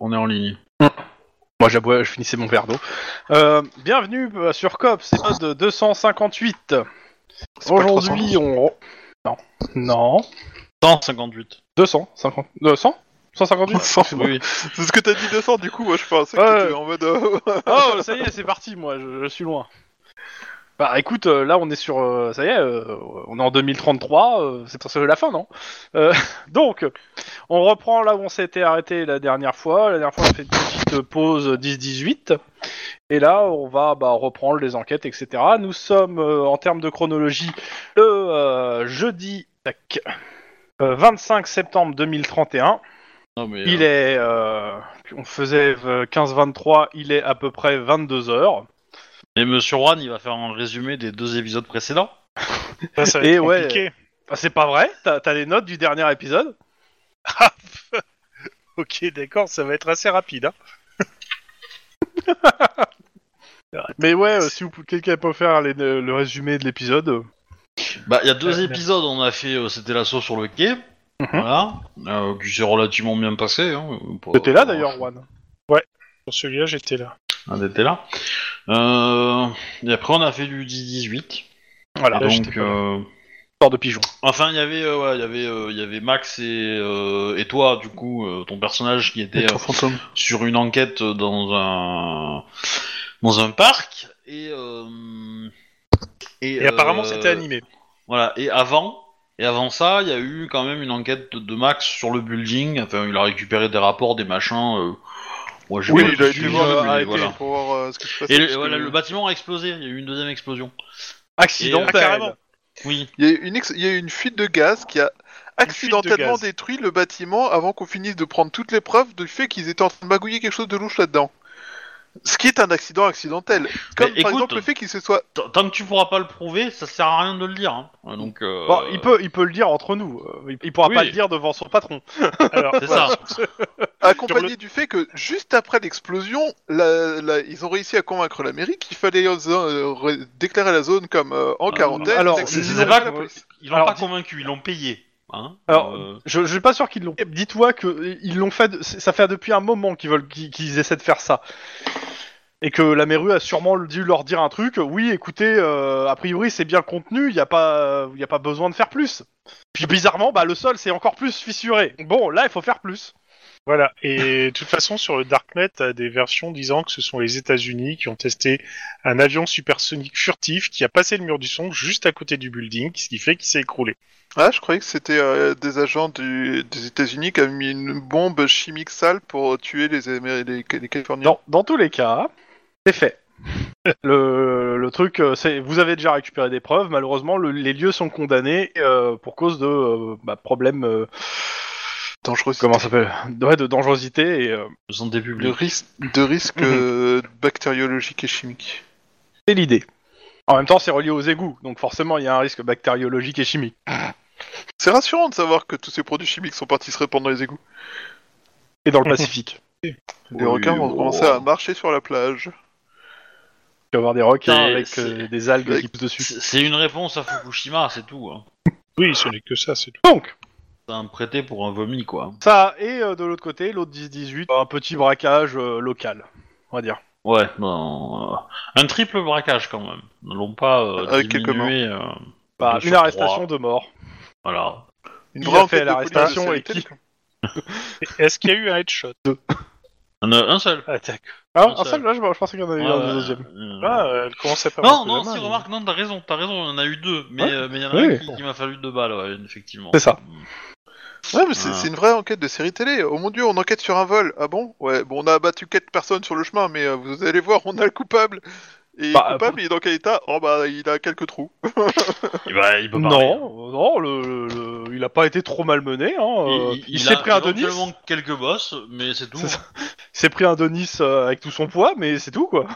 on est en ligne. Moi, j'aboie- je finissais mon verre d'eau. Euh, bienvenue euh, sur COPS, épisode 258. C'est pas Aujourd'hui, on... Non. Non. 158. 250... 200 158 300. Oui, oui. 300. C'est ce que t'as dit 200 du coup, moi je pensais que Ouais. t'étais en mode. euh, Oh, ça y est, c'est parti, moi, je, je suis loin. Bah écoute, euh, là on est sur... euh, ça y est, euh, on est en 2033, euh, c'est pour ça que la fin, non Euh, Donc, on reprend là où on s'était arrêté la dernière fois. La dernière fois, on a fait une petite pause 10-18. Et là, on va bah, reprendre les enquêtes, etc. Nous sommes, euh, en termes de chronologie, le euh, jeudi tac, euh, 25 septembre 2031. Non, mais, Il est. euh, on faisait euh, 15-23, il est à peu près 22h. Et Monsieur Juan, il va faire un résumé des deux épisodes précédents. Ça, ça va Et être ouais. compliqué. Ah, c'est pas vrai T'as t'as les notes du dernier épisode Ok, d'accord, ça va être assez rapide. hein. Mais ouais, euh, si vous pou- quelqu'un peut faire les- euh, le résumé de l'épisode. euh. Bah, il y a deux épisodes, on a fait, euh, c'était l'assaut sur le quai. Mhm. Voilà, euh, qui s'est relativement bien passé. Hein, pour- T'étais là pour- d'ailleurs, Juan. Pour celui-là, j'étais là. Ah, t'étais là. Euh, et après, on a fait du 10-18. Voilà, Et donc, donc, euh, sort de pigeon. enfin, il y avait, euh, ouais, il y avait, euh, il y avait Max et, euh, et toi, du coup, euh, ton personnage qui était Être euh, fantôme. sur une enquête dans un dans un parc et euh, Et apparemment, euh, c'était animé. Voilà. Et avant, et avant ça, il y a eu quand même une enquête de Max sur le building. Enfin, il a récupéré des rapports, des machins. euh, moi, j'ai Oui, pas il a suivi, été voir mais arrêté voilà. pour voir euh, ce que se passait. Et le, parce que- voilà, le bâtiment a explosé. Il y a eu une deuxième explosion. Accident, Ah, carrément. Oui. Il, y a eu une ex- il y a eu une fuite de gaz qui a accidentellement gaz. détruit le bâtiment avant qu'on finisse de prendre toutes les preuves du fait qu'ils étaient en train de magouiller quelque chose de louche là-dedans. Ce qui est un accident accidentel. Comme Mais par écoute- exemple le fait qu'il se soit. Tant- Tant que tu pourras pas le prouver, ça sert à rien de le dire. hein. Donc. euh, Bon, il, peut, il peut le dire entre nous. euh, Il, il pourra Oui. pas le dire devant son patron. Alors, C'est ça. Accompagné du fait que juste après l'explosion, la- la- ils ont réussi à convaincre la mairie qu'il fallait euh, euh, ré- déclarer la zone comme euh, en Ah, quarantaine. alors, et que c'est- ils c'est ont pas appelé la que- police. Ils l'ont Alors, pas dis- convaincu. Ils l'ont payé. hein. Alors, Euh, Je, je suis pas sûr qu'ils l'ont. Dis-toi que euh, ils l'ont fait. de- Ça fait depuis un moment qu'ils veulent, qu'ils, qu'ils essaient de faire ça. Et que la mairie a sûrement dû leur dire un truc. Oui, écoutez, euh, a priori c'est bien contenu. Il n'y a pas, il y a pas besoin de faire plus. Puis bizarrement, bah le sol c'est encore plus fissuré. Bon, là il faut faire plus. voilà. Et de toute façon, sur le Darknet, t'as des versions disant que ce sont les États-Unis qui ont testé un avion supersonique furtif qui a passé le mur du son juste à côté du building, ce qui fait qu'il s'est écroulé. Ah, je croyais que c'était euh, des agents du- des États-Unis qui avaient mis une bombe chimique sale pour tuer les, Amé- les, les Californiens. Dans, dans tous les cas, c'est fait. Le, le truc, euh, c'est vous avez déjà récupéré des preuves. Malheureusement, le- les lieux sont condamnés euh, pour cause de euh, bah, problème. euh, Dangereux. comment ça s'appelle Ouais, de dangerosité et euh, de santé publique. De risque, de Mhm. risque euh, bactériologique et chimique. c'est l'idée. En même temps, c'est relié aux égouts, donc forcément, il y a un risque bactériologique et chimique. C'est rassurant de savoir que tous ces produits chimiques sont partis se répandre dans les égouts. Et dans le Pacifique. Les requins oh. vont commencer à marcher sur la plage. Il va y avoir des requins C'est- avec c'est- euh, des algues avec- qui poussent dessus. C'est c'est une réponse à Fukushima, c'est tout. hein. Oui, ce n'est que ça, c'est tout. Donc, C'est un prêté pour un vomi, quoi. ça, et euh, de l'autre côté, l'autre 10-18, un petit braquage euh, local, on va dire. Ouais, non, euh, un triple braquage quand même. Nous l'ont pas euh, Avec quelques diminué. euh, Bah, deux une sur trois. arrestation de mort. Voilà. Une Qui vraie a fait enquête de police de l'arrestation série et qui- télécom. Est-ce qu'il y a eu un headshot Un, euh, un seul. Ah, d'accord. Ah, Un un seul, seul, là, je, je pensais qu'il Ah, y en avait eu Ouais, un ouais, deuxième. euh, Ah, elle commence à pas Non, avoir non, de si, main, remarque, non, t'as raison, t'as raison, on en a eu deux, mais Ouais. euh, mais il y en a Oui. un qui, qui m'a fallu deux balles, ouais, effectivement. C'est ça. Ouais, mais c'est Ah. c'est une vraie enquête de série télé. Oh mon dieu, on enquête sur un vol. Ah bon Ouais, bon, on a abattu quatre personnes sur le chemin, mais euh, vous allez voir, on a le coupable. Et Bah, le coupable, il est dans quel état Oh bah, il a quelques trous. Et bah, il peut parler. Non, euh, non, le, le- le- il a pas été trop malmené. Hein. euh, Il, Il, s'est pris un Denis, éventuellement quelques bosses, mais c'est tout. C'est ça. il s'est pris un Denis euh, avec tout son poids, mais c'est tout quoi.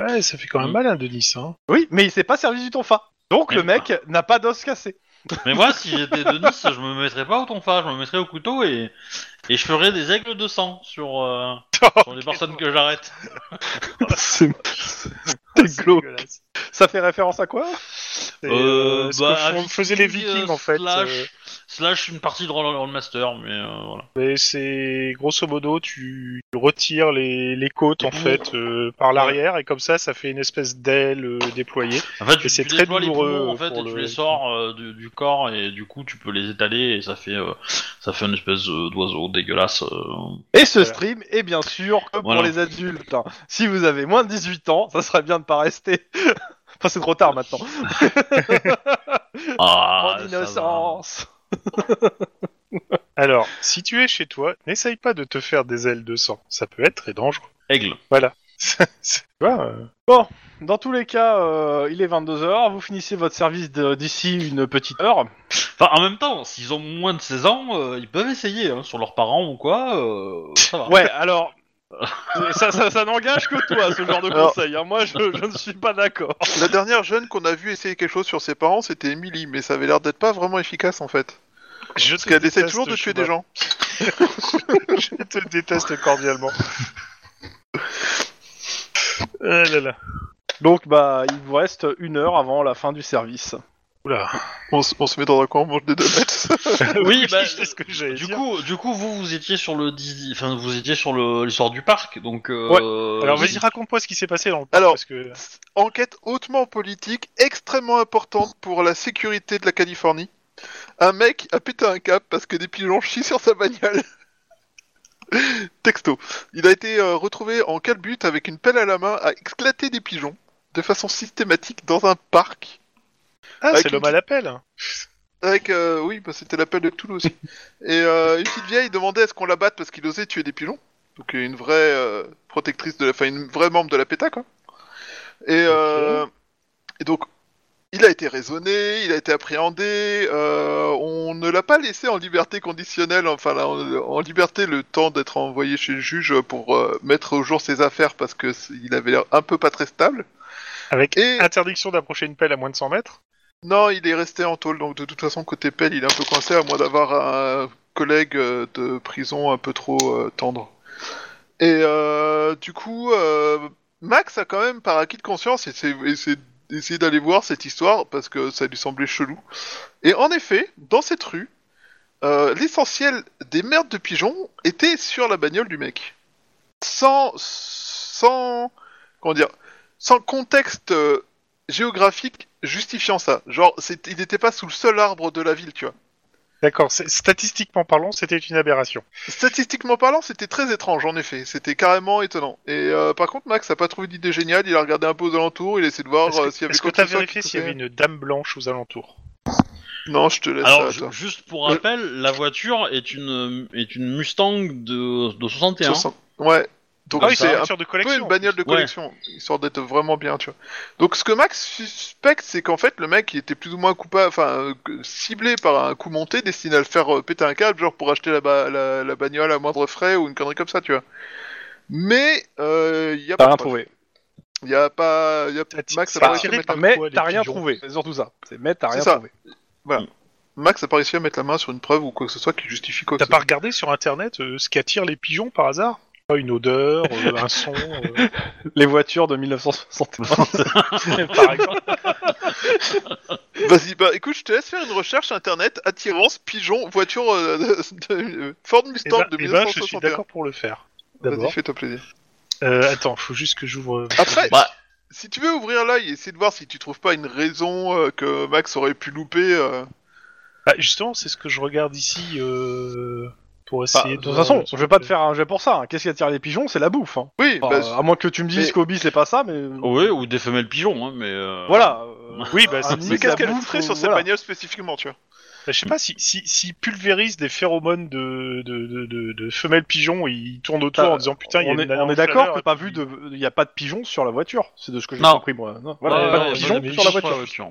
Ouais, ça fait quand même Mm. mal un Denis. Hein. Oui, mais il s'est pas servi du tonfa. Donc Eh Mais- le mec ben. n'a pas d'os cassé. Mais moi, si j'étais Denis, je me mettrais pas au tonfa, je me mettrais au couteau et, et je ferais des aigles de sang sur, euh, sur les personnes que j'arrête. C'est C'est glauque. dégueulasse. Ça fait référence à quoi C'est, Euh, euh, ce bah, que font- Vikings, faisaient les Vikings en fait. slash, euh, slash une partie de Roll- Rollmaster, mais euh, voilà. Mais c'est grosso modo, tu retires les, les côtes Les en poumons. fait euh, par l'arrière et comme ça, ça fait une espèce d'aile euh, déployée. En fait, Et tu, c'est tu très déploies les douloureux poumons, en fait, pour et tu le- les sors euh, du, du corps, et du coup, tu peux les étaler, et ça fait, euh, ça fait une espèce euh, d'oiseau dégueulasse. euh. Et ce Voilà. stream est bien sûr que Voilà. pour les adultes. hein. Si vous avez moins de 18 ans, ça serait bien de pas rester. enfin, c'est trop tard maintenant. Ah, ça en va. innocence. Alors, si tu es chez toi, n'essaye pas de te faire des ailes de sang. Ça peut être très dangereux. Aigle. C'est- tu vois, euh, Dans tous les cas, euh, il est 22h. Vous finissez votre service de- d'ici une petite heure. Enfin, en même temps, s'ils ont moins de 16 ans, euh, ils peuvent essayer, hein, sur leurs parents ou quoi, euh, ça va. Ouais, alors. ça ça, ça n'engage que toi, ce genre de Alors- conseil. hein. Moi, je, je ne suis pas d'accord. La dernière jeune qu'on a vu essayer quelque chose sur ses parents, c'était Emily, mais ça avait l'air d'être pas vraiment efficace en fait. je Parce qu'elle essaie déteste, toujours de tuer Chouba. des gens. je te déteste cordialement. Ah là là. Donc, bah, il vous reste une heure avant la fin du service. Oula. On, se- on se met dans un coin, on mange des donuts. Oui, bah, c'est ce que j'allais Du dire. coup, du coup, vous, vous étiez sur le, dis- enfin, vous étiez sur le- l'histoire du parc, donc. euh, Alors vas-y, raconte-moi ce qui s'est passé dans le Alors, parce que Enquête hautement politique, extrêmement importante pour la sécurité de la Californie. Un mec a pété un cap parce que des pigeons chient sur sa bagnole. Texto. Il a été euh, retrouvé en calbute avec une pelle à la main à exclater des pigeons de façon systématique dans un parc. ah, avec c'est une l'homme à l'appel. Avec, euh, oui, bah, c'était l'appel de Cthulhu aussi. Et euh, une petite vieille demandait à ce qu'on la batte parce qu'il osait tuer des pigeons. Donc euh, une vraie euh, protectrice de la... Enfin, une vraie membre de la PETA, quoi. Et, euh, et donc, il a été raisonné, il a été appréhendé. euh, on ne l'a pas laissé en liberté conditionnelle, enfin, là, en, en liberté le temps d'être envoyé chez le juge pour euh, mettre au jour ses affaires parce que c- il avait l'air un peu pas très stable. Avec Et- interdiction d'approcher une pelle à moins de 100 mètres. Non, il est resté en tôle, donc de toute façon, côté pelle, il est un peu coincé, à moins d'avoir un collègue euh, de prison un peu trop euh, tendre. Et euh, du coup, euh, Max a quand même, par acquis de conscience, essayé, essayé- essayé d'aller voir cette histoire, parce que ça lui semblait chelou. Et en effet, dans cette rue, euh, l'essentiel des merdes de pigeons était sur la bagnole du mec. Sans... sans... comment dire Sans contexte... euh, géographique justifiant ça. Genre, c'est- il n'était pas sous le seul arbre de la ville, tu vois. D'accord. c'est- Statistiquement parlant, c'était une aberration. Statistiquement parlant, c'était très étrange, en effet. C'était carrément étonnant. Et euh, par contre, Max a pas trouvé d'idée géniale. Il a regardé un peu aux alentours. Il a essayé de voir Est-ce euh, que- s'il y avait est-ce que quoi tu as ce soit vérifié qui s'il y avait pouvait- une dame blanche aux alentours Non, je te laisse. euh, Alors, ça, ju- toi. juste pour rappel, la voiture est une, est une Mustang de, de 61. 60. Ouais. Donc Ah oui, c'est c'est une un bah, voiture de peu collection. une bagnole de Ouais. collection, histoire d'être vraiment bien, tu vois. Donc ce que Max suspecte, c'est qu'en fait le mec il était plus ou moins coupable, enfin euh, que- ciblé par un coup monté destiné à le faire euh, péter un câble, genre pour acheter la, ba- la, la bagnole à moindre frais ou une connerie comme ça, tu vois. Mais euh, il y a T'as pas. rien de trouvé. preuve. Il y a pas. il Y a... T'as ti- Max a Bah, t'as pas réussi à tiré mettre par Mais quoi, les t'as rien pigeons trouvé. C'est surtout ça. C'est mais t'as C'est rien ça. trouvé. Max a pas réussi à mettre la main sur une preuve ou quoi que ce soit qui justifie quoi. que T'as ce pas regardé sur internet euh, ce qui attire les pigeons par hasard Pas Une odeur, euh, un son, euh, Les voitures de 1961. par exemple. Vas-y, bah écoute, je te laisse faire une recherche internet attirance pigeon voiture euh, de, de- Ford Eh Mustang ben, de eh ben, je suis 1961. d'accord pour le faire. Vas-y, D'abord. fais-toi plaisir. Euh, attends, faut juste que j'ouvre. euh, Après, Bah. si tu veux ouvrir l'œil, essaie de voir si tu trouves pas une raison euh, que Max aurait pu louper. euh. Bah, justement, c'est ce que je regarde ici euh, pour Bah, essayer de toute façon, je vais euh, pas te faire un jet pour ça. hein. Qu'est-ce qui attire les pigeons C'est la bouffe. hein. Oui, Enfin, bah, à moins que tu me dises mais- qu'Obi c'est pas ça, mais euh, Oui, ou des femelles pigeons, hein, mais. euh, voilà. euh, Oui, bah, c'est- un mais nid, qu'est-ce la qu'elle bouffe, foutrait euh, sur cette voilà. bagnole spécifiquement, tu vois Bah, je sais pas si, si, si pulvérise des phéromones de, de, de, de, de femelles pigeons, ils tournent autour Bah, en disant putain, il y a on une est, nana on en est d'accord fleur, que et pas puis- vu de, il y a pas de pigeons sur la voiture. C'est de ce que j'ai Non. compris moi. Non, voilà, Ouais, y a pas ouais, de ouais, pigeons pas sur la sur voiture.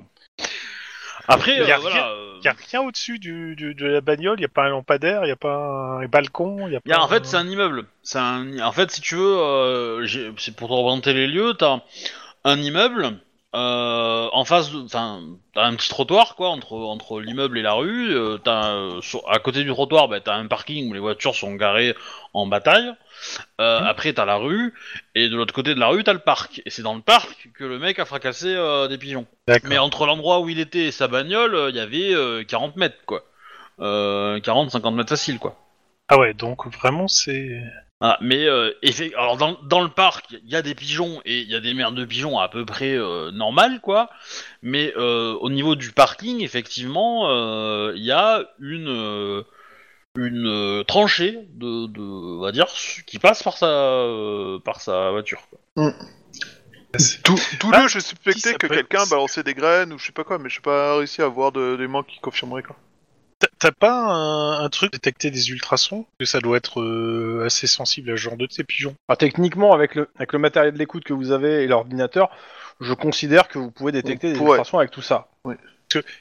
Après, Y a euh, voilà, rien- euh, Il y a rien au-dessus du, du- de la bagnole, il y a pas un lampadaire, il y a pas un balcon, il y a pas. y a- en fait, c'est un immeuble. C'est un- En fait, si tu veux, euh, j'ai- c'est pour te représenter les lieux, t'as un immeuble euh, en face, de... enfin, t'as un petit trottoir quoi entre entre l'immeuble et la rue. euh, t'as euh, sur- à côté du trottoir, bah, t'as un parking où les voitures sont garées en bataille. Euh, Après, t'as la rue et de l'autre côté de la rue, t'as le parc. Et c'est dans le parc que le mec a fracassé euh, des pigeons. D'accord. Mais entre l'endroit où il était et sa bagnole, il y avait euh, 40 euh, mètres, quoi. euh, 40-50 mètres facile, quoi. Ah ouais, donc vraiment, c'est. Ah, mais euh, effe- alors dans, dans le parc, il y a des pigeons et il y a des merdes de pigeons à peu près euh, normales, quoi. Mais euh, au niveau du parking, effectivement, euh, il y a une, euh, une euh, tranchée de, de- on va dire, qui passe par sa, euh, par sa voiture. quoi. Tout, tout Ah, le je si, ça suspectais que peut- quelqu'un balançait des graines ou je sais pas quoi, mais je n'ai pas réussi à avoir de- d'éléments qui confirmeraient quoi. T'as- T'as pas un, un truc détecter des ultrasons Que ça doit être euh, assez sensible à ce genre de ces pigeons. Alors, techniquement, avec le, avec le matériel de l'écoute que vous avez et l'ordinateur, je considère que vous pouvez détecter On des pourrait. illustrations avec tout ça.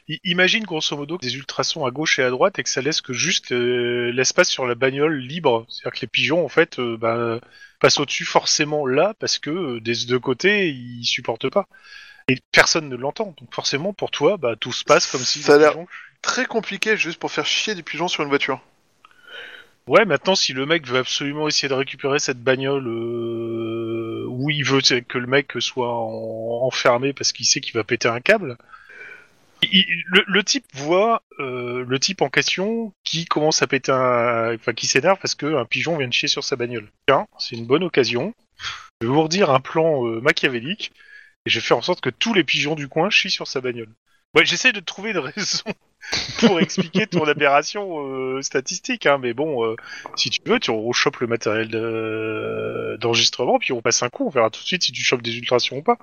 I- imagine grosso modo des ultrasons à gauche et à droite et que ça laisse que juste euh, l'espace sur la bagnole libre. C'est-à-dire que les pigeons, en fait, euh, bah, passent au-dessus forcément là parce que euh, des deux côtés, ils supportent pas. Et personne ne l'entend. Donc forcément, pour toi, bah, tout se passe comme si Ça a les l'air- pigeons Très compliqué juste pour faire chier des pigeons sur une voiture. Ouais, maintenant, si le mec veut absolument essayer de récupérer cette bagnole euh, où il veut c'est que le mec soit en- enfermé parce qu'il sait qu'il va péter un câble, il- il- le, le type voit euh, le type en question qui commence à péter un... Enfin, qui s'énerve parce qu'un pigeon vient de chier sur sa bagnole. Tiens, c'est une bonne occasion. Je vais vous redire un plan euh, machiavélique et je vais faire en sorte que tous les pigeons du coin chient sur sa bagnole. Ouais, j'essaie de trouver une raison pour expliquer ton aberration euh, statistique, hein, mais bon, euh, si tu veux, tu on chope le matériel de- d'enregistrement, puis on passe un coup, on verra tout de suite si tu chopes des ultrations ou pas.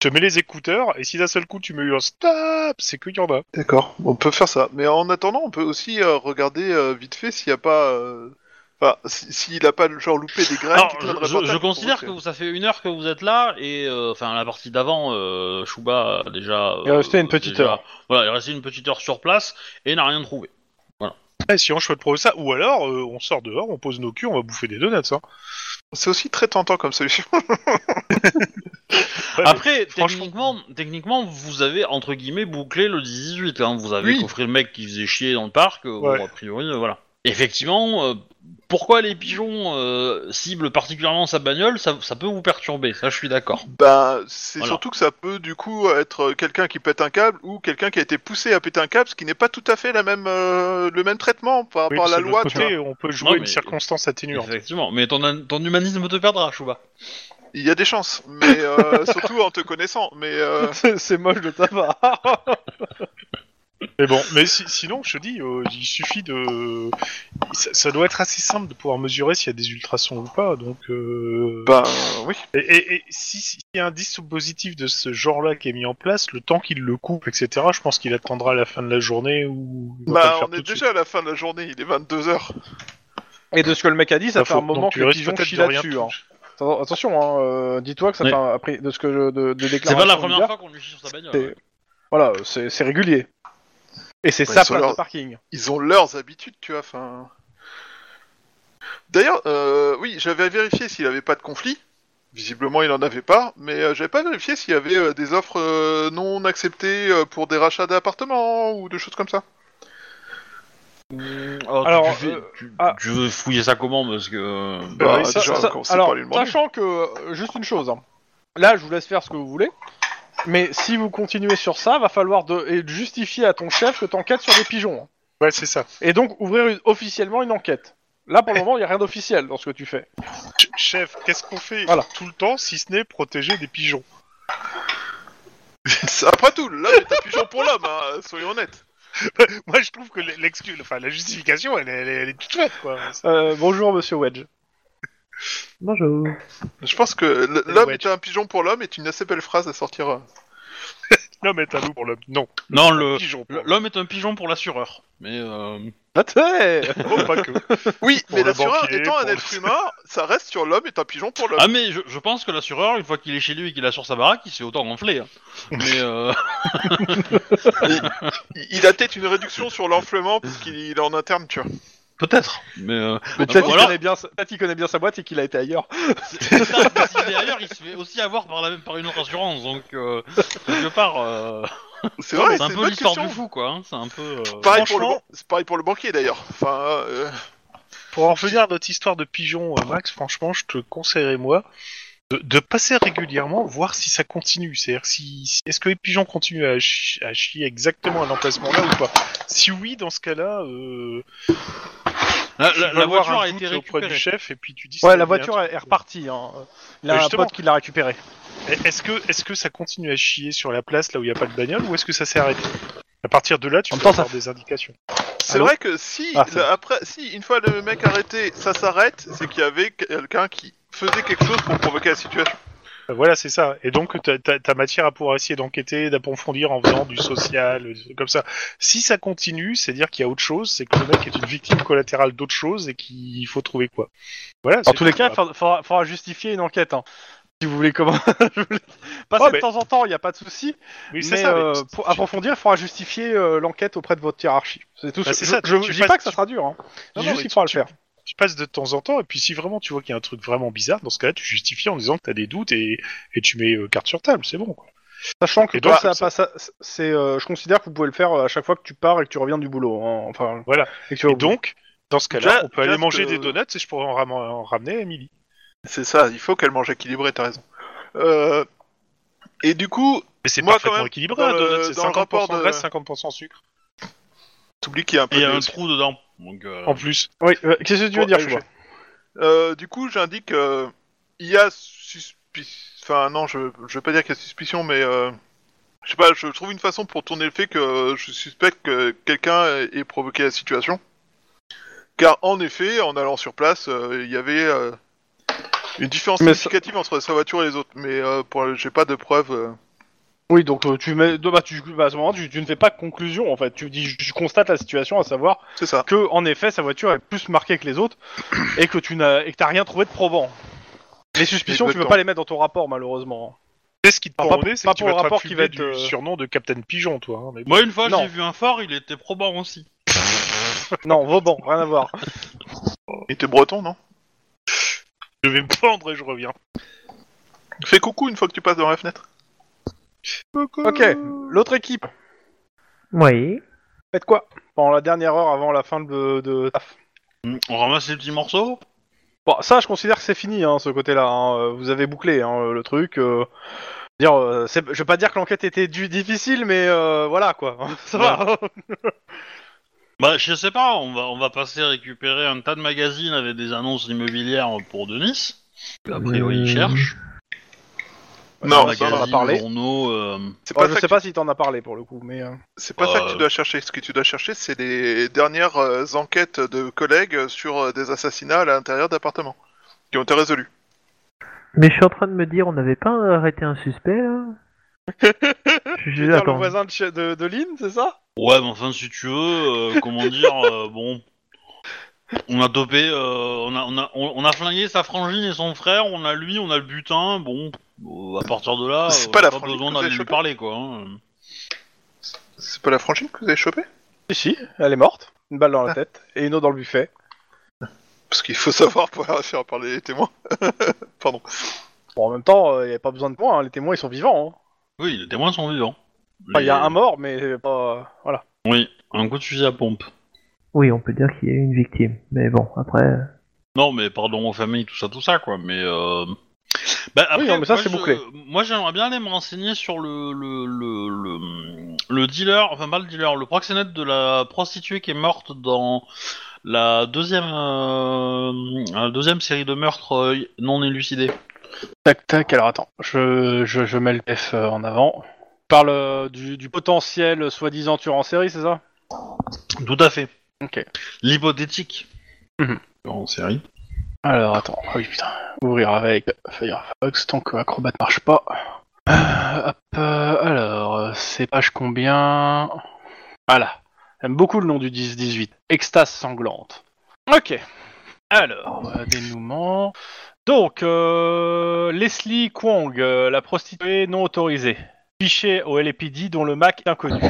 Je te mets les écouteurs, et si d'un seul coup tu me eu un stop, c'est qu'il y en a. D'accord, on peut faire ça. Mais en attendant, on peut aussi euh, regarder euh, vite fait s'il n'y a pas. euh, Enfin, si- s'il n'a pas genre loupé des graines. Alors, qui traînent dans la je, je- patate je pour considère que retirer. vous- ça fait une heure que vous êtes là et euh, enfin la partie d'avant, euh, Chouba a déjà. euh, Il est resté une petite déjà- heure. Voilà, il est resté une petite heure sur place et n'a rien trouvé. Eh, si on chope pour ça, ou alors euh, on sort dehors, on pose nos culs, on va bouffer des donuts. Hein. C'est aussi très tentant comme solution. Ouais, mais- Après, franchement- techniquement, techniquement, vous avez entre guillemets bouclé le 18. hein. Vous avez Oui. coffré le mec qui faisait chier dans le parc. euh, Ouais. bon, a priori, euh, voilà. Effectivement, euh, pourquoi les pigeons euh, ciblent particulièrement sa bagnole, ça, ça peut vous perturber. Ça, je suis d'accord. Bah, c'est Voilà. surtout que ça peut du coup être quelqu'un qui pète un câble ou quelqu'un qui a été poussé à péter un câble, ce qui n'est pas tout à fait la même, euh, le même traitement par Oui, parce rapport à la que de loi. l'autre tu vois. côté, on peut jouer Non, une mais- circonstance atténuante. Effectivement. Mais ton, ton humanisme te perdra, Chouba. Il y a des chances, mais euh, surtout en te connaissant. Mais euh, C'est c'est moche de ta part. Mais bon, mais si- sinon, je te dis, euh, il suffit de. Ça, ça doit être assez simple de pouvoir mesurer s'il y a des ultrasons ou pas, donc. euh, bah oui. Et, et- et si- si- s'il y a un dispositif de ce genre-là qui est mis en place, le temps qu'il le coupe, etc., je pense qu'il attendra la fin de la journée ou. il va pas le Bah, faire on tout est de suite. déjà à la fin de la journée, il est 22h. Et de ce que le mec a dit, ça Bah, fait faut- un moment donc que tu le risques pigeon peut-être chie de rien là-dessus. hein. toucher. Atten- Attention, hein, euh, dis-toi que ça Oui. fait un- après de ce que je, de, de C'est déclaration. pas la de première gars, fois qu'on lui chie sur sa bagnole. c'est- Voilà, c'est c'est régulier. Et c'est Ouais, ça ils sont place de leurs- parking. Ils ont leurs habitudes, tu vois. Enfin. D'ailleurs, euh, oui, j'avais vérifié s'il avait pas de conflit. Visiblement, il en avait pas, mais euh, j'avais pas vérifié s'il y avait euh, des offres euh, non acceptées euh, pour des rachats d'appartements ou de choses comme ça. Hum, Alors, tu, fais- euh, tu- ah. tu veux fouiller ça comment Parce que. euh, Bah, oui, ça- déjà, ça- on sait alors, pas lui demander. sachant que euh, juste une chose, hein. là, je vous laisse faire ce que vous voulez. Mais si vous continuez sur ça, va falloir de, et de justifier à ton chef que t'enquêtes sur des pigeons. hein. Ouais, c'est ça. Et donc ouvrir une- officiellement une enquête. Là, pour le moment, il n'y a rien d'officiel dans ce que tu fais. Ch- chef, qu'est-ce qu'on fait Voilà. tout le temps si ce n'est protéger des pigeons C'est- Après tout, l'homme est un pigeon pour l'homme, hein, soyons honnêtes. Moi, je trouve que l'excuse, enfin, la justification, elle, est- elle est- elle est toute faite, quoi. Euh, bonjour, monsieur Wedge. Bonjour. Je pense que l- Et l'homme ouais. est un pigeon pour l'homme est une assez belle phrase à sortir. euh. L'homme est un loup pour l'homme. Non, Non, le. pigeon. pour l'homme. L'homme est un pigeon pour l'assureur. Mais. euh, Oh, pas que. Oui, Pour mais le l'assureur banquier, étant un pour- être humain, ça reste sur l'homme est un pigeon pour l'homme. Ah mais je, je pense que l'assureur, une fois qu'il est chez lui et qu'il assure sa baraque, il se fait autant gonfler. hein. Mais euh, Il il a peut-être une réduction sur l'enflement parce qu'il il est en interne, tu vois. peut-être. Mais euh, Mais Ah, peut-être voilà. il connaît bien sa- peut-être il connaît bien sa boîte et qu'il a été ailleurs. c'est ça, parce qu'il est ailleurs, il se fait aussi avoir par la même par une autre assurance. Donc euh, quelque part, euh, C'est vrai, c'est un c'est une peu bonne l'histoire question. du fou quoi. hein, C'est un peu. euh, Pareil pour, le Franchement- ban- c'est pareil pour le banquier d'ailleurs. Enfin, euh, Pour en revenir à notre histoire de pigeon, euh, Max, franchement, je te conseillerais, moi, de, de passer régulièrement, voir si ça continue. C'est-à-dire, si, si- est-ce que les pigeons continuent à, chi- à chier exactement à l'emplacement là ou pas Si oui, dans ce cas-là, euh, La, tu la- vas la voir voiture un a été doute auprès du récupérée. chef et puis tu dis. Ouais, la si il y a un voiture est est repartie. Hein. Il Mais a un justement. pote qui l'a récupérée. Et Est-ce que, est que ça continue à chier sur la place là où il n'y a pas de bagnole ou est-ce que ça s'est arrêté À partir de là, tu En même peux temps, ça- avoir des indications. C'est Allô vrai que si, Ah, c'est le- après, si une fois le mec arrêté, ça s'arrête, c'est qu'il y avait quelqu'un qui faisait quelque chose pour provoquer la situation. Euh, Voilà, c'est ça. Et donc, t'as t'as- t'as matière à pouvoir essayer d'enquêter, d'approfondir en faisant du social, des trucs comme ça. Si ça continue, c'est dire qu'il y a autre chose, c'est que le mec est une victime collatérale d'autre chose et qu'il faut trouver quoi. Voilà. En c'est tous les tout. cas, il faudra, faudra- faudra justifier une enquête. hein. Si vous voulez comment. je vous l'ai- Passer Ouais, de mais- temps en temps, il n'y a pas de souci. oui, mais c'est ça. mais- euh, pour approfondir, il faudra justifier euh, l'enquête auprès de votre hiérarchie. C'est tout. Bah, ce- c'est je, ça, je- tu je dis passes- pas que ça sera dur. Hein. Je Non, dis non, juste mais qu'il tu- faudra tu- le faire. tu passes de temps en temps, et puis si vraiment tu vois qu'il y a un truc vraiment bizarre, dans ce cas-là, tu justifies en disant que t'as des doutes et, et tu mets euh, carte sur table, c'est bon. Quoi. Sachant que Et donc, toi, ça, ça- passe à- c'est, euh, je considère que vous pouvez le faire à chaque fois que tu pars et que tu reviens du boulot. hein. Enfin, Voilà. Et, que tu vas Et au boulot. donc, dans ce cas-là, Déjà- on peut déjà, aller ce manger que- des donuts et je pourrais en, ram- en ramener à Emily. C'est ça, il faut qu'elle mange équilibré, t'as raison. Euh, et du coup, Mais c'est Moi, parfaitement quand même, équilibré, dans un le- donut, c'est dans le 50% rapport de- graisse, 50% sucre. t'oublies qu'il y a un peu Et il y a de- un trou dedans. Donc, euh, En plus, Oui, euh, qu'est-ce que tu veux Bon, dire, euh, Chouba Euh, du coup, j'indique euh, il y a suspicion. Enfin, non, je, je vais pas dire qu'il y a suspicion, mais euh, je sais pas, je trouve une façon pour tourner le fait que je suspecte que quelqu'un ait- ait provoqué la situation. Car en effet, en allant sur place, euh, il y avait euh, une différence Mais ça- significative entre sa voiture et les autres, mais euh, pour- j'ai pas de preuves. euh. Oui, donc euh, tu mets, bah, tu, bah, à ce moment tu, tu ne fais pas de conclusion en fait. Tu dis, je constate la situation, à savoir C'est ça. que en effet sa voiture est plus marquée que les autres et que tu n'as et que t'as rien trouvé de probant. Les suspicions, tu peux Exactement. pas les mettre dans ton rapport malheureusement. hein. c'est ce qui te Pas- prend pas au pour- nez, c'est pas que tu pour vas le te rapport qui rappeler va du être, euh, surnom de Captain Pigeon, toi. hein, mais bon. Moi, une fois, Non. j'ai vu un phare, il était probant aussi. non, Vauban, rien à voir. Il était breton, non Je vais me pendre et je reviens. Fais coucou une fois que tu passes devant la fenêtre. Ok, l'autre équipe. Oui. Faites quoi Pendant la dernière heure avant la fin de, de taf. Mm, On ramasse les petits morceaux. Bon, ça, je considère que c'est fini, hein, ce côté-là. hein. Euh, Vous avez bouclé hein, le truc. euh, Dire, euh, c'est- je vais pas dire que l'enquête était du difficile, mais euh, voilà quoi. Ça va. Bah, je sais pas, on va, on va passer récupérer un tas de magazines avec des annonces immobilières pour Denis. A priori, Euh, il cherche. Non, ça, on en a magazines, parlé. journaux. euh, C'est Bon, pas, Oh, je ça sais que, pas si t'en as parlé pour le coup, mais. euh, c'est pas ça que Euh. tu dois chercher. Ce que tu dois chercher, c'est les dernières euh, enquêtes de collègues sur euh, des assassinats à l'intérieur d'appartements qui ont été résolus. Mais je suis en train de me dire, on n'avait pas arrêté un suspect là Je- Tu Je veux dire attends. le voisin de, chez- de, de Lynn, c'est ça Ouais, mais enfin, si tu veux, euh, comment dire, euh, bon. On a dopé, euh, on, a, on, a, on, on a flingué sa frangine et son frère, on a lui, on a le butin, bon, euh, à partir de là, C'est euh, pas la frangine besoin que d'aller vous avez lui chopée parler, quoi. hein. C'est pas la franchise que vous avez chopée Si, si, elle est morte. Une balle dans la tête et une autre dans le buffet. Parce qu'il faut savoir pour faire parler les témoins. Pardon. Bon, en même temps, il n'y a pas besoin de moi, hein, les témoins ils sont vivants. hein. Oui, les témoins sont vivants. Enfin, Il y a Les- un mort, mais pas. Voilà. Oui, un coup de fusil à pompe. Oui, on peut dire qu'il y a eu une victime. Mais bon, après. euh, Non, mais pardon aux familles, tout ça, tout ça, quoi. Mais. euh, bah, après, non, mais ça, moi, c'est je- bouclé. Moi, j'aimerais bien aller me renseigner sur le le, le, le. le dealer, enfin, pas le dealer, le proxénète de la prostituée qui est morte dans la deuxième, euh, la deuxième série de meurtres euh, non élucidés. Tac tac, alors attends, je, je, je mets le F euh, en avant. Tu parles euh, du, du potentiel euh, soi-disant tueur en série, c'est ça Tout à fait. Ok. L'hypothétique. Mhm. En série. Alors attends, ah oui putain, ouvrir avec Firefox tant que Acrobat marche pas. Euh, hop, euh, alors, euh, c'est page combien Voilà, j'aime beaucoup le nom du 10-18, Extase sanglante. Ok, alors, euh, dénouement. Donc, euh, Leslie Kwong, euh, la prostituée non autorisée, fichée au LAPD dont le MAC est inconnu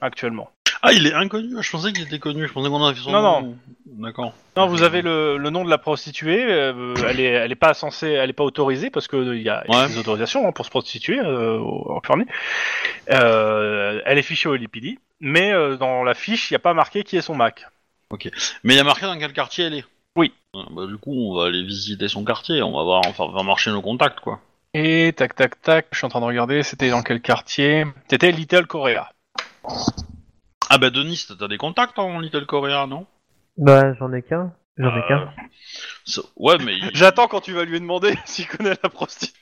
actuellement. Ah, il est inconnu. Je pensais qu'il était connu. Je pensais qu'on avait fait son Non, nom. non. D'accord. Non, vous avez le, le nom de la prostituée. euh, elle est, elle est pas censée, elle est pas autorisée parce que euh, il y a il y a Ouais. des autorisations hein, pour se prostituer euh, au- en Californie. Euh, elle est fichée au LPD, mais euh, dans la fiche, il n'y a pas marqué qui est son Mac. Mais il y a marqué dans quel quartier elle est. Oui. Ah, bah, du coup, on va aller visiter son quartier, on va voir, enfin, on va marcher nos contacts, quoi. Et tac tac tac, je suis en train de regarder, c'était dans quel quartier C'était Little Korea. Ah bah Denis, t'as des contacts en Little Korea, non Bah, j'en ai qu'un. J'en ai qu'un. Euh. So- Ouais, mais... il- J'attends quand tu vas lui demander s'il connaît la prostituée.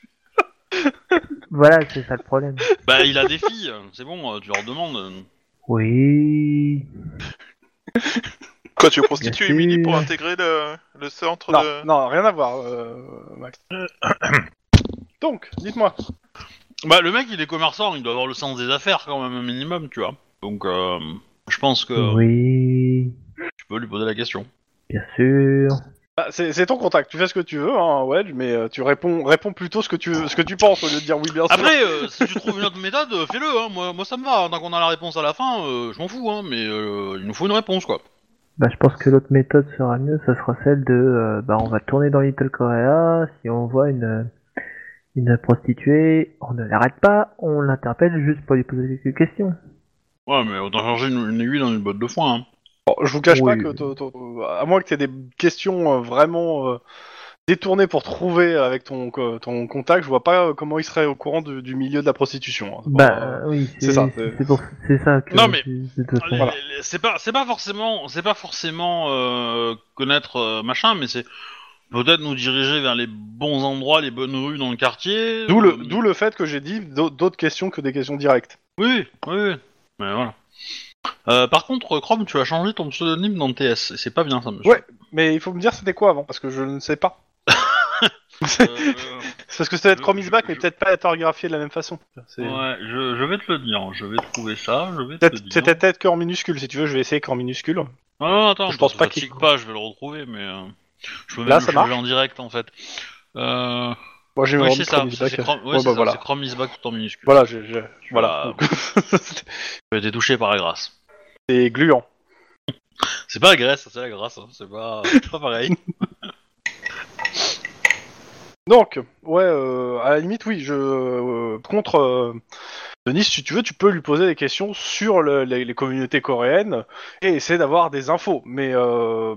Voilà, c'est ça le problème. bah, il a des filles, c'est bon, euh, tu leur demandes. Oui. Quoi, tu prostitues Merci. Emily pour intégrer le, le centre Non, de. non, rien à voir, euh, Max. Donc, dites-moi. Bah, le mec, il est commerçant, il doit avoir le sens des affaires quand même, un minimum, tu vois. Donc, euh, je pense que Oui. tu peux lui poser la question. Bien sûr. Bah, c'est c'est ton contact, tu fais ce que tu veux, hein, Wedge, mais euh, tu réponds, réponds plutôt ce que tu, ce que tu penses au lieu de dire oui, bien sûr. Après, euh, si tu trouves une autre méthode, euh, fais-le, hein. moi, moi ça me va, hein. tant qu'on a la réponse à la fin, euh, je m'en fous, hein, mais euh, il nous faut une réponse, quoi. Bah, je pense que l'autre méthode sera mieux, ça sera celle de, euh, bah, on va tourner dans Little Korea, si on voit une, une prostituée, on ne l'arrête pas, on l'interpelle juste pour lui poser quelques questions. Ouais, mais autant changer une, une aiguille dans une botte de foin, hein. Bon, je vous cache Oui. pas que, ton- ton- à moins que tu aies des questions euh, vraiment euh, détournées pour trouver avec ton, co- ton contact, je vois pas euh, comment il serait au courant du, du milieu de la prostitution. hein. C'est pas- Bah, oui, c'est c'est ça, ça. c'est- C'est pour- c'est ça que. Non, mais- c'est- de toute façon. Les- Voilà. les- C'est pas, c'est pas forcément, c'est pas forcément euh, connaître euh, machin, mais c'est peut-être nous diriger vers les bons endroits, les bonnes rues dans le quartier. D'où le, Euh, d'où le fait que j'ai dit d'au- d'autres questions que des questions directes. Oui, oui, oui. Mais voilà. Euh, par contre, Chrome, tu as changé ton pseudonyme dans TS, et c'est pas bien ça, monsieur. Ouais. Mais il faut me dire c'était quoi avant, parce que je ne sais pas. Euh, C'est parce que ça va être Je- Promise Back, mais je- peut-être pas orthographié de la même façon. C'est- ouais, je, je vais te le dire, je vais trouver ça, je vais te Peut-être- le dire. C'était peut-être qu'en minuscule, si tu veux, je vais essayer qu'en minuscule. Non, non, attends, Je pense pas ça qu'il- tique pas, je vais le retrouver, mais euh, je peux même Là, le ça changer marche en direct en fait. Euh... Moi j'ai Oui, rendu c'est ça, Promise c'est Back. Chrome, ouais, Ouais, c'est bah ça, voilà. c'est Chrome is back tout en minuscule. Voilà, j'ai- j'ai- voilà. J'ai été touché par la grâce. C'est gluant. C'est pas la graisse, c'est la grâce, hein, c'est pas, c'est pas pareil. Donc, ouais, euh, à la limite, oui, je. euh, contre. euh, Denis, si tu veux, tu peux lui poser des questions sur le- les, les communautés coréennes et essayer d'avoir des infos. Mais, euh,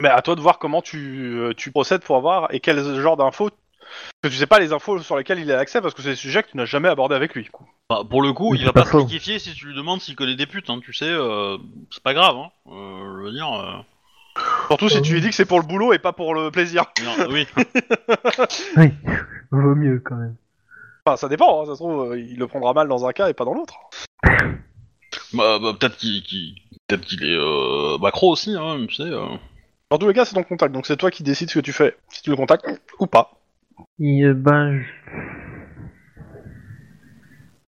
mais à toi de voir comment tu, euh, tu procèdes pour avoir et quel genre d'infos. Parce que tu sais pas les infos sur lesquelles il a accès parce que c'est des sujets que tu n'as jamais abordés avec lui. quoi. Bah, pour le coup, Mais il c'est va pas pas se faux. liquéfier si tu lui demandes s'il connaît des putes, hein, tu sais, euh, c'est pas grave, hein. Euh, je veux dire. euh, Surtout si tu lui dis que c'est pour le boulot et pas pour le plaisir. non, oui. Oui, vaut mieux quand même. Enfin, ça dépend, hein, ça se trouve, euh, il le prendra mal dans un cas et pas dans l'autre. Bah, bah, peut-être qu'il qu'il- peut-être qu'il est euh, macro aussi, hein, tu sais. euh. Dans tous les cas, c'est ton contact, donc c'est toi qui décides ce que tu fais, si tu le contactes ou pas. Et, euh, ben, je-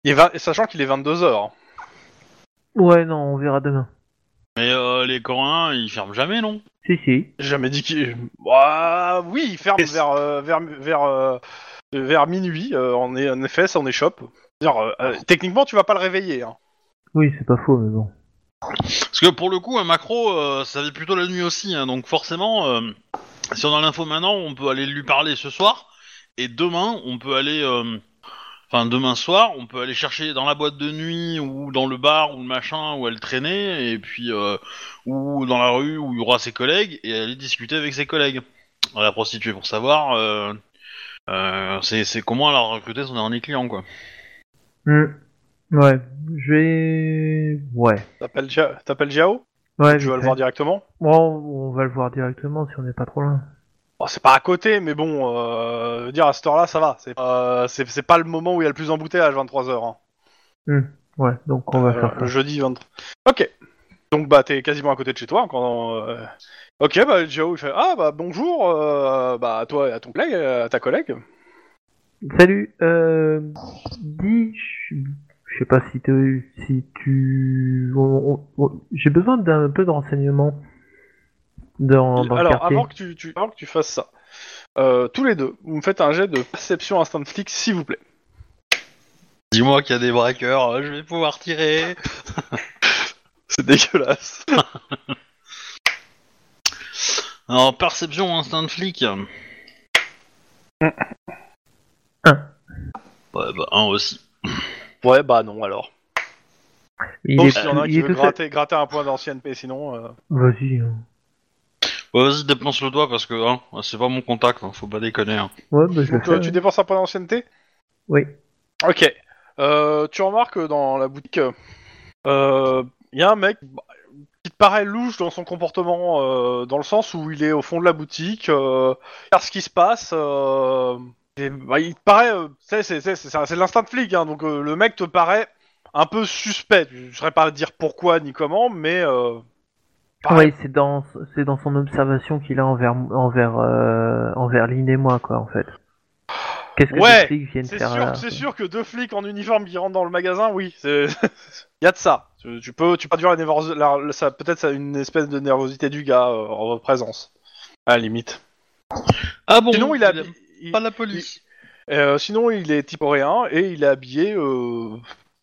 Il est vingt- Sachant qu'il est 22h. ouais, non, on verra demain. Mais euh, les Coréens, ils ferment jamais, non Si, si. J'ai jamais dit qu'il. Ouah, oui, il ferme Qu'est-ce- vers, euh, vers, vers, euh, vers minuit. euh, en, est- en effet, ça en échoppe. C'est-à-dire, euh, euh, techniquement, tu vas pas le réveiller. hein. Oui, c'est pas faux, mais bon. Parce que pour le coup, un macro, euh, ça vit plutôt la nuit aussi, hein, donc forcément, euh, si on a l'info maintenant, on peut aller lui parler ce soir, et demain, on peut aller. euh, Enfin, demain soir, on peut aller chercher dans la boîte de nuit ou dans le bar ou le machin où elle traînait, et puis euh, ou dans la rue où il y aura ses collègues et aller discuter avec ses collègues, à la prostituée pour savoir euh, euh, c'est c'est comment elle a recruté son dernier client quoi. Hmm. Ouais, je vais. Ouais. T'appelles Ja- T'appelles Jao Ouais, Tu vite vas le fait. voir directement Bon, on va le voir directement si on n'est pas trop loin. Bon, C'est pas à côté, mais bon, euh, je veux dire, à cette heure-là, ça va. C'est euh, c'est- c'est pas le moment où il y a le plus d'embouteillage, 23h. hein. Ouais, donc on va Euh, faire ça. le jeudi 23. Ok. Donc bah t'es quasiment à côté de chez toi quand. euh, Ok bah Jao il fait ah bah bonjour euh, bah à toi et à ton collègue euh, à ta collègue. Salut, euh, dis, je je sais pas si, te- si tu, on- on- on- j'ai besoin d'un peu de renseignements dans, dans le Alors quartier. avant que tu, tu- avant que tu fasses ça, euh, tous les deux vous me faites un jet de perception instinct de flic s'il vous plaît. Dis-moi qu'il y a des braqueurs, euh, je vais pouvoir tirer. C'est dégueulasse. Alors perception instinct de flic. Un. Ouais bah un aussi. ouais bah non alors. il Sauf est, s'il y en a un il qui est veut tout seul. gratter, gratter un point d'ancienneté sinon. euh, Vas-y. hein. Ouais, vas-y, dépense le doigt parce que hein, c'est pas mon contact, hein, faut pas déconner. hein. Ouais, bah, je le Donc, euh, fais. tu dépenses un point d'ancienneté Oui. Ok. Euh, tu remarques euh, dans la boutique, euh, euh, il y a un mec bah, qui te paraît louche dans son comportement, euh, dans le sens où il est au fond de la boutique, euh, il regarde ce qui se passe. euh, et, bah, il te paraît, euh, tu sais, c'est c'est- c'est- c'est- c'est l'instinct de flic, hein, donc euh, le mec te paraît un peu suspect. Je ne saurais pas dire pourquoi ni comment, mais euh, pareil. Ah Ouais, c'est dans, c'est dans son observation qu'il a envers, envers, euh, envers Lynn et moi, quoi, en fait. Qu'est-ce que Ouais, ces flics viennent C'est faire euh, là sûr, c'est sûr que deux flics en uniforme qui rentrent dans le magasin, oui, il y a de ça. Tu, tu peux, tu peux induire la névrose- la- la- ça, peut-être ça, une espèce de nervosité du gars euh, en votre présence, à la limite. Ah bon Sinon, il a, pas la police. euh, sinon il est typoréen et il est habillé euh,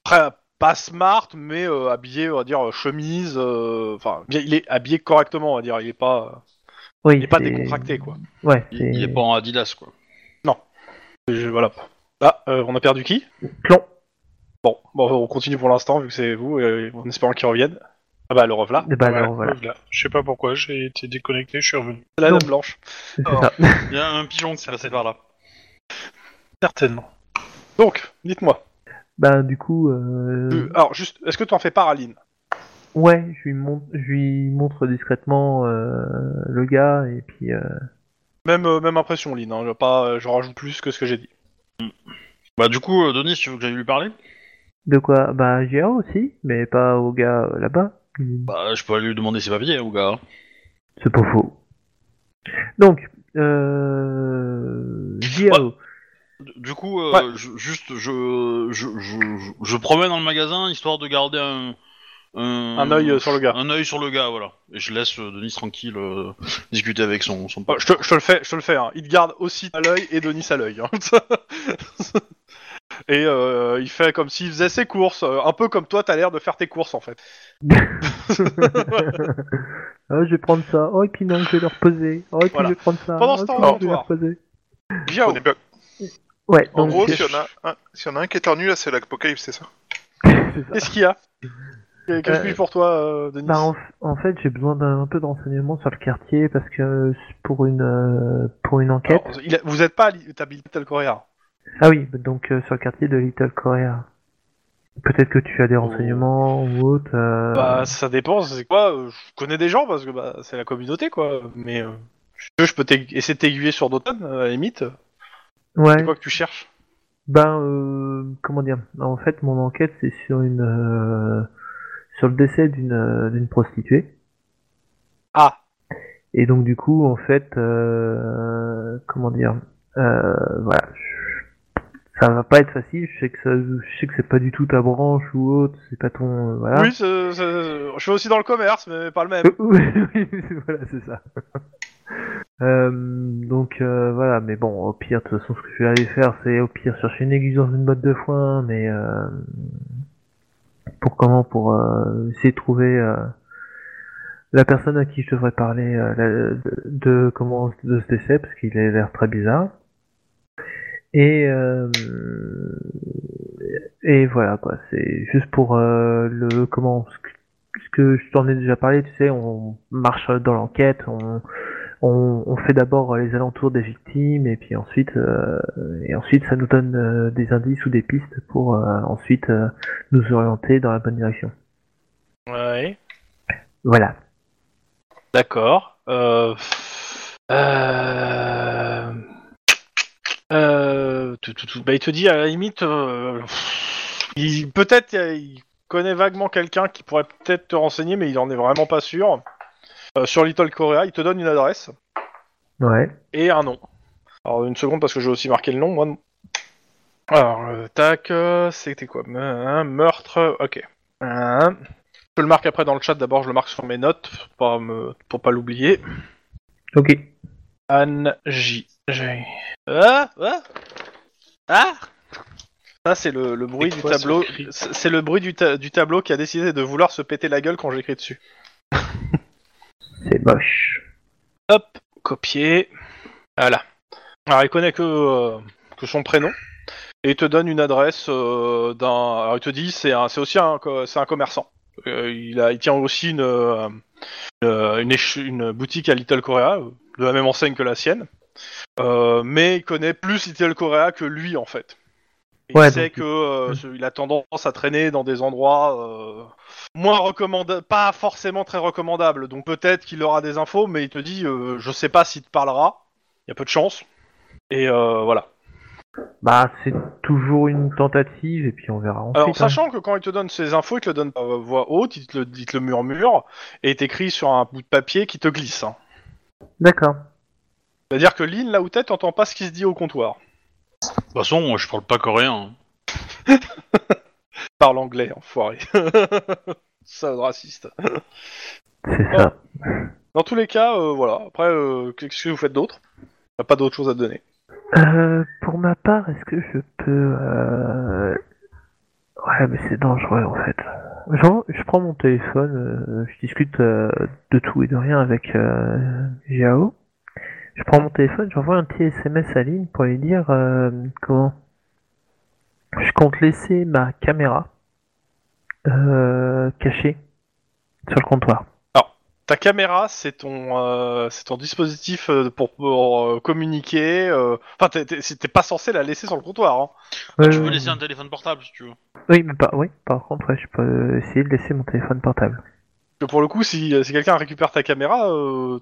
très- pas smart, mais euh, habillé, on va dire chemise. euh, Enfin, bien- il est habillé correctement, on va dire. Il est pas, Oui, il est pas c'est- décontracté quoi. Ouais, Il, c'est il est pas en Adidas quoi. Je- voilà. Ah, euh, on a perdu qui Clon. Bon, bon, on continue pour l'instant, vu que c'est vous, euh, en espérant qu'ils reviennent. Ah bah, le revoilà. Eh ben, Voilà, alors, voilà, voilà. Je sais pas pourquoi, j'ai été déconnecté, je suis revenu. C'est la Non. dame blanche. c'est Oh. ça. Il y a un pigeon qui est passé par là. Certainement. Donc, dites-moi. bah, du coup, euh, Euh, Alors, juste, est-ce que tu en fais part à Lynn ouais, je lui, montre, je lui montre discrètement euh, le gars, et puis. euh, même, euh, même impression, Lynn. Hein, je, vais pas, euh, je rajoute plus que ce que j'ai dit. Bah du coup, euh, Denis, tu veux que j'aille lui parler de quoi Bah, Gia aussi, mais pas au gars euh, là-bas. Il- Bah je peux aller lui demander ses papiers au gars. C'est pas faux. Donc, euh. Jiao. Du- Du coup, euh, Ouais. je- juste, je je, je, je- je promène dans le magasin histoire de garder un un, Un œil euh, sur le gars. un œil sur le gars, voilà. Et je laisse euh, Denis tranquille euh, discuter avec son son Euh, pote. je, te, je te le fais, je te le fais. Hein. Il te garde aussi à l'œil et Denis à l'œil. hein. et euh, il fait comme s'il faisait ses courses. euh, un peu comme toi, t'as l'air de faire tes courses, en fait. Ah, je vais prendre ça. Oh, et puis non, je vais le reposer. Oh, et puis Voilà. je vais prendre ça. Pendant Oh, ce et temps, puis non, je vais au le comptoir. reposer. Bien. On est pas- Ouais, En donc. gros, c'est- si y, en a un, si y en a un qui éternue, là, c'est l'apocalypse, c'est ça c'est ça. Qu'est-ce qu'il y a Qu'est-ce que Euh, je puis pour toi, euh, Denis Bah, en, f- en fait, j'ai besoin d'un un peu de renseignements sur le quartier parce que euh, pour une euh, pour une enquête. Alors, il a- Vous êtes pas à Li- t'as Bill Little Correa. Ah oui, donc euh, sur le quartier de Little Korea. Peut-être que tu as des renseignements ou autre. euh, Oh. Bah, ça dépend, c'est quoi euh, Je connais des gens parce que bah, c'est la communauté, quoi. Mais euh, si tu veux, je peux t'aigu- essayer de t'aiguiller sur d'autres tonnes, à la limite. ouais. C'est quoi que tu cherches Ben, euh, comment dire En fait, mon enquête, c'est sur une euh, sur le décès d'une euh, d'une prostituée. Ah, Et donc, du coup, en fait, euh, comment dire euh, Voilà, je- ça va pas être facile. Je sais que ça, je sais que c'est pas du tout ta branche ou autre. C'est pas ton, euh, voilà. oui, c'est- c'est- je suis aussi dans le commerce, mais pas le même. Euh, oui, oui, voilà, c'est ça. Euh, donc euh, voilà, mais bon, au pire, de toute façon, ce que je vais aller faire, c'est au pire chercher une aiguille dans une botte de foin, mais euh, pour comment Pour euh, essayer de trouver euh, la personne à qui je devrais parler euh, la- de, de comment de ce décès, parce qu'il a l'air très bizarre. Et euh, et voilà quoi, c'est juste pour euh, le comment ce que- ce que je t'en ai déjà parlé, tu sais, on marche dans l'enquête, on, on, on fait d'abord euh, les alentours des victimes et puis ensuite euh, et ensuite ça nous donne euh, des indices ou des pistes pour euh, ensuite euh, nous orienter dans la bonne direction. Ouais. Voilà. D'accord. Euh... Euh... Euh... tout, tout, tout. Bah, il te dit à la limite, euh, il peut-être euh, il connaît vaguement quelqu'un qui pourrait peut-être te renseigner, mais il en est vraiment pas sûr. Euh, sur Little Korea, il te donne une adresse Ouais. et un nom. Alors une seconde parce que j'ai aussi marqué le nom. Moi. non. Alors euh, tac, euh, c'était quoi Me- Un meurtre. Ok. Un. Je le marque après dans le chat. D'abord, je le marque sur mes notes pour pas me, pour pas l'oublier. Ok. Anne J. J. Ah, ah, ah Ça c'est le, le bruit C'est du quoi ce tableau. cri C'est c'est le bruit du, ta- du tableau qui a décidé de vouloir se péter la gueule quand j'écris dessus. C'est moche. Hop, copier. Voilà. Alors il connaît que euh, que son prénom et il te donne une adresse euh, d'un. Alors il te dit c'est un, c'est aussi un, co- c'est un commerçant. Euh, il a, il tient aussi une, euh, euh, une, éche- une boutique à Little Korea, euh, de la même enseigne que la sienne. Euh, mais il connaît plus Little Korea que lui, en fait. Et Ouais, il sait donc- que euh, ce- il a tendance à traîner dans des endroits euh, moins recommandables, pas forcément très recommandables. Donc peut-être qu'il aura des infos, mais il te dit, euh, je sais pas s'il te parlera. Il y a peu de chance. Et euh, voilà. Bah, c'est toujours une tentative, et puis on verra ensuite. Alors, hein. sachant que quand il te donne ces infos, il te le donne à voix haute, il te le, il te le murmure, et il t'écrit sur un bout de papier qui te glisse. hein. D'accord. C'est-à-dire que Lynn, là où t'es, t'entends pas ce qui se dit au comptoir. toute façon, moi, je parle pas coréen. hein. Parle anglais, enfoiré. Ça, raciste. C'est Oh. ça. Dans tous les cas, euh, voilà. Après, euh, qu'est-ce que vous faites d'autre T'as pas d'autre chose à te donner. Euh, pour ma part, est-ce que je peux. euh, Ouais, mais c'est dangereux en fait. Genre, je prends mon téléphone, euh, je discute euh, de tout et de rien avec euh, Jao. Je prends mon téléphone, j'envoie un petit SMS à Lynn pour lui dire euh, comment. Je compte laisser ma caméra euh, cachée sur le comptoir. Ta caméra, c'est ton, euh, c'est ton dispositif euh, pour, pour, euh, communiquer. euh, Enfin, t'es- t'es t'es pas censé la laisser sur le comptoir. Hein. Tu peux Euh, laisser un téléphone portable si tu veux. Oui, mais pas. Oui, par contre, ouais, je peux essayer de laisser mon téléphone portable. que pour le coup, si, euh, si quelqu'un récupère ta caméra, euh,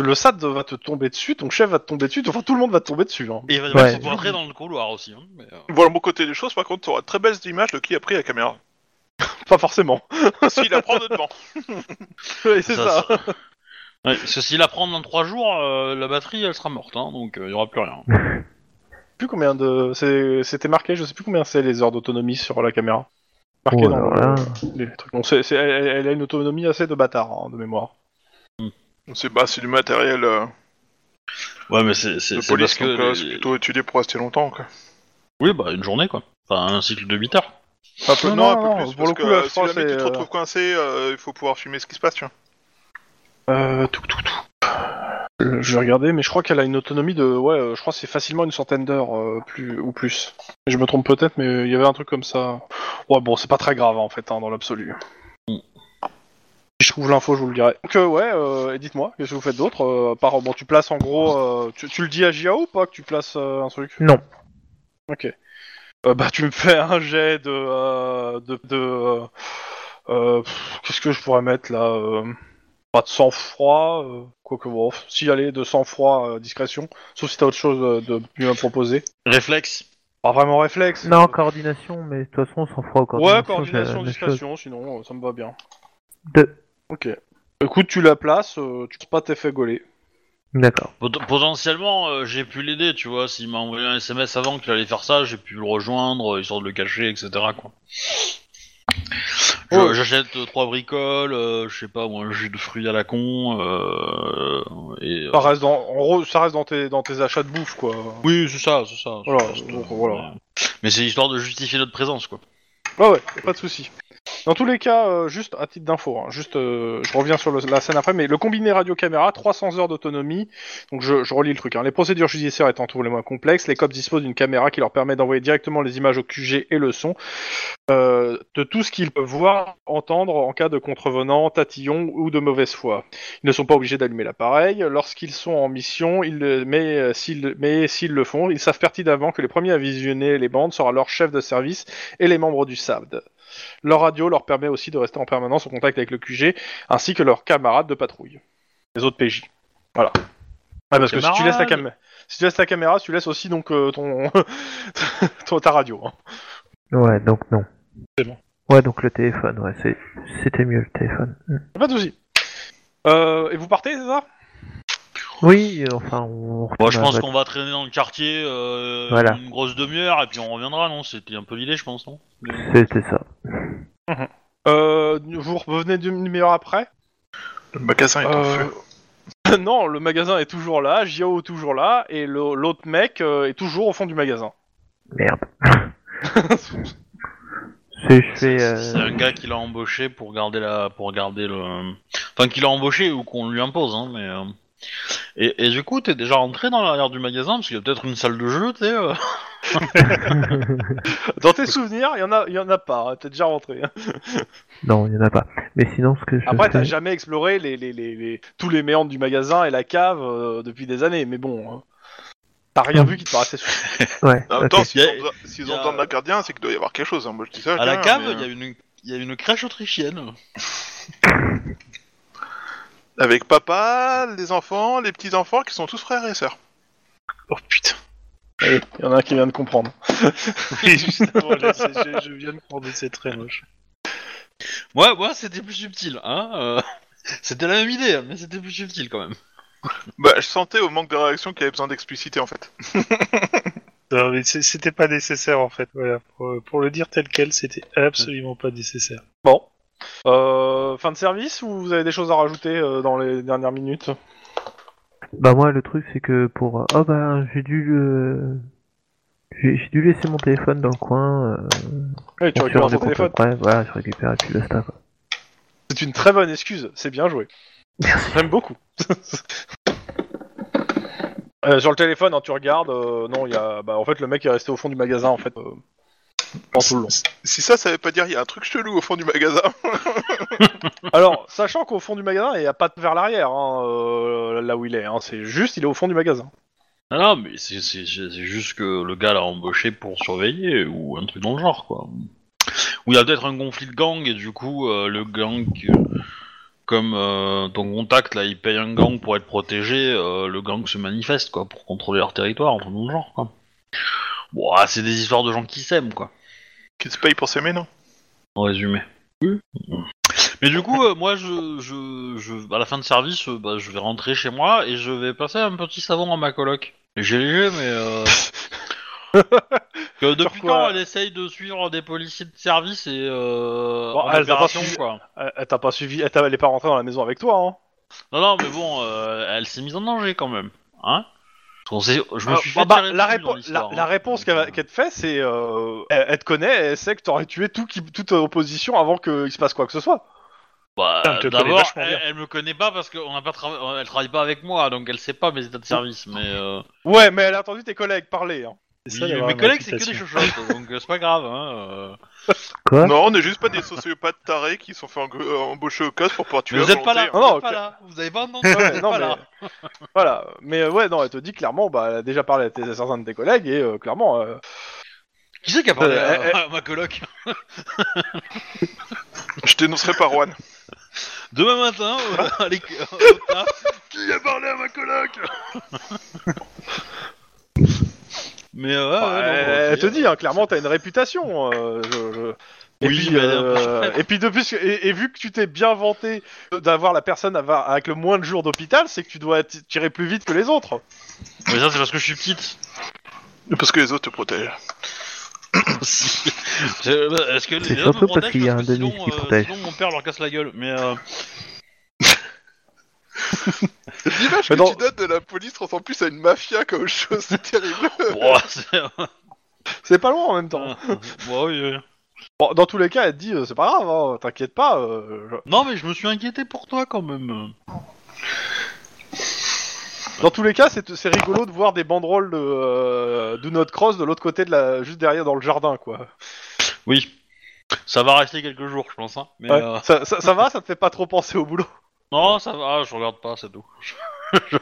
le SAT va te tomber dessus, ton chef va te tomber dessus, enfin tout le monde va te tomber dessus. hein. Et il va Ouais. se pointer dans le couloir aussi. hein, mais, euh, Voilà mon côté des choses, par contre, t'auras de très belles images de qui a pris la caméra. Pas forcément. S'il la prend de devant. Oui, c'est ça. ça- Ouais, parce que s'il la prend dans 3 jours, euh, la batterie, elle sera morte. hein, donc, il y aura plus rien. Je sais plus combien de. c'est- C'était marqué, je sais plus combien c'est les heures d'autonomie sur la caméra. Marqué Oh, dans alors là. les trucs. Bon, c'est- c'est- elle, elle a une autonomie assez de bâtard, hein, de mémoire. C'est bah, c'est du matériel euh, Ouais, mais c'est c'est- de c'est parce police, que... donc euh, les- c'est plutôt étudié pour rester longtemps. Quoi. Oui, bah, une journée, quoi. Enfin, un cycle de 8 heures. Un Non, un peu plus, pour parce le que, coup, là, euh, je si crois que jamais tu c'est, te euh, retrouves coincé, euh, il faut pouvoir filmer ce qui se passe, tu vois. Euh, tout, tout, tout. Euh, Je vais regarder, mais je crois qu'elle a une autonomie de. Ouais, euh, je crois que c'est facilement une centaine d'heures euh, plus ou plus. Je me trompe peut-être, mais il y avait un truc comme ça. Ouais, bon, c'est pas très grave hein, en fait, hein, dans l'absolu. Mm. Si je trouve l'info, je vous le dirai. Donc, euh, ouais, euh, et dites-moi, qu'est-ce que vous faites d'autre euh, par... Bon, tu places en gros. euh, tu, tu le dis à Jia ou pas que tu places euh, un truc Non. Ok. Euh, bah, tu me fais un jet de. euh, de. de euh, euh, pff, qu'est-ce que je pourrais mettre là euh, Pas de sang-froid, euh, quoique bon. Si, allez, de sang-froid, euh, discrétion. Sauf si t'as autre chose euh, de mieux à proposer. Réflexe. Pas vraiment réflexe. Non, coordination, mais de toute façon, on s'en fera au coordination. Ouais, coordination, je- la chose. discrétion, sinon euh, ça me va bien. Deux. Ok. Écoute, tu la places, euh, tu peux pas t'es fait gauler. D'accord. Pot- potentiellement, euh, j'ai pu l'aider, tu vois. S'il m'a envoyé un SMS avant qu'il allait faire ça, j'ai pu le rejoindre, euh, histoire de le cacher, etc. Quoi. Je- Ouais. J'achète euh, trois bricoles, euh, je sais pas, ou un jus de fruits à la con. euh, et, euh, Ça reste dans, en gros, ça reste dans tes, dans tes achats de bouffe, quoi. Oui, c'est ça, c'est ça. Voilà, c'est juste, donc, euh, voilà. euh, Mais c'est histoire de justifier notre présence, quoi. Ouais, ouais, y a pas de souci. Dans tous les cas, euh, juste à titre d'info, hein, juste, euh, je reviens sur le- la scène après, mais le combiné radio-caméra, 300 heures d'autonomie. Donc je, je relis le truc. hein. Les procédures judiciaires étant toujours les moins complexes, les cops disposent d'une caméra qui leur permet d'envoyer directement les images au QG et le son euh, de tout ce qu'ils peuvent voir, entendre en cas de contrevenant, tatillon ou de mauvaise foi. Ils ne sont pas obligés d'allumer l'appareil. Lorsqu'ils sont en mission, ils le- mais euh, s'ils mais s'ils le font, ils savent pertinemment que les premiers à visionner les bandes sera leur chef de service et les membres du SABD. Leur radio leur permet aussi de rester en permanence en contact avec le QG, ainsi que leurs camarades de patrouille, les autres PJ. Voilà. Ouais, parce que si tu, laisses ta cam- si tu laisses ta caméra, tu laisses aussi donc euh, ton... ton- ta radio. hein. Ouais, donc non. C'est bon. Ouais, donc le téléphone, ouais, c'est- c'était mieux le téléphone. Mm. Pas de soucis. Euh, et vous partez, c'est ça Oui, euh, enfin, on retourne Moi, je à pense la- qu'on va traîner dans le quartier euh, Voilà. une grosse demi-heure et puis on reviendra, non C'était un peu l'idée, je pense, non C'était ça. euh, Vous revenez d'une demi-heure après Le magasin est en feu. Euh, Non, le magasin est toujours là, Jiao est toujours là, et le- l'autre mec euh, est toujours au fond du magasin. Merde. c'est, je fais. C'est euh, c'est un gars qui l'a embauché pour garder la, pour garder le, enfin qu'il a embauché ou qu'on lui impose, hein, mais euh, Et, et du coup, t'es déjà rentré dans l'arrière du magasin parce qu'il y a peut-être une salle de jeu, tu sais. euh. Dans tes souvenirs, il y en a, il y en a pas. hein, T'es déjà rentré. hein. Non, il n'y en a pas. Mais sinon, ce que je Après, fais- t'as jamais exploré les, les, les, les- tous les méandres du magasin et la cave euh, depuis des années. Mais bon, hein. t'as rien vu qui te paraissait. sou- Mm. Ouais, En même ok. temps, s'ils Ah, Y a- ont, besoin- s'ils y ont a- besoin d'un gardien, c'est qu'il doit y avoir quelque chose. hein. Moi, je dis ça. À la tiens, cave, mais, il y a une il y a une crèche autrichienne. euh, Avec papa, les enfants, les petits-enfants qui sont tous frères et sœurs. Oh putain. Allez, Il y en a un qui vient de comprendre. Oui, justement, là, c'est- je, je viens de prendre c'est très moche. Ouais, ouais, c'était plus subtil, hein. euh, c'était la même idée, hein, mais c'était plus subtil quand même. Bah, je sentais au manque de réaction qu'il y avait besoin d'expliciter en fait. Non, mais c'est- c'était pas nécessaire en fait. Voilà. Pour, pour le dire tel quel, c'était absolument pas nécessaire. Bon. Euh, fin de service ou vous avez des choses à rajouter euh, dans les dernières minutes Bah moi le truc c'est que pour euh, oh bah j'ai dû euh, j'ai j'ai dû laisser mon téléphone dans le coin euh, Oui, Eh, tu pour récupères se ton rendre compte téléphone. après voilà je récupère et puis basta quoi. C'est une très bonne excuse, c'est bien joué. J'aime beaucoup. Euh, sur le téléphone, hein, tu regardes, euh, non, il y a, bah, en fait, le mec est resté au fond du magasin, en fait, euh, pendant tout le long. Si ça, ça veut pas dire il y a un truc chelou au fond du magasin. Alors, sachant qu'au fond du magasin, il n'y a pas de vers l'arrière, hein, euh, là où il est, hein, c'est juste, il est au fond du magasin. Non, non, mais c'est c'est- c'est- c'est juste que le gars l'a embauché pour surveiller ou un truc dans le genre, quoi. Ou il y a peut-être un conflit de gang et du coup, euh, le gang, euh, comme euh, ton contact là, il paye un gang pour être protégé, euh, le gang se manifeste, quoi, pour contrôler leur territoire, un truc dans le genre, quoi. Bon, ah, c'est des histoires de gens qui s'aiment, quoi. Qui se paye pour s'aimer, non en résumé. Mais du coup, euh, moi, je, je, je, à la fin de service, euh, bah, je vais rentrer chez moi et je vais passer un petit savon à ma coloc. J'ai léger, mais. Euh... que depuis quoi quand elle essaye de suivre des policiers de service et. Euh, Bon, en elle t'a pas opération, suivi. quoi. Elle, Euh, elle t'a pas suivi, elle, t'a- elle est pas rentrée dans la maison avec toi, hein. Non, non, mais bon, euh, elle s'est mise en danger quand même. Hein Parce qu'on s'est- Je me Ah, suis bah, fait bah, tirer la, dessus dans répo- la, l'histoire, la hein. réponse qu'elle va- qu'elle te fait, c'est euh, elle, elle te connaît, elle sait que t'aurais tué tout qui, toute opposition avant qu'il se passe quoi que ce soit. Bah, Putain, elle te connaît D'abord, vachement elle, bien. elle me connaît pas parce qu'on n'a pas trava- elle travaille pas avec moi, donc elle sait pas mes états de service. Mais euh, Ouais, mais elle a entendu tes collègues parler. Hein. C'est Oui, d'avoir mes une collègues, c'est que des réputation. chochottes, donc euh, c'est pas grave. Hein, euh. Quoi Non, on n'est juste pas des sociopathes tarés qui sont fait eng- euh, embaucher au code pour pouvoir tuer Mais vous à êtes pas là, volonté, vous Non, êtes non, pas que- là, vous avez pas entendu, vous Ouais, êtes non, pas mais- là. Voilà. Mais euh, ouais, non, elle te dit clairement, bah, elle a déjà parlé à, tes- à certains de tes collègues et euh, clairement, euh, Qui c'est qui a parlé Euh, à, à ma coloc hein. Je dénoncerai par Juan. Demain matin, euh, au- à l'éc- au taf. Qui a parlé à ma coloc Mais euh, ouais, bah, ouais, non, elle, bon, elle ok, te dit euh, hein, clairement, t'as une réputation. euh, je- je- Et, Oui, puis, mais elle est un peu euh, surfaite. et puis depuis, que- et, et vu que tu t'es bien vanté d'avoir la personne ava- avec le moins de jours d'hôpital, c'est que tu dois t- tirer plus vite que les autres. Mais ça, c'est parce que je suis petite. Parce que les autres te protègent. Si. Euh, Est-ce que C'est les autres me surtout parce protègent qu'il y a parce un que sinon, demi qui euh, protège. sinon mon père leur casse la gueule. Mais euh, L'image que Mais non. tu donnes de la police ressemble plus à une mafia comme chose, c'est terrible. bon, c'est- C'est pas loin en même temps. Bon, oui, oui. Bon, dans tous les cas, elle te dit, euh, c'est pas grave, hein, t'inquiète pas. euh, je- Non, mais je me suis inquiété pour toi quand même. Dans tous les cas, c'est c'est rigolo de voir des banderoles de euh, Do Not Cross de l'autre côté, de la... juste derrière dans le jardin, quoi. Oui, ça va rester quelques jours, je pense. Hein. Mais Ouais. euh, Ça, ça- ça va, ça te fait pas trop penser au boulot. Non, ça va, je regarde pas, c'est tout. Je-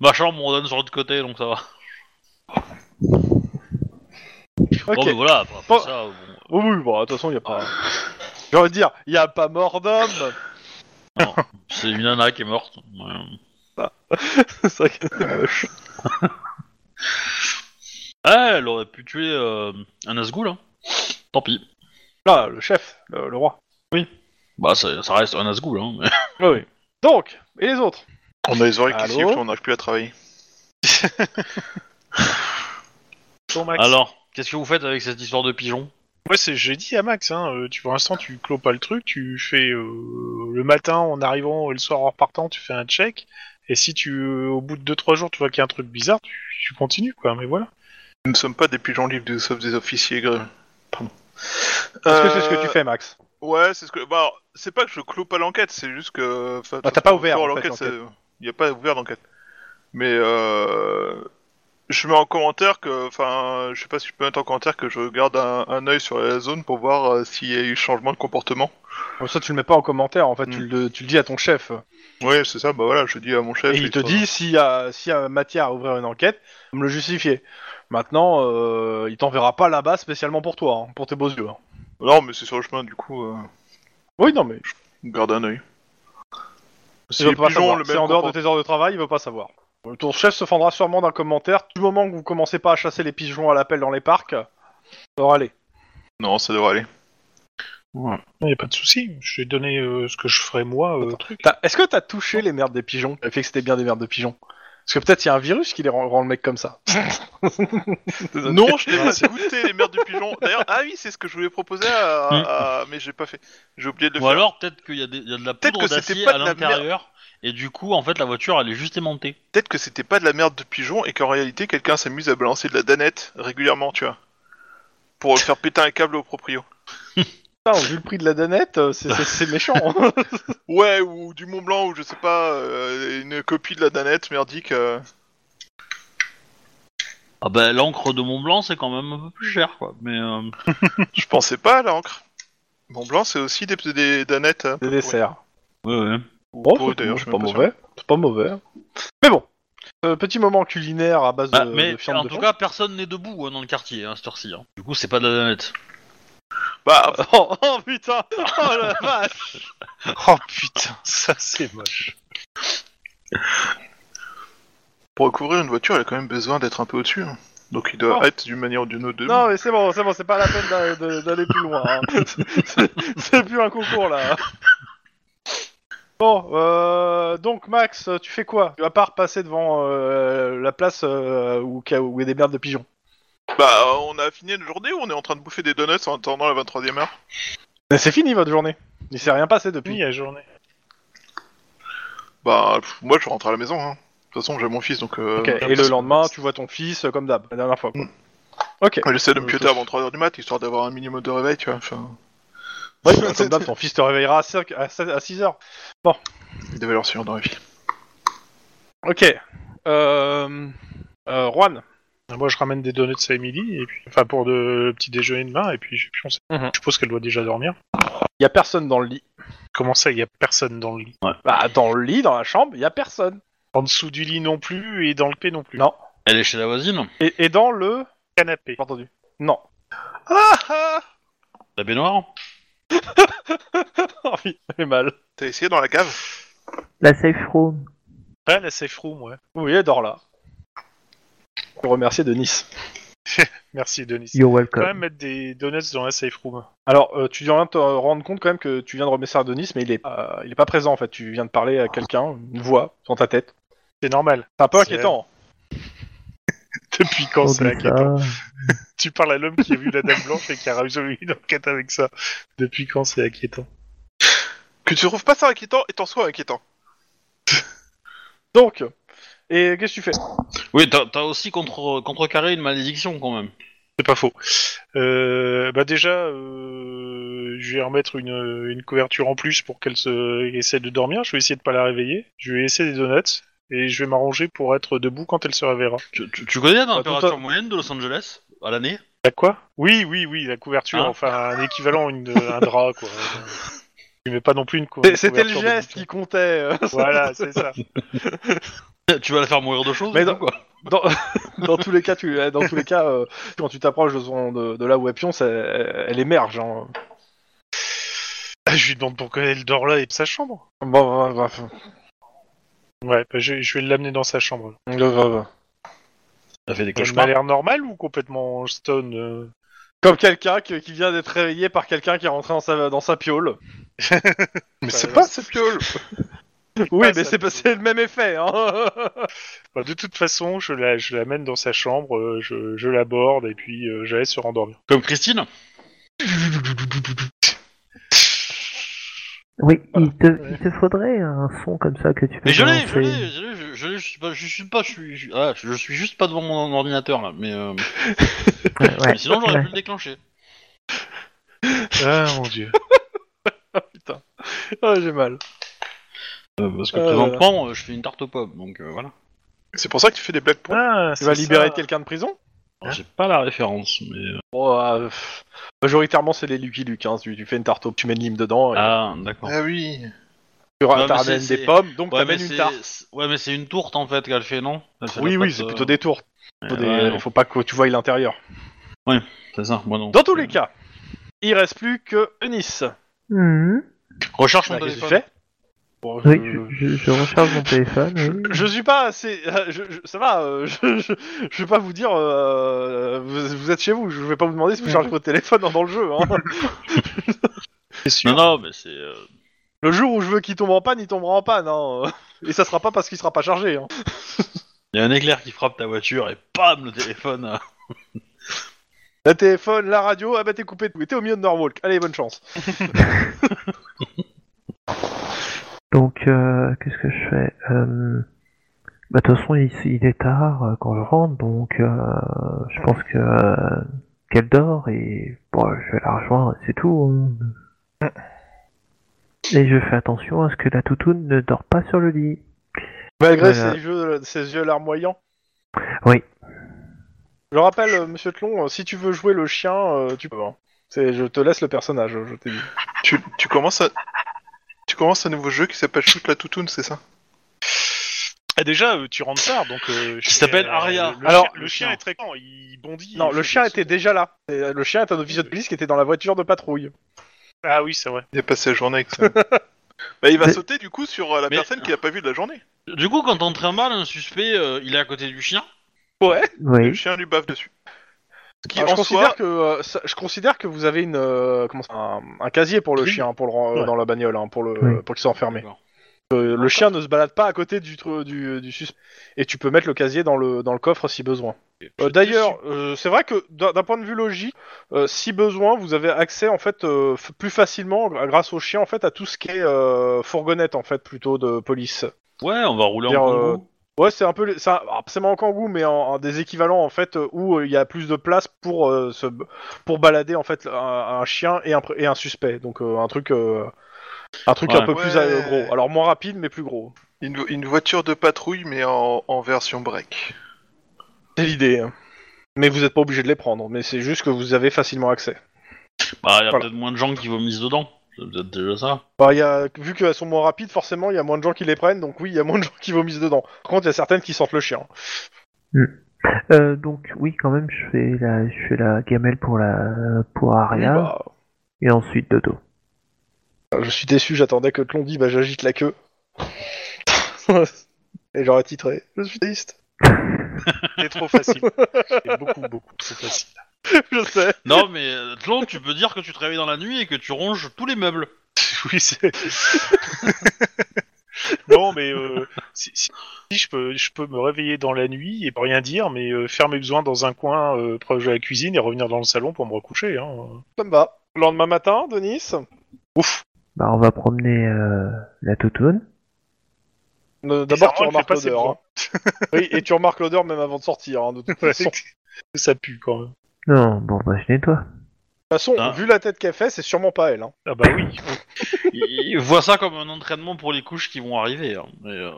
Ma chambre, on donne sur l'autre côté, donc ça va. Ok. Bon, mais voilà, après, après Bon. ça, bon, Oh oui, bon, de toute façon, y a pas. J'ai envie de dire, y a pas mort d'homme. c'est une nana qui est morte. Ouais. Ah. c'est vrai que c'est moche. Ah, elle aurait pu tuer euh, un Asgoul, hein. Tant pis. Là, le chef, le- le roi. Bah, ça, ça reste un Asgoul, hein. mais- Oui, oui. Donc, et les autres On a les oreilles Allô qui sifflent, on n'arrive plus à travailler. Ton Ah, Max. Alors, qu'est-ce que vous faites avec cette histoire de pigeon Ouais, c'est j'ai dit à Max, hein, euh, tu, pour l'instant tu clôt pas le truc, tu fais euh, le matin en arrivant et le soir en repartant, tu fais un check, et si tu euh, au bout de 2-3 jours tu vois qu'il y a un truc bizarre, tu, tu continues quoi, mais voilà. Nous ne sommes pas des pigeons libres, nous sommes des officiers. gr- Pardon. Est-ce que c'est ce que Euh, tu fais, Max Ouais, c'est ce que. Bah, alors, c'est pas que je clôt pas l'enquête, c'est juste que. enfin, Bah, t'as pas pour- ouvert, pour en fait, l'enquête. c'est- Il n'y a pas ouvert d'enquête. Mais euh, je mets en commentaire que, enfin, je sais pas si je peux mettre en commentaire que je garde un, un œil sur la zone pour voir euh, s'il y a eu changement de comportement. Bon, ça, tu le mets pas en commentaire, en fait, Mm. tu, le, tu le dis à ton chef. Oui, c'est ça. Bah voilà, je dis à mon chef. Et il te faut- dit s'il y, a- s'il y a matière à ouvrir une enquête, me le justifier. Maintenant, euh, il t'enverra pas là-bas spécialement pour toi, hein, pour tes beaux yeux. hein. Non, mais c'est sur le chemin, du coup, euh, Oui, non, mais garde un œil. Si il veut les pas pigeons, savoir. le C'est même en dehors de comportement. tes heures de travail, il veut pas savoir. Euh, Ton chef se fendra sûrement d'un commentaire du moment que vous commencez pas à chasser les pigeons à l'appel dans les parcs. euh, Ça devrait aller. Non, ça devrait aller. Il n'y a pas de souci. Je vais donner euh, ce que je ferai moi. euh, truc. T'as- Est-ce que t'as touché les merdes des pigeons T'as fait que c'était bien des merdes de pigeons Parce que peut-être il y a un virus qui les rend, rend le mec comme ça. Non, je t'ai pas goûté les merdes de pigeons. D'ailleurs, ah oui, c'est ce que je voulais proposer à, Mm. à- mais j'ai pas fait. J'ai oublié de le Ou faire. alors peut-être qu'il y, a des- il y a de la Peut-être poudre que c'était d'acier pas à de la merde. l'intérieur et du coup en fait la voiture elle est juste aimantée. Peut-être que c'était pas de la merde de pigeons et qu'en réalité quelqu'un s'amuse à balancer de la danette régulièrement, tu vois. Pour faire péter un câble au proprio. Putain, vu le prix de la danette, euh, c'est- c'est c'est méchant. hein. Ouais, ou du Mont Blanc, ou je sais pas, euh, une copie de la danette merdique. euh. Ah bah l'encre de Mont Blanc c'est quand même un peu plus cher quoi. Mais euh, Je pensais pas à l'encre. Mont Blanc, c'est aussi des, des danettes. hein. Des desserts. ouais, ouais. Bon, Pour eux, d'ailleurs, je suis Oh, c'est pas même pas mauvais. C'est pas mauvais. Mais bon, Euh, petit moment culinaire à base Bah, de, mais de viande en de tout porc. cas personne n'est debout hein, dans le quartier hein, à cette heure-ci. hein. Du coup c'est pas de la danette. Bah, Oh, oh, putain Oh la vache Oh putain, ça c'est moche. pour recouvrir une voiture, elle a quand même besoin d'être un peu au-dessus. hein. Donc il doit Oh. être d'une manière ou d'une autre. debout. Non mais c'est bon, c'est bon, c'est pas la peine d'a- de- d'aller plus loin. hein. C'est- c'est plus un concours là. Bon, euh, donc Max, tu fais quoi À part passer devant euh, la place euh, où, où il y a des merdes de pigeons. Bah, euh, on a fini la journée ou on est en train de bouffer des donuts en attendant la 23 e heure Mais c'est fini votre journée. Il s'est rien passé depuis. Fini la journée. Bah, pff, moi je rentre à la maison. Hein. De toute façon, j'ai mon fils, donc. euh, Ok, on a Et pas- le lendemain, tu vois ton fils euh, comme d'hab, la dernière fois. quoi. Ok. Ouais, J'essaie de me Euh, pioter avant 3h du mat, histoire d'avoir un minimum de réveil, tu vois. Enfin, Ouais, comme d'hab, ton fils te réveillera à 6h. il devait leur suivre dans la vie. Ok. Euh... Euh, Juan. Moi je ramène des donuts à Emily, et puis, enfin pour de, le petit déjeuner demain, et puis, je- puis on sait. Mhm. Je suppose qu'elle doit déjà dormir. Il y a personne dans le lit. Comment ça, il n'y a personne dans le lit Bah, dans le lit, dans la chambre, il y a personne. En dessous du lit non plus, et dans le P non plus. Non. Elle est chez la voisine. Et, et dans le... Canapé. J'ai pas entendu. Non. Ah ah La baignoire. Oh, oui, ça fait mal. T'as essayé dans la cave La safe room. Ouais, la safe room, ouais. Oui, elle dort là. Je remercie de Nice. Merci Denis. You're Quand welcome. même mettre des donuts dans la safe room. Alors, euh, tu viens de te rendre compte quand même que tu viens de remercier de Nice, mais il est, euh, il est pas présent en fait. Tu viens de parler à quelqu'un, une voix, dans ta tête. C'est normal. C'est un peu C'est- inquiétant. Depuis quand On c'est la dit quête ça. Tu parles à l'homme qui a vu la dame blanche et qui a résolu une enquête avec ça. Depuis quand c'est inquiétant Que tu trouves pas ça inquiétant et t'en sois inquiétant. Donc, et qu'est-ce que tu fais Oui, t'as t'as aussi contre contrecarré une malédiction quand même. C'est pas faux. Euh, bah déjà, euh, je vais remettre une, une couverture en plus pour qu'elle se essaie de dormir. Je vais essayer de pas la réveiller. Je vais laisser des donuts et je vais m'arranger pour être debout quand elle se réveillera. Tu, tu- tu connais la Bah, température tout à- moyenne de Los Angeles à l'année La quoi Oui, oui, oui, la couverture. Ah. Hein enfin, un équivalent, une, un drap, quoi. Tu mets pas non plus une cou- C'est- une C'était le couverture de geste bouquin. qui comptait. euh. Voilà, c'est ça. Tu vas la faire mourir de choses Mais ou non. quoi dans, dans tous les cas, tu, dans tous les cas, euh, quand tu t'approches de, son- de, de là où elle pionce, elle, elle émerge. hein. Ah, Je lui demande pourquoi elle dort là et sa chambre. Bon, bref, Ouais, bah, je, je vais l'amener dans sa chambre. bref, bref. Ça fait des Elle m'a l'air normale ou complètement stone euh Comme quelqu'un qui, qui vient d'être réveillé par quelqu'un qui est rentré dans sa, dans sa piole. Mais Bah, c'est euh, pas cette piole Oui, Ah, ça- mais c'est pas- c'est le même effet. Hein. Bah, de toute façon, je la, je la mène dans sa chambre, euh, je, je l'aborde et puis euh, je la laisse se rendormir. Comme Christine Oui, il, te, il te faudrait un son comme ça que tu peux Mais je l'ai, balancer. je l'ai, je l'ai, je- je l'ai, je suis pas, je suis pas, je suis, je, ah, je suis juste pas devant mon ordinateur là, mais, euh, Ouais, ouais. mais sinon j'aurais Ouais. pu le déclencher. Ah mon dieu. Oh, Ah, j'ai mal. Euh, parce que Euh, présentement, euh, je fais une tarte aux pommes, donc euh, voilà. C'est pour ça que tu fais des blagues pour. Ah, Tu vas libérer quelqu'un de prison Alors, J'ai pas la référence, mais. euh, Bon, euh, pff, majoritairement, c'est les Lucky Luke. hein. Tu, tu fais une tarte aux... Tu mets une lime dedans. Et Ah, d'accord. Ah oui. tu mais ramènes c'est- des c'est- pommes, donc Ouais, mais t'amènes Euh, une c'est tarte. c'est- ouais, mais c'est une tourte en fait qu'elle fait, non Elle fait Oui, la oui, pâte, c'est euh, plutôt des tours. Il euh, ouais, faut pas que tu voyes l'intérieur. C'est ça, moi non. Dans tous les cas, il reste plus que Nice. Mhm. Recherche mon Bah, qu'est-ce que tu téléphone. fais Bon, Oui, je- je, je- je recharge mon téléphone. Je, oui. je suis pas assez. je- je- ça va, euh, je, je, je vais pas vous dire. euh, vous, vous êtes chez vous, je vais pas vous demander si vous chargez votre téléphone dans, dans le jeu. hein. Non, non, mais c'est. euh, Le jour où je veux qu'il tombe en panne, il tombera en panne. hein. Et ça sera pas parce qu'il sera pas chargé. hein. Il y a un éclair qui frappe ta voiture et pam, le téléphone. euh. La téléphone, la radio, ah bah t'es coupé de tout. Et T'es au milieu de Norwalk. Allez, bonne chance. Donc, euh, qu'est-ce que je fais Euh, bah, De toute façon, il, il est tard euh, quand je rentre, donc euh, je pense que euh, qu'elle dort et bon, je vais la rejoindre, et c'est tout. hein. Et je fais attention à ce que la toutoune ne dort pas sur le lit. Malgré Voilà. ses, yeux, ses yeux larmoyants. Oui. Je rappelle, euh, monsieur Tlon, euh, si tu veux jouer le chien, euh, tu peux. hein. C'est, je te laisse le personnage, euh, je t'ai dit. Tu, tu commences à. Tu commences un nouveau jeu qui s'appelle Shoot la Toutoune, c'est ça Ah, déjà, euh, tu rentres tard, donc. euh, Qui chez- s'appelle euh, Aria. le- le Alors, chien- le chien chien. est très grand, il bondit. Non, il le fait chien des était sauts. déjà là. Et, euh, Le chien est un officier de police qui était dans la voiture de patrouille. Ah oui, c'est vrai. Il a passé la journée avec ça. bah, il va Mais- sauter du coup sur euh, la Mais- personne qui a pas vu de la journée. Du coup, quand on traîne mal un suspect, euh, il est à côté du chien. Le Oui. chien lui bave dessus. Ce qui Alors, Bah, je, en considère soi. que, euh, ça- je considère que vous avez une, euh, comment ça, un, un casier pour le Oui. chien, hein, pour le, ren- Ouais. dans la bagnole, hein, pour, le, Oui. pour qu'il soit enfermé. D'accord. Euh, le chien ne se balade pas à côté du, tru- du, du suspect. Et tu peux mettre le casier dans le, dans le coffre si besoin. Euh, D'ailleurs, euh, c'est vrai que d'un d'un point de vue logique, euh, si besoin, vous avez accès en fait euh, f- plus facilement gr- grâce au chien en fait à tout ce qui est euh, fourgonnette en fait plutôt de police. Ouais, on va rouler en Dire, euh, Congo. Ouais, c'est un peu, les- c'est un- alors, c'est pas en kangou, mais en, en des équivalents en fait euh, où euh, il y a plus de place pour euh, se, b- pour balader en fait un, un chien et un, pr- et un suspect, donc euh, un truc, euh, un truc un Ouais. peu plus euh, Ouais. gros. Alors moins rapide, mais plus gros. Une, une voiture de patrouille, mais en, en version break. C'est l'idée. hein. Mais vous n'êtes pas obligé de les prendre, mais c'est juste que vous avez facilement accès. Bah, il y a Voilà. peut-être moins de gens qui vomissent dedans. C'est peut-être déjà ça. Bah, il y a, vu qu'elles sont moins rapides, forcément, il y a moins de gens qui les prennent, donc oui, il y a moins de gens qui vomissent dedans. Par contre, il y a certaines qui sentent le chien. Euh, donc, oui, quand même, je fais la, je fais la gamelle pour la pour Aria Bah, et ensuite Dodo. je suis déçu, j'attendais que Tlon dise bah, j'agite la queue. Et j'aurais titré Je suis triste. C'est trop facile. C'est beaucoup, beaucoup trop facile. je sais. Non, mais euh, Tlon, tu peux dire que tu te réveilles dans la nuit et que tu ronges tous les meubles. Oui, c'est. non, mais euh, si, si- si je, peux, je peux me réveiller dans la nuit et pas rien dire, mais euh, faire mes besoins dans un coin euh, proche de la cuisine et revenir dans le salon pour me recoucher. Hein. Ça me va. Le lendemain matin, Denis Ouf Bah, on va promener euh, la toutoune. euh, D'abord, tu Bizarrement, elle fait remarques pas ses l'odeur. hein. oui, et tu remarques l'odeur même avant de sortir, hein, de toute façon. De toute Ça pue quand même. Non, bon, bah, je nettoie. façon, Ah. vu la tête qu'elle fait, c'est sûrement pas elle. hein. Ah bah oui. Il- il voit ça comme un entraînement pour les couches qui vont arriver. hein. Mais, euh,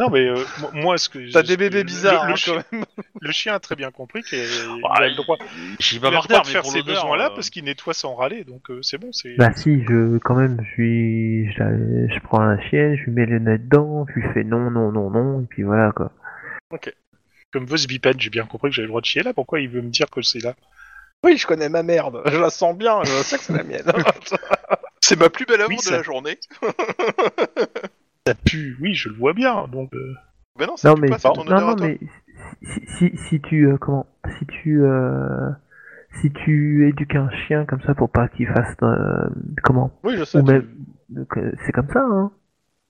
Non, mais euh, mo- moi, ce que. T'as ce des que- bébés bizarres, Le, le hein, chien, quand même. le chien a très bien compris qu'il Ah, a le droit, je suis il a pas le par droit terre, de mais faire pour ces l'odeur, besoins-là euh, parce qu'il nettoie sans râler, donc euh, c'est bon. c'est... Bah si, je quand même, je lui, je, la- je prends la chienne, je lui mets le nez dedans, je lui fais non, non, non, non, et puis voilà quoi. Comme veut ce bipède, j'ai bien compris que j'avais le droit de chier là. Pourquoi il veut me dire que c'est là Oui, je connais ma merde. Je la sens bien, je sais que c'est la mienne. C'est ma plus belle œuvre Oui, de ça- la journée. Ça pue, oui, je le vois bien. Donc, euh, Bah non, ça Non pue mais pas, c'est ton non, odeur à non toi. mais si, si, si tu euh, comment si tu euh, si tu éduques un chien comme ça pour pas qu'il fasse euh, comment oui, je sais. ou même donc, euh, c'est comme ça hein.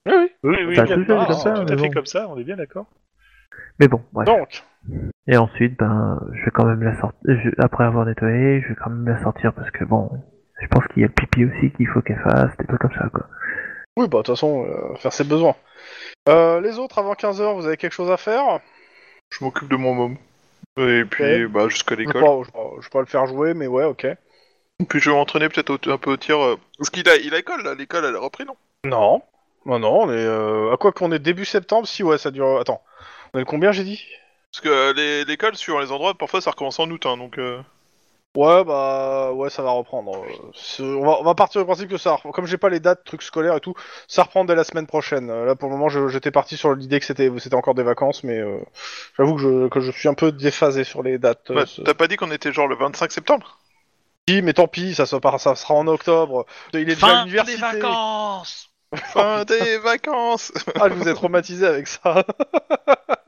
Oui, oui. oui, oui, Bah, oui, toujours ah, comme ça, tout mais à fait bon. comme ça, on est bien d'accord. Mais bon, bref. Donc, Et ensuite ben je vais quand même la sortir après avoir nettoyé, je vais quand même la sortir parce que bon, je pense qu'il y a le pipi aussi qu'il faut qu'elle fasse, des trucs comme ça quoi. Oui, bah de toute façon, euh, faire ses besoins. Euh, les autres, avant 15h, vous avez quelque chose à faire Je m'occupe de mon môme. Et puis, Ouais. bah, jusqu'à je l'école. peux, pas, je, peux- je peux pas le faire jouer, mais ouais, ok. Puis je vais m'entraîner peut-être au- un peu au tir. euh, Parce qu'il a, il a école, là. L'école, elle a repris, non Non. Non, non, on est. euh, À quoi qu'on est début septembre, si ouais, ça dure. Attends. On est le combien, j'ai dit Parce que euh, les- l'école, sur les endroits, parfois, ça recommence en août, hein, donc... euh, Ouais, bah. Ouais, ça va reprendre. euh, ce- On va, on va partir du principe que ça. reprend- Comme j'ai pas les dates, trucs scolaires et tout, ça reprend dès la semaine prochaine. Euh, Là, pour le moment, je- j'étais parti sur l'idée que c'était c'était encore des vacances, mais euh, j'avoue que je... que je suis un peu déphasé sur les dates. euh, bah, ce- T'as pas dit qu'on était genre le 25 septembre Si, mais tant pis, ça, se part- ça sera en octobre. Il est déjà à Fin l'université. des vacances Oh, Fin des vacances Ah, je vous ai traumatisé avec ça.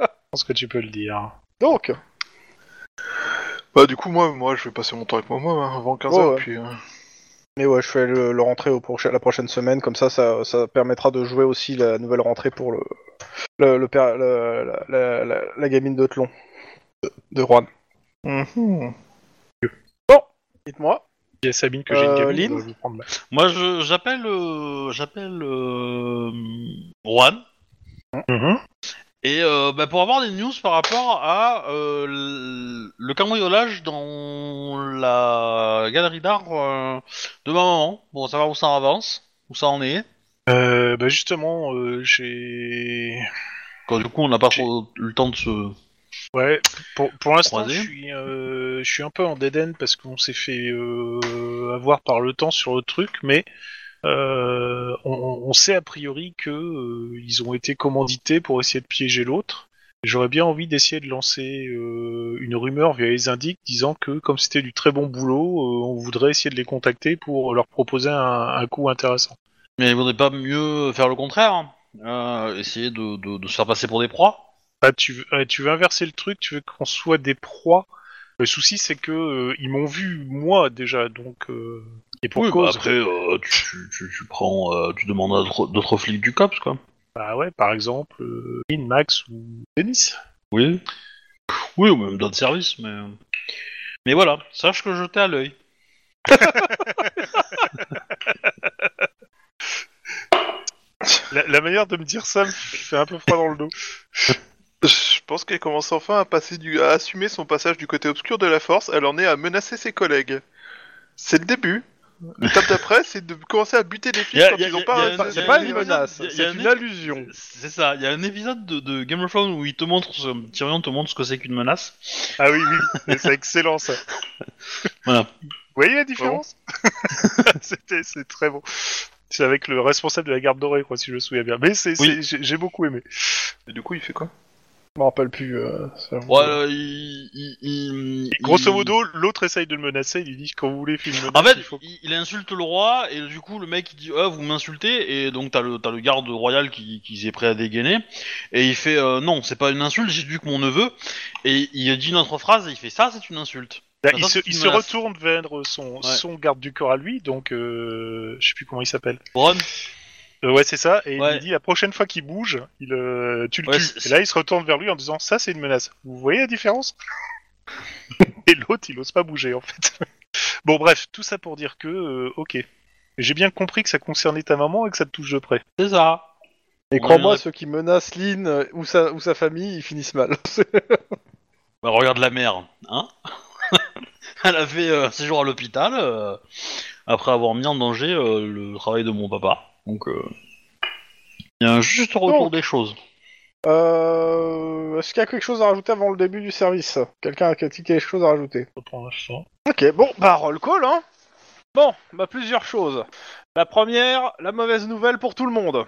Je pense que tu peux le dire. Donc, Bah du coup, moi, moi, je vais passer mon temps avec moi-même hein, avant 15h, Ouais, ouais. puis... euh, mais ouais, je fais le, le rentrée au proche- la prochaine semaine, comme ça, ça, ça permettra de jouer aussi la nouvelle rentrée pour le, le, le père- le- la, la- la- la gamine de Tlon, de, de Juan. mhm. Dites-moi. Il y a Sabine que j'ai une Euh, cabine, Lynn je vais vous prendre la- Moi, je- j'appelle... euh, j'appelle... euh, Juan. Et euh, bah, pour avoir des news par rapport à euh, l- le cambriolage dans la galerie d'art euh, de ma maman, pour savoir où ça avance, où ça en est. Euh, bah justement, euh, j'ai... Quand, du coup, on n'a pas trop eu le temps de se... Ouais, pour, pour l'instant, Croisé. je suis, euh, je suis un peu en dead end parce qu'on s'est fait euh, avoir par le temps sur le truc, mais euh, on, on sait a priori que euh, ils ont été commandités pour essayer de piéger l'autre. J'aurais bien envie d'essayer de lancer euh, une rumeur via les indices disant que, comme c'était du très bon boulot, euh, on voudrait essayer de les contacter pour leur proposer un, un coup intéressant. Mais il vaudrait pas mieux faire le contraire hein. Euh, Essayer de, de- de se faire passer pour des proies Ah, tu, veux, ah, tu veux inverser le truc, tu veux qu'on soit des proies. Le souci, c'est que euh, ils m'ont vu moi déjà, donc euh, et pour Oui, bah cause. après, euh, tu, tu- tu- tu prends, euh, tu demandes à d'autres- d'autres flics du COPS, quoi. Bah ouais, par exemple, euh, Lynn, Max ou Denis. Oui. Oui, ou même d'autres services, mais... Mais voilà, sache que je t'ai à l'œil. La, la manière de me dire ça me fait un peu froid dans le dos. Je pense qu'elle commence enfin à, passer du... à assumer son passage du côté obscur de la force, elle en est à menacer ses collègues. C'est le début. L'étape d'après, c'est de commencer à buter les flics Y a- quand y a- ils ont y a- pas... y a- un- y a- C'est y a- y pas a- une y a- menace, y a- y a c'est un une épisode- allusion. C'est ça, il y a un épisode de, de Game of Thrones où il te montre, ce- Tyrion te montre ce que c'est qu'une menace. Ah oui, oui, mais c'est excellent ça. Voilà. Vous voyez la différence C'était c'est très bon. C'est avec le responsable de la garde dorée, quoi, si je me souviens bien. Mais c'est, c'est- Oui. j'ai, j'ai beaucoup aimé. Et du coup, il fait quoi Je me rappelle plus. euh, ça- Ouais, euh, il, il- il- Grosso il- modo, l'autre essaye de le menacer, il lui dit quand vous voulez filmer. En fait, il faut... il, il insulte le roi, et du coup, le mec il dit Ah, vous m'insultez, et donc t'as le, t'as le garde royal qui, qui est prêt à dégainer, et il fait euh, Non, c'est pas une insulte, j'ai dû que mon neveu, et il dit notre phrase, et il fait Ça, c'est une insulte. Là, attends, Bah, il se, c'est une il se menace. retourne vers euh, son, Ouais. son garde du corps à lui, donc euh, je sais plus comment il s'appelle. Ron, Euh, ouais, c'est ça. Et il Ouais. lui dit la prochaine fois qu'il bouge, il, euh, tu le Ouais, tues. c'est- Et là, il se retourne vers lui en disant ça, c'est une menace. Vous voyez la différence Et l'autre, il ose pas bouger en fait. bon, bref, tout ça pour dire que, euh, ok, j'ai bien compris que ça concernait ta maman et que ça te touche de près. c'est ça. Et on crois-moi, reviendra- ceux qui menacent Lynn euh, ou sa, ou sa famille, ils finissent mal. Bah, regarde la mère, hein Elle a fait euh, un séjour à l'hôpital, euh, après avoir mis en danger euh, le travail de mon papa. Donc, euh, il y a un juste retour Donc. des choses. Euh, Est-ce qu'il y a quelque chose à rajouter avant le début du service Quelqu'un qui a dit quelque chose à rajouter Pour l'instant. Ok, bon, bah roll call, hein Bon, bah plusieurs choses. La première, la mauvaise nouvelle pour tout le monde.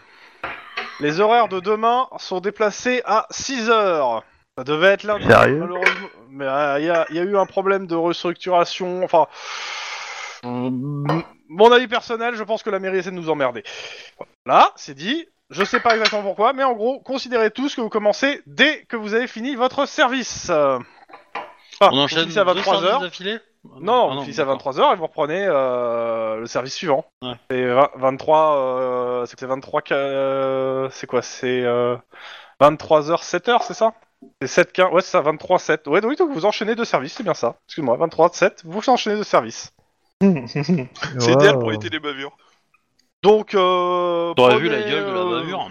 Les horaires de demain sont déplacés à 6 heures. Ça devait être lundi, Sérieux malheureusement. Mais euh, il y, a- il y a eu un problème de restructuration, enfin... euh, Mon avis personnel, je pense que la mairie essaie de nous emmerder. Là, c'est dit, je sais pas exactement pourquoi, mais en gros, considérez tous que vous commencez dès que vous avez fini votre service. Euh, enfin, On vous enchaîne finissez à 23 heures. d'affilée Non, Ah vous finissez à d'accord. 23h et vous reprenez euh, le service suivant. Ouais. C'est vingt- 23. euh, c'est c'est 23. ca- euh, c'est quoi C'est 23h, 7h, c'est ça C'est 7, 15. Ouais, c'est ça, 23, 7. Ouais, donc oui, donc vous enchaînez deux services, c'est bien ça. Excuse-moi, 23, 7, vous enchaînez deux services. C'est idéal pour Wow. éviter les bavures. Donc. Euh, T'aurais prenez, vu la gueule de la euh, bavure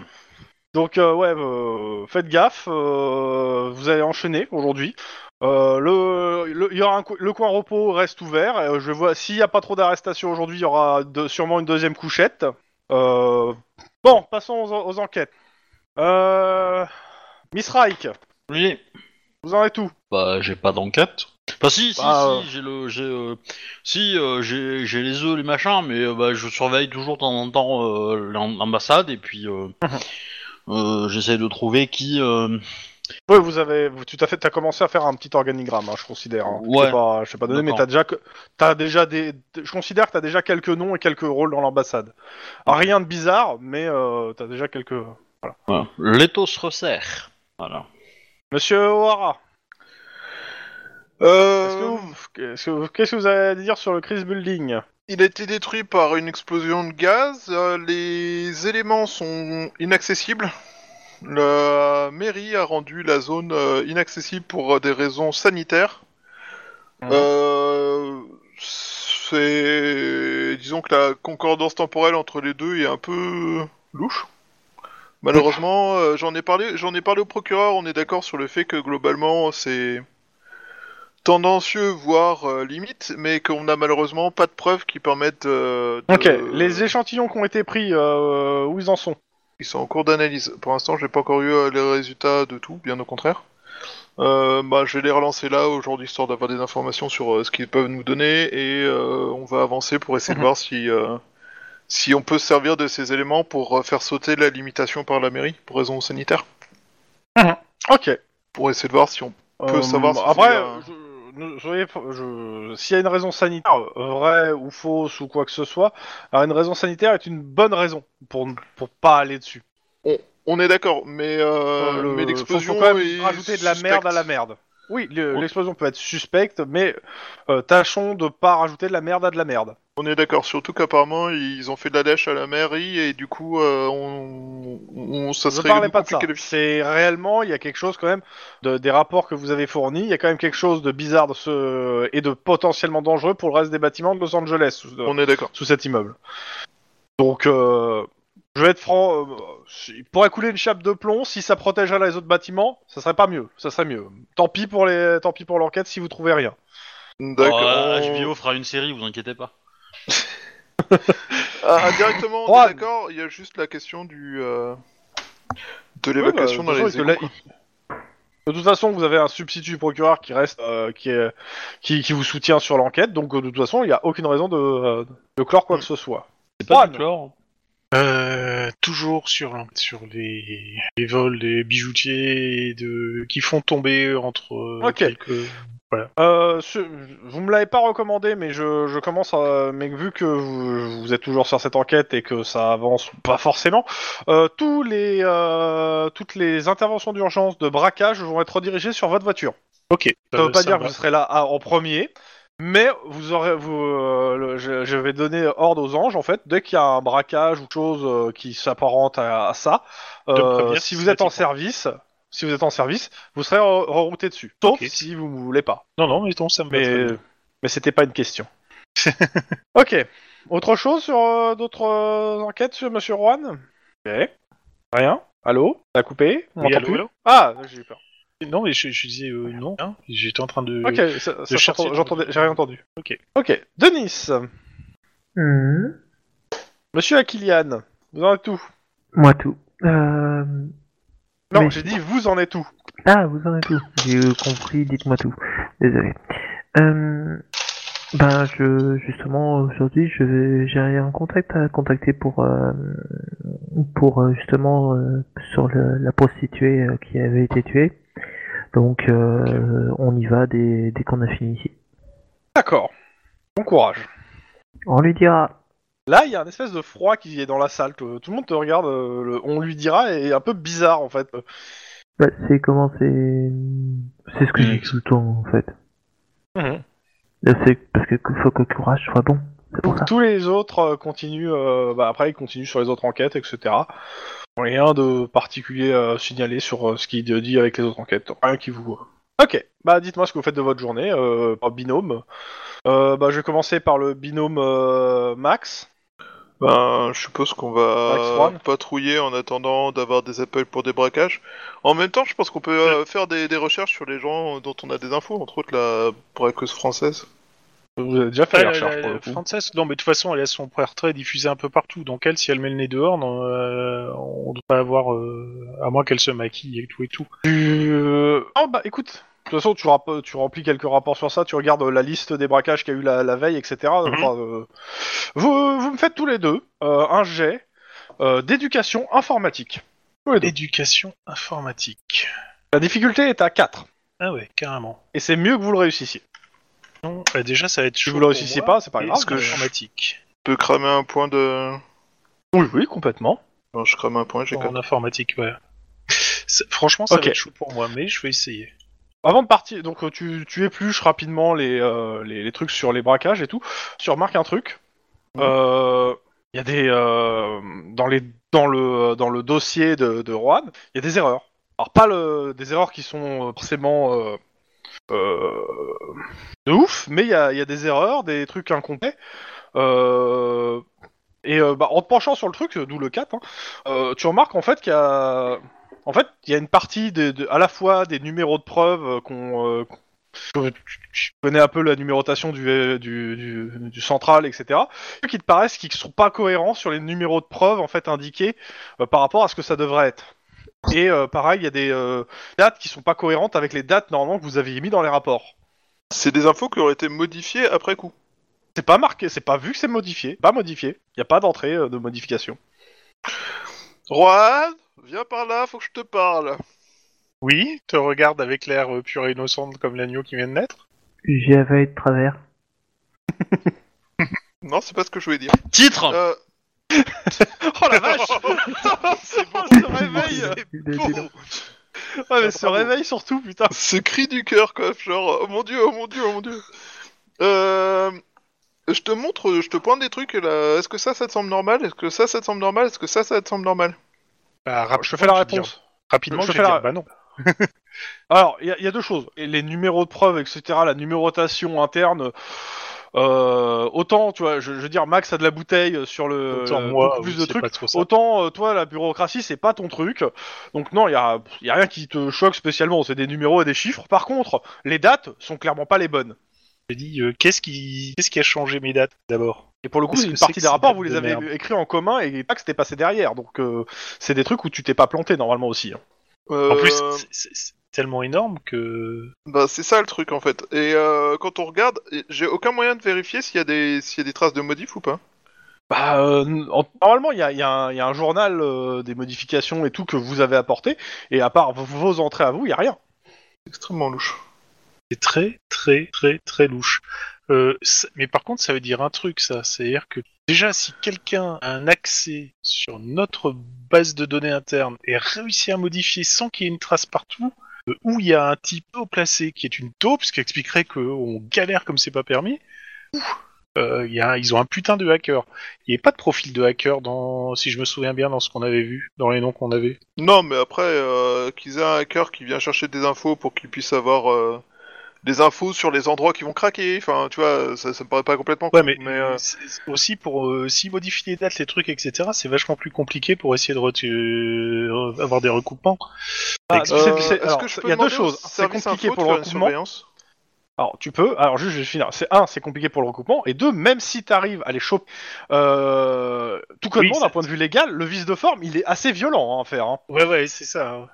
Donc euh, ouais, euh, faites gaffe, euh, vous allez enchaîner aujourd'hui. Euh, le, le- il y aura un, co- le coin repos reste ouvert. euh, je vois s'il n'y a pas trop d'arrestations aujourd'hui, il y aura de- sûrement une deuxième couchette. Euh, bon, passons aux, en- aux enquêtes. Euh, Miss Reich, Oui. vous en êtes où Bah, j'ai pas d'enquête. Enfin, si, si, Bah, si, j'ai le, j'ai, euh, si, euh, j'ai, j'ai les œufs, les machins, mais euh, bah, je surveille toujours de temps en temps euh, l'am- l'ambassade et puis euh, euh, j'essaie de trouver qui. euh, Oui, vous avez vous, tout à fait. T'as commencé à faire un petit organigramme, hein, je considère. hein. Je Ouais. sais pas, je sais pas donner, mais D'accord. t'as déjà, que- t'as déjà des. Je considère que t'as déjà quelques noms et quelques rôles dans l'ambassade. Alors, Rien de bizarre, mais euh, t'as déjà quelques. voilà. L'étau se resserre. Voilà. Monsieur O'Hara, Euh, est-ce que vous- qu'est-ce que vous- qu'est-ce que vous avez à dire sur le Chris Building Il a été détruit par une explosion de gaz. euh, les éléments sont inaccessibles. La mairie a rendu la zone euh, inaccessible pour euh, des raisons sanitaires. Mhm. Euh, c'est, disons que la concordance temporelle entre les deux est un peu louche. Malheureusement, euh, j'en ai parlé, j'en ai parlé au procureur. On est d'accord sur le fait que globalement, c'est tendancieux, voire euh, limite, mais qu'on n'a malheureusement pas de preuves qui permettent. euh, de- Ok, les échantillons qui ont été pris, euh, où ils en sont Ils sont en cours d'analyse. Pour l'instant, j'ai pas encore eu euh, les résultats de tout, bien au contraire. Euh, bah, je vais les relancer là aujourd'hui histoire d'avoir des informations sur euh, ce qu'ils peuvent nous donner et euh, on va avancer pour Mhm. essayer de voir si euh, si on peut se servir de ces éléments pour euh, faire sauter la limitation par la mairie pour raison sanitaire. Ok. Pour essayer de voir si on. Euh, savoir si Après, c'est, euh, je- ne- soyez- je- s'il y a une raison sanitaire, vraie ou fausse ou quoi que ce soit, alors une raison sanitaire est une bonne raison pour ne- pour pas aller dessus. On est d'accord, mais euh, Euh, le- mais faut l'explosion quand même est rajouter de la suspecte. merde à la merde. Oui, le- Ouais. l'explosion peut être suspecte, mais euh, tâchons de pas rajouter de la merde à de la merde. On est d'accord, surtout qu'apparemment ils ont fait de la dèche à la mairie et du coup euh, on, on- ça Ne serait parlez pas de ça. compliqué de- C'est réellement, il y a quelque chose quand même de- des rapports que vous avez fournis. Il y a quand même quelque chose de bizarre de ce et de potentiellement dangereux pour le reste des bâtiments de Los Angeles sous, euh, On est d'accord. sous cet immeuble. Donc, euh, je vais être franc, euh, si- pour écouler une chape de plomb, si ça protégerait les autres bâtiments, ça serait pas mieux. Ça serait mieux. Tant pis pour les, tant pis pour l'enquête si vous trouvez rien. D'accord. Euh, on- HBO fera une série, vous inquiétez pas. Ah, ah, directement, on est Juan. d'accord, il y a juste la question du. euh, de l'évacuation Ouais, bah, dans de les toute façon, égouts, il te l'a- il- De toute façon, vous avez un substitut procureur qui reste, euh, qui, est, qui, qui vous soutient sur l'enquête, donc euh, de toute façon, il n'y a aucune raison de, euh, de clore quoi que ce soit. C'est pas Juan. du chlore. Euh, toujours sur, l'en- sur les, les vols des bijoutiers et de, qui font tomber entre euh, Ok. quelques- Euh, ce- vous me l'avez pas recommandé, mais je, je commence à. Mais vu que vous, vous êtes toujours sur cette enquête et que ça avance pas forcément, euh, tous les, euh, toutes les interventions d'urgence de braquage vont être redirigées sur votre voiture. Ok. Euh, Ça veut pas dire va. que vous serez là à- en premier, mais vous aurez, vous, euh, le- je, je vais donner ordre aux anges en fait dès qu'il y a un braquage ou chose euh, qui s'apparente à, à ça. euh, De première, si vous êtes en service, si vous êtes en service, vous serez re- rerouté dessus. Sauf Ok. si vous ne voulez pas. Non, non, mais non, ça me va très Mais bien. mais c'était pas une question. ok. Autre chose sur euh, d'autres euh, enquêtes sur Monsieur Juan Ok. Rien. Allô Ça a coupé On Oui, m'entend allô, plus allô Ah, j'ai eu peur. Non, mais je, je disais euh, non. hein, J'étais en train de. Ok, ça- chercher ça, j'entends- ton- j'entendais- j'ai rien entendu. Ok. Ok, Denis, Hmm. Monsieur Akilian, vous en êtes tout. Moi tout. Euh... Non, Mais- j'ai dit vous en êtes tout. Ah, vous en êtes tout. J'ai euh, compris, dites-moi tout. Désolé. Euh... Ben, je, justement, aujourd'hui, je vais- j'ai un contact à contacter pour, euh, pour euh, justement, euh, sur le- la prostituée euh, qui avait été tuée. Donc, euh, on y va dès, dès qu'on a fini ici. D'accord. Bon courage. On lui dira. Là, il y a un espèce de froid qui est dans la salle. que Tout le monde te regarde. euh, le- on lui dira et un peu bizarre en fait. Bah, c'est comment c'est. C'est ce que j'ai Mm. dit tout le temps, en fait. Mm-hmm. Mhm. Là, C'est parce que faut que le courage soit bon. C'est pour ça. Tous les autres euh, continuent. euh, bah, après, ils continuent sur les autres enquêtes, etc. Rien de particulier à signaler sur euh, ce qui est dit avec les autres enquêtes. Rien qui vous. Ok. Bah, dites-moi ce que vous faites de votre journée euh, par binôme. Euh, bah, je vais commencer par le binôme euh, Max. Ben, je suppose qu'on Max va Juan patrouiller en attendant d'avoir des appels pour des braquages. En même temps, je pense qu'on peut euh, faire des, des recherches sur les gens dont on a des infos, entre autres la braqueuse française. Vous avez déjà fait Ah, la la- recherche la- pour le la coup. Frances, non, mais de toute façon, elle a son portrait diffusé un peu partout. Donc elle, si elle met le nez dehors, non, euh, on doit pas avoir, euh, à moins qu'elle se maquille et tout et tout. Tu... euh, Oh bah écoute, de toute façon tu, rap- tu remplis quelques rapports sur ça, tu regardes euh, la liste des braquages qu'il y a eu la, la veille, etc. Enfin, euh, vous, vous me faites tous les deux euh, un jet euh, d'éducation informatique. Tous les deux. Éducation informatique. La difficulté est à 4, Ah ouais, carrément. et c'est mieux que vous le réussissiez. Non, bah déjà, ça va être Si chaud. vous le réussissez pas, c'est pas grave. Est-ce que mais- informatique Je peux cramer un point de. Oui, oui, complètement. Non, je crame un point, j'ai En quand informatique, ouais. C'est- Franchement, ça Ok. va être chaud pour moi, mais je vais essayer. Avant de partir, donc euh, tu, tu épluches rapidement les, euh, les, les trucs sur les braquages et tout. Tu remarques un truc. Euh, Il y a des euh, dans les dans le dans le dossier de, de Rohan, il y a des erreurs. Alors pas le, des erreurs qui sont euh, forcément euh, euh, de ouf, mais il y a, il y a des erreurs, des trucs incomplets. Euh, et euh, bah, en te penchant sur le truc, euh, d'où le 4, hein, euh, tu remarques en fait qu'il y a en fait, il y a une partie de, de- à la fois des numéros de preuve euh, qu'on. euh, que tu- tu connais un peu la numérotation du, euh, du, du- du central, etc. Ceux qui te paraissent qui ne sont pas cohérents sur les numéros de preuve en fait indiqués euh, par rapport à ce que ça devrait être. Et euh, pareil, il y a des euh, dates qui sont pas cohérentes avec les dates normalement que vous aviez mis dans les rapports. C'est des infos qui auraient été modifiées après coup. C'est pas marqué, c'est pas vu que c'est modifié, pas modifié. Il n'y a pas d'entrée euh, de modification. Juan, viens par là, faut que je te parle. Oui, te regarde avec l'air euh, pur et innocente comme l'agneau qui vient de naître. J'y avais de travers. Non, c'est pas ce que je voulais dire. Titre Euh, Oh la vache Oh, C'est bon, ce réveil euh, Ouais, mais ce réveil surtout, putain Oh. ce cri du cœur, quoi, genre, oh mon dieu, oh mon dieu, oh mon dieu. Euh, je te montre, je te pointe des trucs, là. Est-ce que ça, ça te semble normal Est-ce que ça, ça te semble normal Est-ce que ça, ça te semble normal Bah, Je rapidement, te fais la vais dire- réponse. Rapidement, Je je, te vais fais la- dire, bah non. Alors, il y, a- il y a deux choses. Et les numéros de preuve, etc., la numérotation interne. euh, autant, tu vois, je, je veux dire, Max a de la bouteille euh, sur le. Autant le- moi, beaucoup plus oui, de c'est trucs. pas trop ça. Autant, euh, toi, la bureaucratie, c'est pas ton truc. Donc, non, il y a, y a rien qui te choque spécialement. C'est des numéros et des chiffres. Par contre, les dates sont clairement pas les bonnes. J'ai dit, euh, qu'est-ce qui... qu'est-ce qui a changé mes dates d'abord Et pour le coup, Qu'est-ce une que c'est partie que des ces rapports, dates vous de les avez merde écrits en commun et Max t'es passé derrière. Donc, euh, c'est des trucs où tu t'es pas planté normalement aussi. hein. En plus, Euh, c'est- c'est c'est tellement énorme que. Bah, c'est ça le truc en fait. Et euh, quand on regarde, j'ai aucun moyen de vérifier s'il y, a des- s'il y a des traces de modif ou pas. Bah, euh, en- normalement, il y a, il y a un- il y a un journal euh, des modifications et tout que vous avez apporté, et à part v- vos entrées à vous, il y a rien. Extrêmement louche. C'est très, très, très, très louche. Euh, c'est- mais par contre, ça veut dire un truc, ça. C'est-à-dire que déjà, si quelqu'un a un accès sur notre base de données interne et réussit à modifier sans qu'il y ait une trace partout, euh, où il y a un type haut placé qui est une taupe, ce qui expliquerait qu'on galère comme c'est pas permis, ouf, euh, il y a un- ils ont un putain de hacker. Il n'y avait pas de profil de hacker, dans, si je me souviens bien, dans ce qu'on avait vu, dans les noms qu'on avait. Non, mais après, euh, qu'ils aient un hacker qui vient chercher des infos pour qu'ils puissent avoir euh, des infos sur les endroits qui vont craquer. Enfin, tu vois, ça, ça me paraît pas complètement. Ouais, con, mais, euh, c'est- c'est aussi pour euh, si modifier les dates, les trucs, etc. C'est vachement plus compliqué pour essayer de retu- euh, avoir des recoupements. Ah, Ex- c'est- c'est- euh, c'est- est-ce alors, que je peux il y a deux demander au choses. C'est service compliqué info de pour faire le une recoupement. surveillance Alors, tu peux. Alors, juste, je vais finir. C'est un, c'est compliqué pour le recoupement, et deux, même si t'arrives à les choper, euh, tout comme Oui, monde, ça- d'un point de vue légal, le vice de forme, il est assez violent hein, à faire. hein. Ouais, ouais, c'est ça. hein.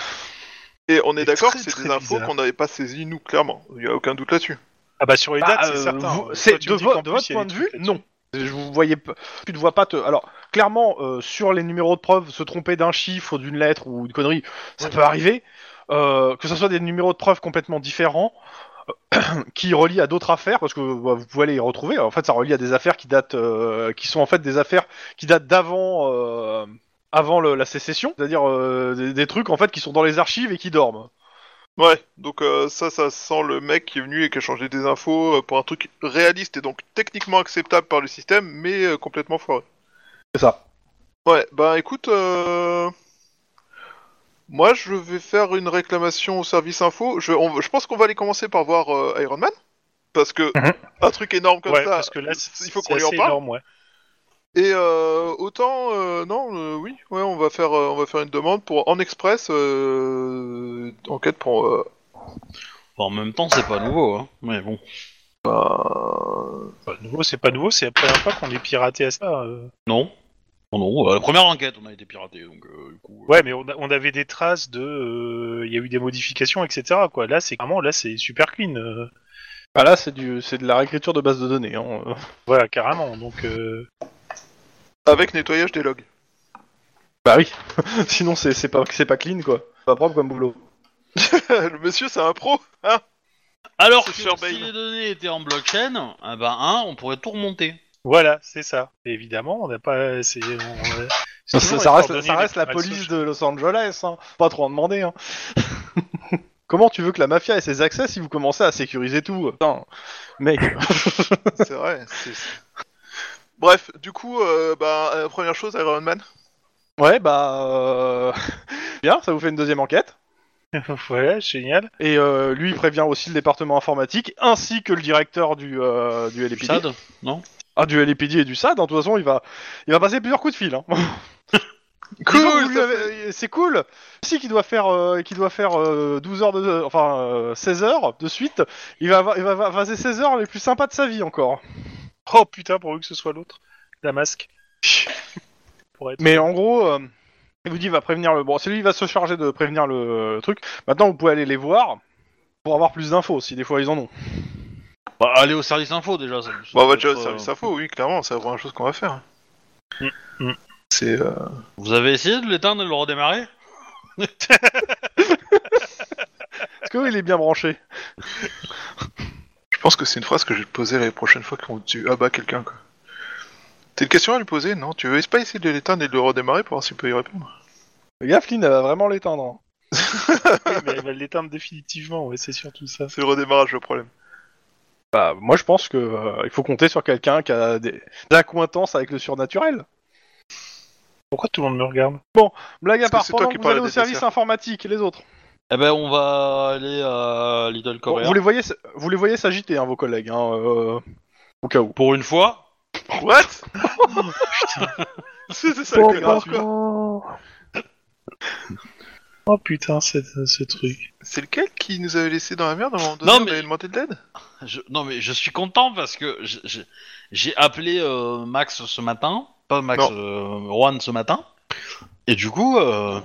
Et on est C'est d'accord que très, c'est très des infos bizarre. qu'on n'avait pas saisies, nous, clairement. Il y a aucun doute là-dessus. Ah bah sur les dates, Bah, c'est euh, certain. vous- Toi, c'est tu de, me dis vo- qu'en de plus, votre il y a point des de vue, trucs non. Je vous voyais, p- tu ne vois pas te. Alors clairement, euh, sur les numéros de preuve, se tromper d'un chiffre, ou d'une lettre ou une connerie, ça peut arriver. Euh, que ce soit des numéros de preuve complètement différents euh, qui relient à d'autres affaires, parce que bah, vous pouvez les retrouver. En fait, ça relie à des affaires qui datent, euh, qui sont en fait des affaires qui datent d'avant. euh, avant le- la sécession, c'est-à-dire euh, des, des trucs en fait qui sont dans les archives et qui dorment. Ouais, donc euh, ça, ça sent le mec qui est venu et qui a changé des infos euh, pour un truc réaliste et donc techniquement acceptable par le système, mais euh, complètement foiré. C'est ça. Ouais, bah écoute, euh, moi je vais faire une réclamation au service info. Je, on- je pense qu'on va aller commencer par voir euh, Iron Man, parce que Mhm. un truc énorme comme Ouais, ça, parce que là, c'est- il faut c'est qu'on lui en assez parle. énorme, ouais. Et euh, autant, euh, non, euh, oui, ouais, on va faire, euh, on va faire une demande pour en express euh, enquête pour euh, Enfin, en même temps, c'est pas nouveau, hein. Mais bon. Pas nouveau, c'est pas nouveau, c'est la première fois qu'on est piraté à ça. euh. Non. Oh non, euh, la première enquête, on a été piraté, donc euh, du coup. euh, Ouais, mais on, a- on avait des traces de, euh, il y a eu des modifications, etc. Quoi. Là, c'est vraiment, là, c'est super clean. euh. Bah là, c'est du, c'est de la réécriture de base de données. hein, euh. Voilà, carrément. Donc, euh, avec nettoyage des logs. Bah oui. Sinon, c'est, c'est pas, c'est pas clean quoi. Pas propre comme boulot. Le monsieur, c'est un pro. Hein Alors se que faire si bail. les données étaient en blockchain, ah ben un, on pourrait tout remonter. voilà, c'est ça. Et évidemment, on n'a pas. c'est- on- euh, Ça, sinon, on ça va reste, leur donner ça les reste la informations. police de Los Angeles. hein. Pas trop en demander. Hein. Comment tu veux que la mafia ait ses accès si vous commencez à sécuriser tout euh, Putain, mec. c'est vrai. c'est- c'est- Bref, du coup, euh, bah, euh, première chose, Iron Man. Ouais, bah. euh, Bien, ça vous fait une deuxième enquête. voilà, génial. Et euh, lui, il prévient aussi le département informatique ainsi que le directeur du, euh, du LAPD. Sad Ah, du LAPD et du SAD. hein, De toute façon, il va, il va passer plusieurs coups de fil. hein. Cool, Cool, lui ça avez- euh, c'est cool. Si qui doit faire, euh, qui doit faire euh, 12 heures de, enfin euh, 16 heures de suite, il va, avoir- il va avoir- passer 16 heures les plus sympas de sa vie encore. Oh putain, pourvu que ce soit l'autre, la masque. Pour être. Mais en gros, euh, il vous dit il va prévenir le, bon, c'est lui qui va se charger de prévenir le, le truc. Maintenant, vous pouvez aller les voir pour avoir plus d'infos si des fois ils en ont. Bah, aller au service info déjà. Ça, Bah, on va ça déjà peut au être, service euh, info, oui, clairement, c'est la première chose qu'on va faire. Mm, mm. C'est. euh, Vous avez essayé de l'éteindre et de le redémarrer Est-ce que il est bien branché Je pense que c'est une phrase que je vais te poser la prochaine fois qu'on tue ah bah quelqu'un quoi. T'as une question à lui poser, non Tu veux pas essayer de l'éteindre et de le redémarrer pour voir s'il peut y répondre Le gars, Flynn, elle va vraiment l'éteindre. hein. mais elle va l'éteindre définitivement, ouais, c'est surtout ça. C'est le redémarrage le problème. Bah, moi, je pense que euh, il faut compter sur quelqu'un qui a des, des accointances avec le surnaturel. Pourquoi tout le monde me regarde Blague Parce à que part, c'est toi pendant qui que vous parles allez au des service desserts. informatique, les autres. Eh ben, on va aller à Little Bon, Korea. vous les voyez, s- vous les voyez s'agiter, hein, vos collègues, hein, euh, au cas où. Pour une fois, What C'était ça qui est grave quoi Oh putain, ce- ce truc. C'est lequel qui nous avait laissé dans la merde à un moment donné Non, On mais- avait demandé de l'aide Je- non mais je suis content parce que je- je- j'ai appelé euh, Max ce matin, pas Max, Non. euh, Juan ce matin, et du coup, euh,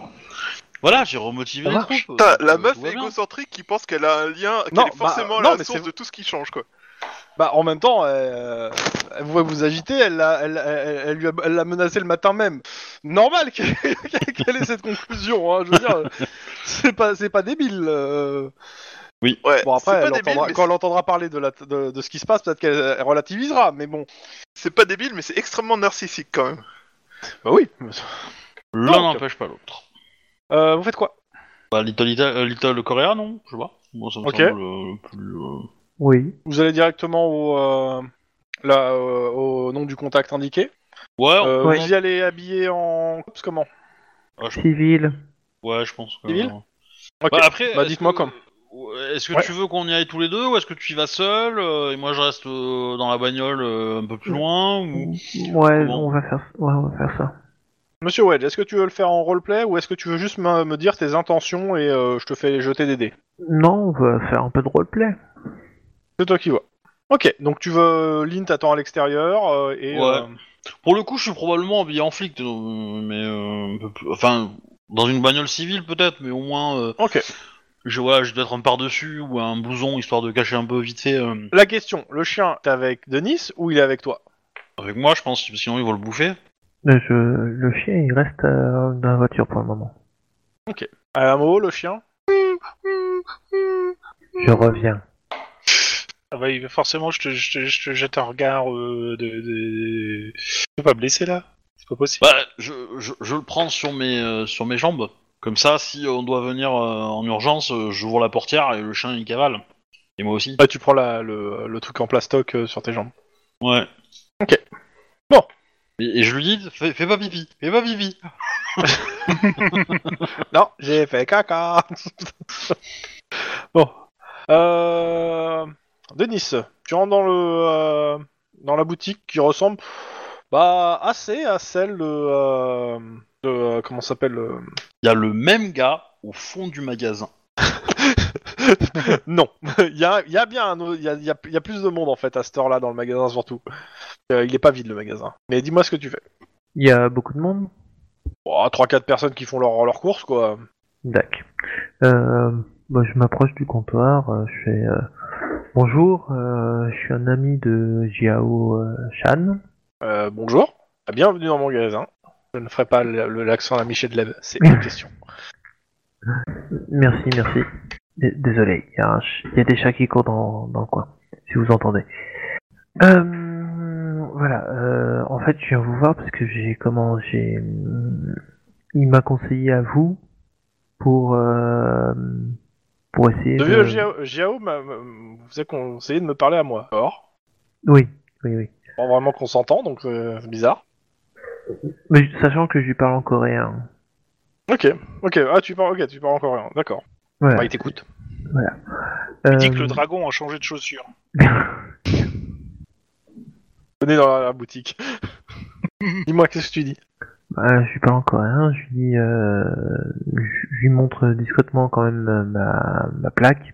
voilà, j'ai remotivé Ça les marche. troupes. Putain, donc, la euh, meuf tout va est bien. égocentrique qui pense qu'elle a un lien, qu'elle Non, est forcément bah, non, mais la source c'est- de tout ce qui change quoi. Bah, en même temps, euh, elle vous voit vous agiter, elle l'a elle, elle- elle lui a- elle l'a menacé le matin même. Normal qu'elle qu'elle ait cette conclusion, hein, je veux dire, c'est pas, c'est pas débile. euh. Ouais, Bon, c'est après, pas elle débile, entendra- mais quand elle entendra parler de, la, de, de ce qui se passe, peut-être qu'elle elle relativisera, mais bon. c'est pas débile, mais c'est extrêmement narcissique quand même. Bah oui. L'un Donc. n'empêche pas l'autre. Euh, vous faites quoi Bah, Little, Ita- euh, Little Korea, non Je sais pas. Moi, ça me Ok. semble euh, plus, euh, Oui. Vous allez directement au, euh, là, euh, au nom du contact indiqué. Ouais, Euh, Ouais. Vous y allez habillé en cops comment ouais, je... Civil. ouais, je pense. que- Civil Ok. Bah, après, Bah, est-ce dites-moi que- comme. Est-ce que Ouais. tu veux qu'on y aille tous les deux ou est-ce que tu y vas seul euh, et moi je reste euh, dans la bagnole euh, un peu plus loin ou... Ouais, Comment on va faire, ouais, on va faire ça. Monsieur Wedge, est-ce que tu veux le faire en roleplay ou est-ce que tu veux juste me, me dire tes intentions et euh, je te fais jeter des dés Non, on va faire un peu de roleplay. C'est toi qui vois. Ok, donc tu veux Lynn t'attend à l'extérieur euh, et Ouais. euh, Pour le coup, je suis probablement habillé en flic, euh, mais euh, un peu plus- enfin dans une bagnole civile peut-être, mais au moins euh, ok. je voilà, je dois être un par-dessus ou un blouson histoire de cacher un peu vite fait euh, La question, le chien t'es avec Denis ou il est avec toi avec moi, je pense, sinon ils vont le bouffer. Mais Euh, je, le chien, il reste euh, dans la voiture pour le moment. À la mot, le chien. Je reviens. Ah bah, il- forcément, je te, je te- je te jette un regard euh, de, de- Je peux pas blesser là C'est pas possible. Bah, je, je, je le prends sur mes euh, sur mes jambes, comme ça, si on doit venir euh, en urgence, euh, j'ouvre la portière et le chien il cavale. Et moi aussi. Bah, tu prends la- le, le truc en plastoc euh, sur tes jambes. Ouais. Ok. Bon. Bon. Et, et je lui dis, fais, fais pas pipi, fais pas pipi. Non, j'ai fait caca. bon. Euh... Denis, tu rentres dans le euh, dans la boutique qui ressemble Bah, assez à celle de. euh, de, euh, comment ça s'appelle euh, Il y a le même gars au fond du magasin. Non, il y a, il y a bien un autre- il y a, il y a- il y a plus de monde en fait à cette heure-là dans le magasin surtout. Euh, il est pas vide le magasin. Mais dis-moi ce que tu fais. Il y a beaucoup de monde Oh, 3-4 personnes qui font leur, leur course quoi. Dac. Euh, bah, je m'approche du comptoir, euh, je fais euh, bonjour, euh, je suis un ami de Jiao euh, Shan. Euh, bonjour, bienvenue dans mon magasin. Je ne ferai pas le- le- l'accent à Michel de la... C'est une question. Merci, merci. D- Désolé, il y, a un ch- il y a des chats qui courent dans, dans le coin, si vous entendez. Euh, voilà, euh, en fait, je viens vous voir parce que j'ai comment j'ai hum, il m'a conseillé à vous pour euh, pour essayer De de vieux Jiao, Jiao m'a- m'a- vous a conseillé de me parler à moi. Or, Oui, oui, oui. pas vraiment qu'on s'entend donc euh, c'est bizarre. Mais sachant que je lui parle en coréen. Ok, ok, ah tu parles, ok, tu parles encore rien, d'accord. Voilà. Bah, il t'écoute. Il dit que Euh, le dragon a changé de chaussure. Venez dans la, la boutique. Dis-moi qu'est-ce que tu dis. Bah, je suis pas en coréen, je lui dis, euh, je je lui montre discrètement quand même euh, ma, ma plaque.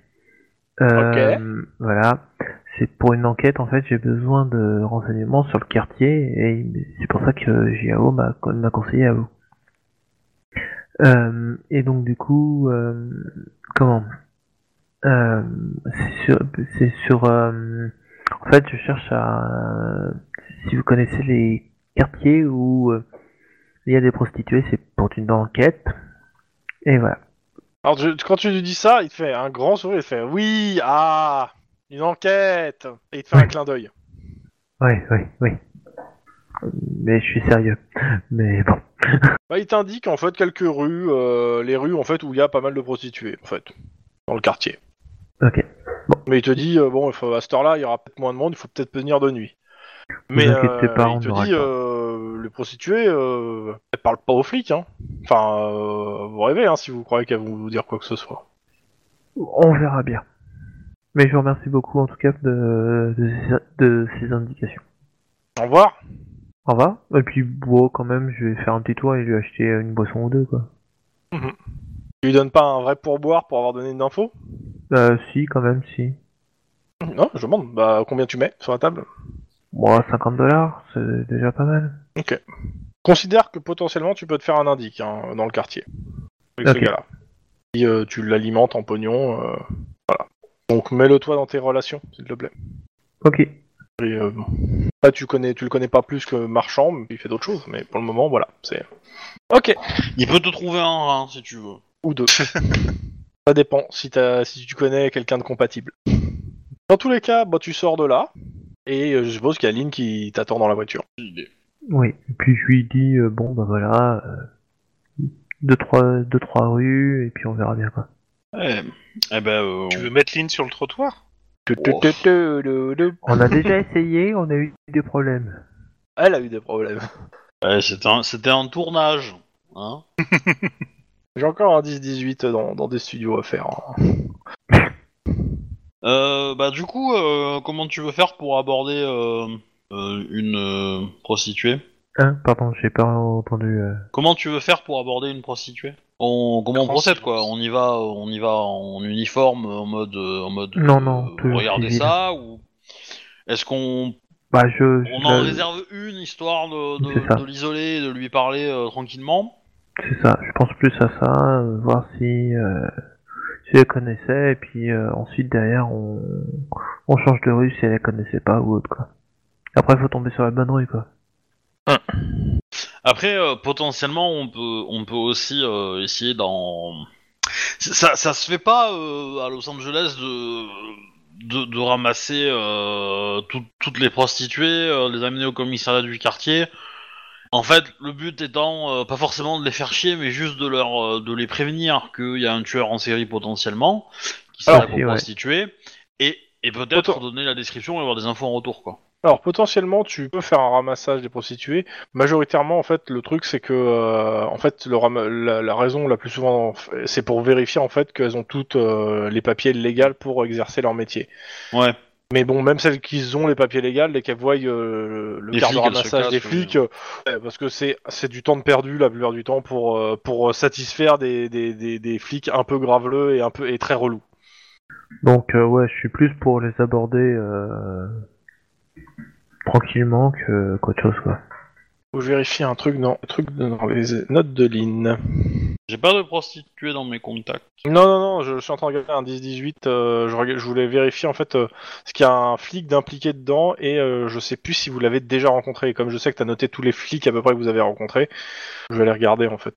Euh, Voilà, c'est pour une enquête en fait, j'ai besoin de renseignements sur le quartier et c'est pour ça que JAO m'a m'a conseillé à vous. Euh, et donc du coup, euh, comment euh, C'est sur, c'est sur euh, en fait, je cherche à si vous connaissez les quartiers où euh, il y a des prostituées, c'est pour une enquête. Et voilà. Alors je- quand tu lui dis ça, il te fait un grand sourire, il te fait oui, ah, une enquête, et il te fait un clin d'œil. Oui, oui, oui. Mais je suis sérieux. Mais bon. Bah, il t'indique en fait quelques rues, euh, les rues en fait où il y a pas mal de prostituées en fait, dans le quartier. Ok. Mais il te dit euh, bon, il faut- à cette heure-là, il y aura peut-être moins de monde, il faut peut-être venir de nuit. Mais inquiétez pas, on il te n'aura dit pas. euh, les prostituées, euh, elles parlent pas aux flics, hein. Enfin, euh, vous rêvez hein, si vous croyez qu'elles vont vous dire quoi que ce soit. On verra bien. Mais je vous remercie beaucoup en tout cas de, de, ces- de ces indications. Au revoir. Au revoir. Et puis, bon, quand même, je vais faire un petit tour et lui acheter une boisson ou deux, quoi. Tu lui donnes pas un vrai pourboire pour avoir donné une info Euh, si, quand même, si. Non, je demande. Bah, combien tu mets sur la table Moi, 50 dollars, c'est déjà pas mal. Considère que potentiellement tu peux te faire un indique hein, dans le quartier. Avec Ok. ce gars-là. Et, euh, tu l'alimentes en pognon. euh, voilà. Donc mets-le toi dans tes relations, s'il te plaît. Ok. Et, euh, bon. Là, tu, connais, tu le connais pas plus que marchand, mais il fait d'autres choses. Mais pour le moment, voilà. c'est Ok. Il peut te trouver un rein si tu veux. Ou deux. Ça dépend si, t'as- si tu connais quelqu'un de compatible. Dans tous les cas, bah, tu sors de là. Et euh, je suppose qu'il y a Lynn qui t'attend dans la voiture. Oui, et puis je lui dis, euh, bon, bah voilà, euh, deux, trois, deux, trois rues, et puis on verra bien, quoi. Eh, eh ben, euh, Tu veux mettre Lynn sur le trottoir On a déjà essayé, on a eu des problèmes. Elle a eu des problèmes. eh, c'était un, c'était un tournage. Hein J'ai encore un 10-18 dans, dans des studios à faire. hein. Euh, bah du coup, euh, comment tu veux faire pour aborder euh, euh, une euh, prostituée Hein Pardon, j'ai pas entendu. euh. Comment tu veux faire pour aborder une prostituée on, Comment on Grand procède silence. quoi On y va, on y va en uniforme, en mode, euh, en mode. Non, non, toujours regardez civil. ça ou est-ce qu'on Bah, je. je- on en là, réserve une histoire de, de- C'est ça. de l'isoler, de lui parler euh, tranquillement C'est ça, je pense plus à ça, euh, voir si, euh, si elle connaissait, et puis euh, ensuite derrière, on, on change de rue si elle la connaissait pas ou autre, quoi. Après, faut tomber sur la bonne rue, quoi. Après, euh, potentiellement, on peut, on peut aussi euh, essayer d'en. Ça, ça se fait pas euh, à Los Angeles de, de, de ramasser euh, tout- toutes les prostituées, euh, les amener au commissariat du quartier. En fait, le but étant euh, pas forcément de les faire chier, mais juste de leur, euh, de les prévenir qu'il y a un tueur en série potentiellement qui sera Alors, pour si, ouais. prostituer et, et peut-être Autant- donner la description et avoir des infos en retour quoi. Alors potentiellement, tu peux faire un ramassage des prostituées. Majoritairement, en fait, le truc c'est que, euh, en fait, le ram- la, la raison la plus souvent, c'est pour vérifier en fait qu'elles ont toutes euh, les papiers légaux pour exercer leur métier. Ouais. Mais bon, même celles qu'ils ont, les papiers légaux, les qu'elles voient euh, le Les quart de flics, elles se ramassage cassent, des oui. flics, euh, ouais, parce que c'est c'est du temps de perdu la plupart du temps pour euh, pour satisfaire des, des, des, des flics un peu graveleux et un peu et très relous. Donc euh, ouais, je suis plus pour les aborder euh, tranquillement que qu'autre chose quoi. Faut vérifier un truc dans truc dans les notes de Lynn. J'ai pas de prostituée dans mes contacts. Non non non, je, suis en train de regarder un 10-18. euh, je, reg- je voulais vérifier en fait euh, ce qu'il y a un flic d'impliqué dedans et euh, je sais plus si vous l'avez déjà rencontré. Et comme je sais que t'as noté tous les flics à peu près que vous avez rencontrés, je vais aller regarder en fait.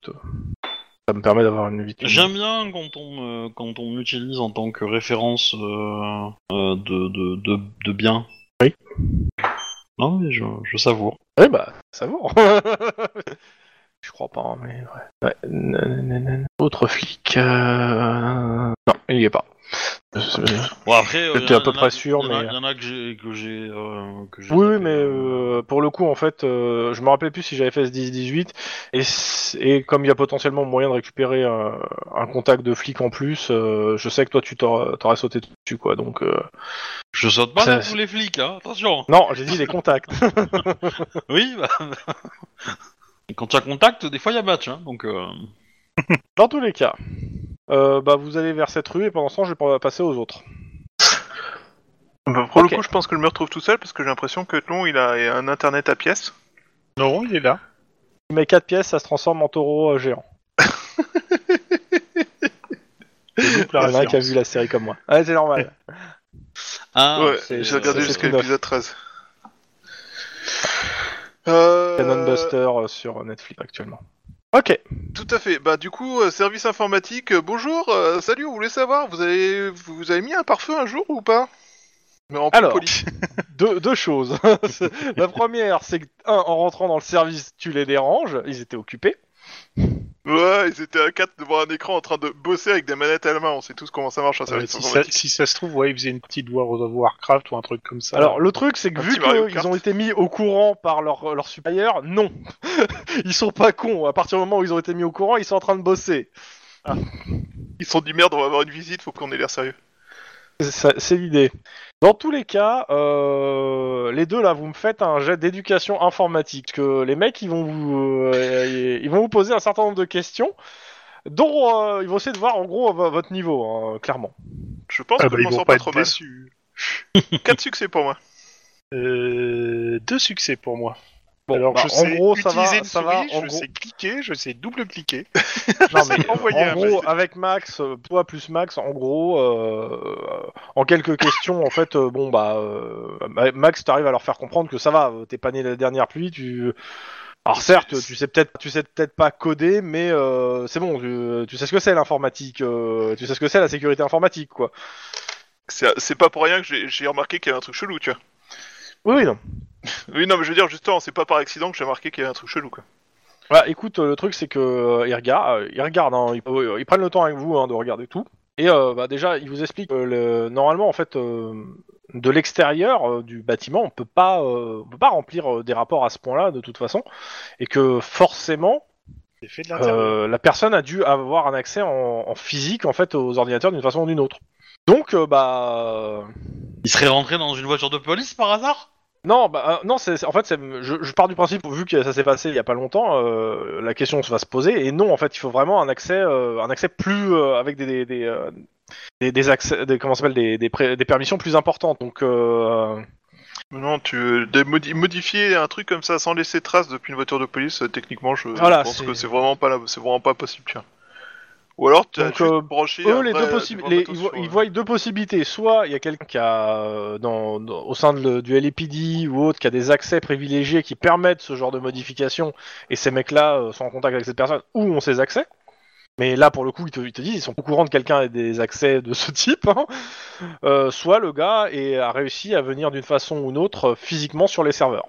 Ça me permet d'avoir une vitesse. J'aime bien quand on euh, quand on l'utilise en tant que référence euh, euh, de, de, de, de bien. Oui. Non mais je, je savoure. Ouais, bah, ça vaut. Je crois pas, hein, mais ouais. ouais. nananana. Autre flic. euh, Non, il y est pas. Bon après, euh, T'es y en à peu a- près sûr, y en a- mais- y en a que j'ai que j'ai. euh, que j'ai Oui, oui, tapé, mais euh, pour le coup, en fait, euh, je me rappelais plus si j'avais fait ce 10-18. Et, c- et comme il y a potentiellement moyen de récupérer euh, un contact de flic en plus, euh, je sais que toi, tu t'aurais t'aurais sauté dessus, quoi. Donc, euh, Je saute pas Ça- dans tous les flics, hein, attention. non, j'ai dit les contacts. Oui. Bah... Quand tu as contact, des fois il y a match, hein, donc. euh, Dans tous les cas, euh, bah, vous allez vers cette rue et pendant ce temps, je vais pas- passer aux autres. Bah, pour Ok. le coup, je pense que le meurtre trouve tout seul parce que j'ai l'impression que Tlon il a un internet à pièces. Euh, Non, il est là. Tu mets 4 pièces, ça se transforme en taureau euh, géant. Donc, la Il y en a un référence. qui a vu la série comme moi. hein. Ouais, c'est normal. Ah, ouais, c'est- j'ai regardé c'est jusqu'à tout neuf. l'épisode 13. Euh, Canon Buster euh, sur Netflix actuellement. Ok. Tout à fait. Bah du coup, euh, service informatique, euh, bonjour, euh, salut, on voulait savoir, vous avez, vous avez mis un pare-feu un jour ou pas Mais en plus Alors. poli. Deux, deux choses. la première, c'est que, un, en rentrant dans le service, tu les déranges. Ils étaient occupés. Ouais, ils étaient à 4 devant un écran en train de bosser avec des manettes à la main, on sait tous comment ça Ah marche un Euh, service si, ça, informatique. si ça se trouve, ouais, il faisait une petite World of Warcraft ou un truc comme ça. Alors, le truc, c'est que Un vu petit Mario Kart. qu'ils ont été mis au courant par leur, leur supérieur, non. ils sont pas cons. À partir du moment où ils ont été mis au courant, ils sont en train de bosser. Ils se sont dit merde, on va avoir une visite, faut qu'on ait l'air sérieux. C'est ça- c'est l'idée. Dans tous les cas, euh, les deux là, vous me faites un jet d'éducation informatique. Parce que les mecs, ils vont vous, euh, ils vont vous poser un certain nombre de questions, dont euh, ils vont essayer de voir en gros vo- votre niveau, hein, clairement. Je pense Ah que bah, je ils m'en vont sors pas pas, être trop mal. déçus. 4 succès pour moi. Euh, deux succès pour moi. Bon, Alors, bah, je sais en gros, ça va, utiliser une ça va. souris, en je gros, sais cliquer, je sais double-cliquer. Non, Je mais, sais euh, envoyer en un gros, avec Max, euh, toi plus Max, en gros, euh, en quelques questions, en fait, euh, bon bah, euh, Ma- Max, t'arrives à leur faire comprendre que ça va, euh, t'es pas né la dernière pluie, tu. Alors certes, tu sais peut-être, tu sais peut-être pas coder, mais euh, c'est bon, tu, tu sais ce que c'est l'informatique, euh, tu sais ce que c'est la sécurité informatique, quoi. C'est c'est pas pour rien que j'ai- j'ai remarqué qu'il y avait un truc chelou, tu vois. Oui, oui, non. Oui, non, mais je veux dire, justement, c'est pas par accident que j'ai remarqué qu'il y avait un truc chelou, quoi. Bah, écoute, euh, le truc c'est que euh, ils regardent, euh, ils regardent, hein, ils, euh, ils prennent le temps avec vous hein, de regarder tout. Et euh, bah, déjà, ils vous expliquent euh, le- normalement en fait euh, de l'extérieur euh, du bâtiment, on peut pas, euh, on peut pas remplir euh, des rapports à ce point-là de toute façon, et que forcément J'ai fait de euh, l'intérieur. la personne a dû avoir un accès en, en physique en fait aux ordinateurs d'une façon ou d'une autre. Donc euh, bah Il serait rentré dans une voiture de police par hasard Non, bah, euh, non, c'est c'est- en fait, c'est- je, je pars du principe vu que ça s'est passé il y a pas longtemps, euh, la question va se poser. Et non, en fait, il faut vraiment un accès, euh, un accès plus euh, avec des des, des, euh, des- des accès, des, comment ça s'appelle, des, des, pré- des permissions plus importantes. Donc, euh, Non, tu euh, de modi- modifier un truc comme ça sans laisser trace depuis une voiture de police, euh, techniquement, je Voilà, je pense c'est- que c'est vraiment pas là, c'est vraiment pas possible, tu vois. Ou alors tu as Donc, juste euh, branché un eux, les vrai- deux du possibles, vrai les- matos ils, voient- sur, ils euh, voient deux possibilités. Soit il y a quelqu'un qui a euh, dans, dans- au sein de le- du LAPD ou autre qui a des accès privilégiés qui permettent ce genre de modification, et ces mecs-là euh, sont en contact avec cette personne ou ont ces accès. Mais là, pour le coup, ils te, ils te disent, ils sont au courant de quelqu'un et des accès de ce type. hein. Euh, soit le gars est- a réussi à venir d'une façon ou une autre euh, physiquement sur les serveurs.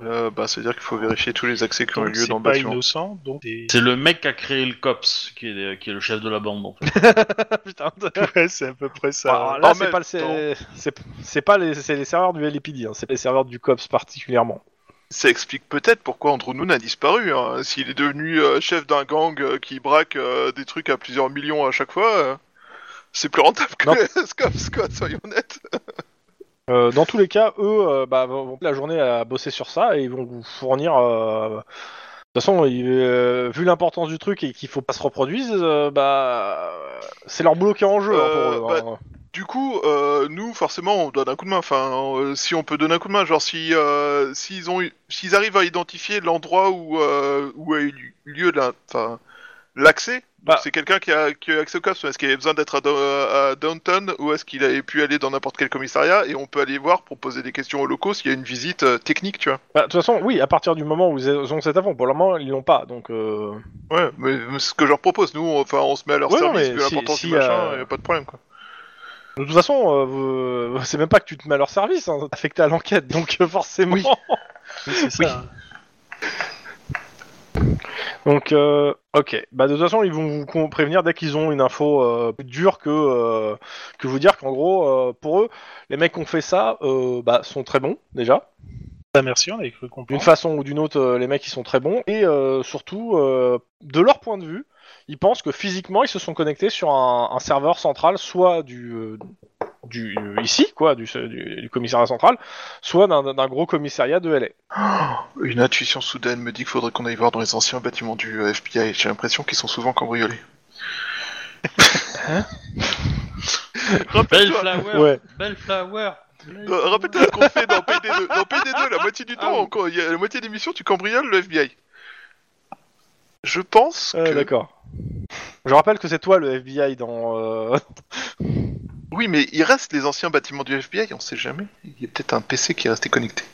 Euh, bah, c'est-à-dire qu'il faut vérifier tous les accès qui ont eu Donc, lieu c'est dans le pas bâtiment. innocent, donc c'est- C'est le mec qui a créé le cops, qui est, qui est le chef de la bande en fait. Putain, de- Ouais, c'est à peu près ça. Bah, Alors là, en c'est même pas, le- c'est- c'est c'est pas les, c'est les serveurs du LAPD, hein, c'est les serveurs du COPS particulièrement. Ça explique peut-être pourquoi Andrew Noon a disparu. hein. S'il est devenu euh, chef d'un gang euh, qui braque euh, des trucs à plusieurs millions à chaque fois, euh, c'est plus rentable que Non. les Scott, soyons honnêtes. Euh, dans tous les cas, eux euh, bah, vont vont passer la journée à bosser sur ça et ils vont vous fournir. euh, De toute façon, ils, euh, vu l'importance du truc et qu'il faut pas se reproduise, euh, bah, c'est leur boulot qui est en jeu. hein, Euh, pour eux, hein. Du coup, euh, nous, forcément, on donne un coup de main. Enfin, euh, si on peut donner un coup de main, genre si euh, s'ils ont eu- s'ils arrivent à identifier l'endroit où euh, où a eu li- lieu la- enfin, l'accès. donc Bah. C'est quelqu'un qui a, qui a eu accès au COPS, est-ce qu'il avait besoin d'être à, Do- à Downton ou est-ce qu'il avait pu aller dans n'importe quel commissariat et on peut aller voir pour poser des questions aux locaux s'il y a une visite euh, technique, tu vois. Bah, de toute façon, oui, à partir du moment où ils ont cet avant, pour le moment, ils l'ont pas. Donc, euh, Ouais, mais mais ce que je leur propose, nous, on, enfin, on se met à leur Ouais, non, service, mais vu si- l'importance si, du machin, euh, y a pas de problème, quoi. de toute façon, euh, vous- c'est même pas que tu te mets à leur service, hein, t'es affecté à l'enquête, donc euh, forcément. Oui. Oui, c'est ça. hein. Donc, euh, ok. Bah, de toute façon, ils vont vous con- prévenir dès qu'ils ont une info euh, plus dure que, euh, que vous dire qu'en gros, euh, pour eux, les mecs qui ont fait ça euh, bah, sont très bons, déjà. Ah, merci, on avait cru D'une comprendre. façon ou d'une autre, euh, les mecs, ils sont très bons. Et euh, surtout, euh, de leur point de vue, ils pensent que physiquement, ils se sont connectés sur un, un serveur central, soit du, euh, du euh, ici, quoi, du, du- du commissariat central, soit d'un d'un gros commissariat de LA. Une intuition soudaine me dit qu'il faudrait qu'on aille voir dans les anciens bâtiments du euh, FBI. J'ai l'impression qu'ils sont souvent cambriolés. Belle Rappelle-toi flower, Ouais. belle flower. euh, rappelle-toi ce qu'on fait dans PD2. Dans PD2, la moitié du Ah oui. temps, on cam- il y a la moitié des missions, tu cambrioles le FBI. Je pense Euh, que... D'accord. Je rappelle que c'est toi le FBI dans. euh, Oui, mais il reste les anciens bâtiments du FBI, on sait jamais. Il y a peut-être un PC qui est resté connecté.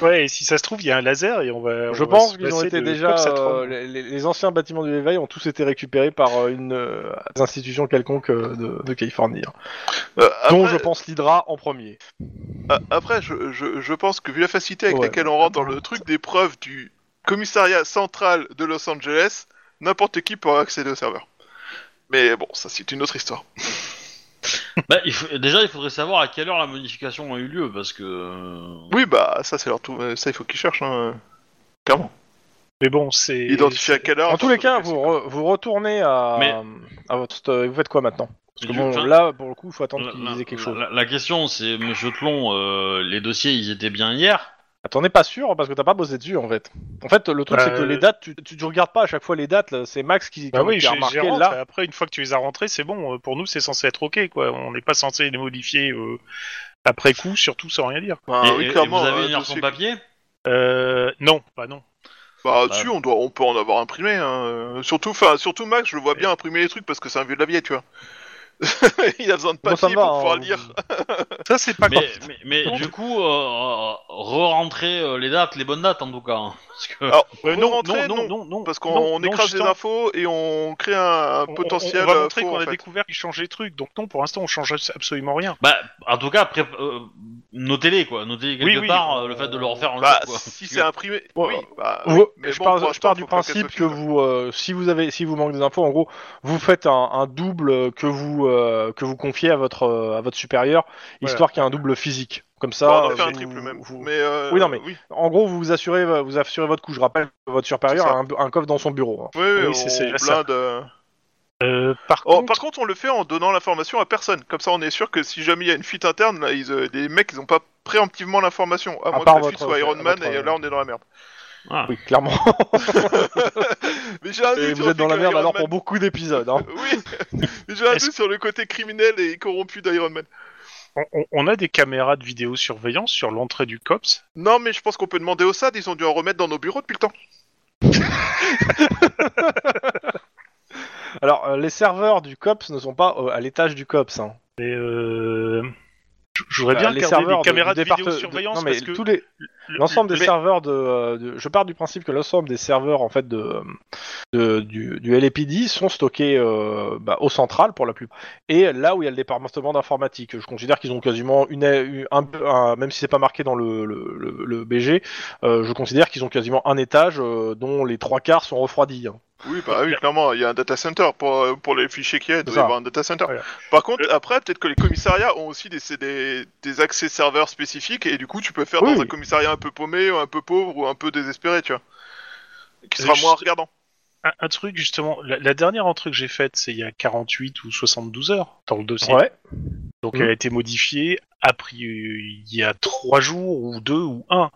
Ouais, et si ça se trouve, il y a un laser et on va. Je on va pense se qu'ils ont passer été de déjà. cops à Tron. euh, les, les- les anciens bâtiments du l'éveil ont tous été récupérés par euh, une euh, institution quelconque euh, de, de Californie. hein. Euh, après, Dont je pense l'Hydra en premier. a- après, je, je- je pense que vu la facilité avec Ouais. laquelle on rentre dans le truc des preuves du commissariat central de Los Angeles, n'importe qui peut accéder au serveur. Mais bon, ça c'est une autre histoire. Bah, il faut- déjà, il faudrait savoir à quelle heure la modification a eu lieu, parce que... euh, Oui, bah ça c'est leur tout. euh, Ça il faut qu'ils cherchent. Hein. Clairement. Mais bon, c'est. Identifier à quelle heure. En tous les cas, parce que- vous, re- vous retournez à, Mais- à votre. euh, Vous faites quoi maintenant Parce que du- bon, enfin, là, pour le coup, il faut attendre la, qu'ils aient quelque la- chose. la- la question, c'est, monsieur Tlon, euh, les dossiers, ils étaient bien hier Attends, on n'est pas sûr parce que t'as pas bossé dessus en fait. En fait, le truc, Bah, c'est que euh, les dates, tu, tu, tu regardes pas à chaque fois les dates, là, c'est Max qui, Bah qui oui, a j'ai remarqué j'ai rentre, là. et Après, une fois que tu les as rentrés, c'est bon. euh, Pour nous, c'est censé être ok, quoi. On n'est pas censé les modifier euh, après coup, surtout sans rien dire. Bah, Et- oui, et- et clairement. Vous euh, avez une heure dossier- sur papier Euh, non, bah non. Bah, dessus, on doit, on peut en avoir imprimé. Hein. Euh, Surtout, enfin, surtout Max, je le vois bien imprimer les trucs parce que c'est un vieux de la vieille, tu vois. il a besoin de Bon, ça papier me va, pour pouvoir hein. lire. Ça, c'est pas mais, grave. mais, mais du coup, euh, euh, re-rentrer euh, les dates, les bonnes dates en tout cas. hein, parce que... Alors, Euh, non, re-rentrer, non, non, non, non, non. Parce non, qu'on on non, écrase les justement. infos et on crée un, un On- on- potentiel. On, va euh, montrer faux, qu'on en a fait. découvert qu'ils changeaient les trucs. Donc non, pour l'instant, on change absolument rien. Bah, en tout cas, pré- euh, notez-les quoi, notez-les quelque Oui, oui, part, on- euh, le fait de le refaire en Bah, jour, quoi. si c'est imprimé, oui. Ouais. Bah, Vous- oui, mais je, bon, pars, pour je l'instant, pars du faut pas qu'elle principe soit que finie. vous, euh, si vous avez, si vous manque des infos, en gros, vous faites un, un double euh, que vous euh, que vous confiez à votre euh, à votre supérieur, Voilà. histoire qu'il y ait un double physique. Comme ça, Bah, on euh, en fait un vous- triple même. vous- Mais, euh, Oui, non, mais- Oui, en gros, vous vous assurez vous assurez votre coup. Je rappelle que votre supérieur C'est ça. a un, un coffre dans son bureau. hein. oui, oui, Oui, c'est- c'est on déjà ça. blinde. euh, Euh, par Oh, contre, par contre, on le fait en donnant l'information à personne. Comme ça, on est sûr que si jamais il y a une fuite interne, là, ils, euh, les mecs, ils n'ont pas préemptivement l'information. À, À moins part que la fuite votre- soit Iron Man, votre- euh, et là, on est dans la merde. Voilà. Oui, clairement. Mais j'ai un Et doute vous sur êtes dans le la fait merde que alors Iron pour beaucoup d'épisodes. hein. Man- Oui, Mais j'ai un Est-ce- doute sur le côté criminel et corrompu d'Iron Man. on, on- on a des caméras de vidéosurveillance sur l'entrée du COPS. Non, mais je pense qu'on peut demander au SAD, ils ont dû en remettre dans nos bureaux depuis le temps. Alors, euh, les serveurs du COPS ne sont pas euh, à l'étage du COPS. hein. Mais euh, j- j'aurais Euh, bien les regardé serveurs les de- caméras du de, départe- vidéosurveillance non, mais parce que tous les, le- L'ensemble le- des serveurs de, euh, de- Je pars du principe que l'ensemble des serveurs en fait de, de- du, du LAPD sont stockés euh, bah, au central pour la plupart. Et là où il y a le département d'informatique, je considère qu'ils ont quasiment une, une- un, un- même si c'est pas marqué dans le, le, le- le BG, euh, je considère qu'ils ont quasiment un étage euh, dont les trois quarts sont refroidis. hein. Oui, bah oui, clairement, il y a un data center pour, euh, pour les fichiers qu'il y a, il doit y C'est ça. avoir bah, un data center. Voilà. Par contre, après, peut-être que les commissariats ont aussi des, c'est des, des accès serveurs spécifiques, et du coup, tu peux faire Oui. dans un commissariat un peu paumé, ou un peu pauvre, ou un peu désespéré, tu vois. Qui sera Euh, moins juste- regardant. un, un truc justement, la, la dernière entrée que j'ai faite, c'est il y a 48 ou 72 heures dans le dossier. Donc Mhm. elle a été modifiée après il y a trois jours ou deux ou un.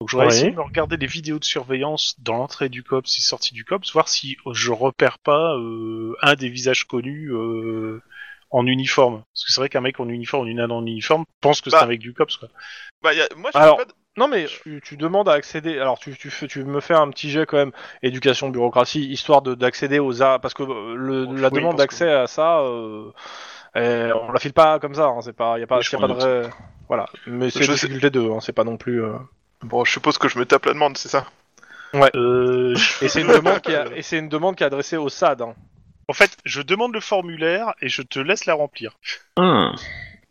Donc j'aurais Ouais. essayé de me regarder les vidéos de surveillance dans l'entrée du COPS et sortie du COPS, voir si euh, je repère pas euh, un des visages connus euh, en uniforme. Parce que c'est vrai qu'un mec en uniforme, une âne en uniforme, pense que c'est Bah. un mec du COPS. Quoi. Bah, y a- moi, je Alors, fais pas de- Non mais tu, tu demandes à accéder. Alors tu, tu, fais- tu me fais un petit jet quand même, éducation, bureaucratie, histoire de- d'accéder aux a parce que euh, le, Bon, la oui, demande parce d'accès à ça, euh, euh, on la file pas comme ça. Hein, c'est pas, y a pas, Oui, je y a pas prends de vrai- voilà. Mais c'est Je la sais- difficulté 2, hein, c'est pas non plus. euh, Bon, je suppose que je me tape la demande, c'est ça Euh, Et c'est une demande qui est, et c'est une demande qui est adressée au SAD. Hein. en fait, je demande le formulaire et je te laisse la remplir. Hein,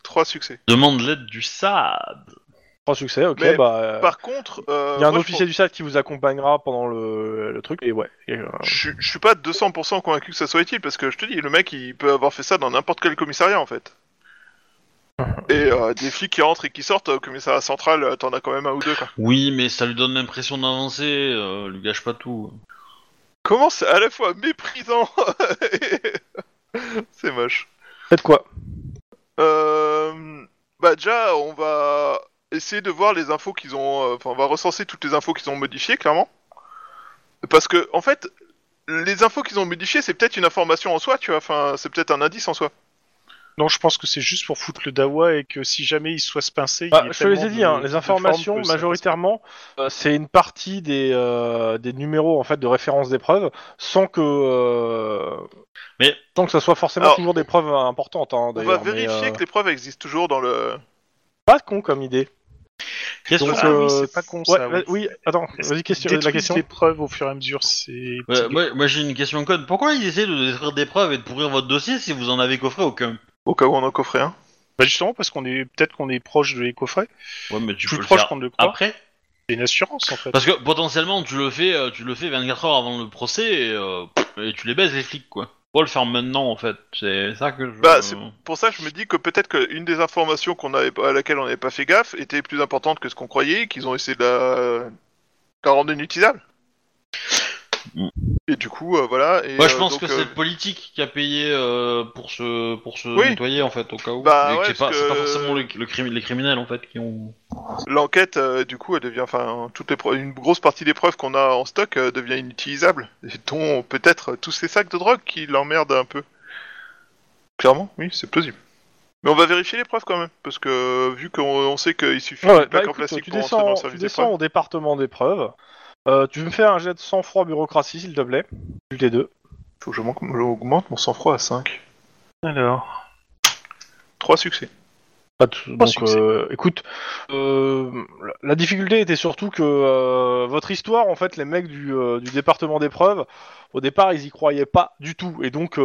Trois succès. Demande l'aide du SAD. Trois succès, ok. Mais bah, euh, Par contre, euh, il y a un moi, je officier du SAD qui vous accompagnera pendant le, le truc et ouais. et, euh, Je, je suis pas 200% convaincu que ça soit utile parce que je te dis, le mec il peut avoir fait ça dans n'importe quel commissariat en fait. Et euh, des flics qui rentrent et qui sortent au commissariat central, euh, t'en as quand même un ou deux quoi. Oui, mais ça lui donne l'impression d'avancer, euh, lui gâche pas tout. Comment c'est à la fois méprisant et- C'est moche. Faites quoi Euh, bah déjà, on va essayer de voir les infos qu'ils ont. euh, Enfin, on va recenser toutes les infos qu'ils ont modifiées, clairement. Parce que, en fait, les infos qu'ils ont modifiées, c'est peut-être une information en soi, tu vois. Enfin, c'est peut-être un indice en soi. Non, je pense que c'est juste pour foutre le dawa et que si jamais il se soit pincé, Bah, je te les ai dit, hein, les informations majoritairement, euh, c'est une partie des, euh, des numéros en fait de référence des preuves, sans que euh, Mais- sans que ça soit forcément Alors, toujours des preuves euh, importantes. Hein, On va d'ailleurs, mais, vérifier euh, que les preuves existent toujours dans le. Pas con comme idée. Question. Donc, ah oui, euh, c'est pas con, ouais, ça, là- oui. oui, attends, vas-y question, la question. les preuves au fur et à mesure, c'est... Ouais, moi, moi, j'ai une question code. Pourquoi ils essaient de détruire des preuves et de pourrir votre dossier si vous en avez coffré aucun Au cas où on en coffrait un. Bah, justement, parce qu'on est peut-être qu'on est proche de l'écoffret. Ouais, mais tu Plus peux le proche faire qu'on ne le croit. après. C'est une assurance, en fait. Parce que potentiellement, tu le fais, euh, tu le fais 24 heures avant le procès et, euh, pff, et tu les baises les flics quoi. Faut le faire maintenant en fait. C'est ça que je. Bah, c'est- Pour ça, je me dis que peut-être qu'une des informations qu'on avait, à laquelle on n'avait pas fait gaffe était plus importante que ce qu'on croyait, qu'ils ont essayé de la, de la rendre inutilisable. Mm. Et du coup, euh, voilà. Et, Moi, je euh, pense donc, que euh, c'est le politique qui a payé euh, pour se pour se Oui. nettoyer en fait au cas où. Bah Et ouais, c'est pas, parce c'est pas que- forcément le, le crimi- les criminels en fait qui ont. L'enquête, euh, du coup, elle devient, enfin, toutes les preu- une grosse partie des preuves qu'on a en stock euh, devient inutilisable, et dont peut-être tous ces sacs de drogue qui l'emmerdent un peu. Clairement, oui, c'est plausible. Mais on va vérifier les preuves quand même, parce que euh, vu qu'on on sait qu'il suffit Ouais, d'une bah, plaque en écoute, plastique tu pour entrer dans descends, le tu service des descends preuves. au département des preuves. Euh, tu me fais un jet de sang-froid bureaucratie s'il te plaît, tu les deux. Faut que je manque- j'augmente mon sang-froid à 5. Alors... 3 succès. Pas de- donc, succès. euh, écoute, euh, la- la difficulté était surtout que euh, votre histoire, en fait, les mecs du, euh, du département des preuves, au départ, ils y croyaient pas du tout. Et donc, euh,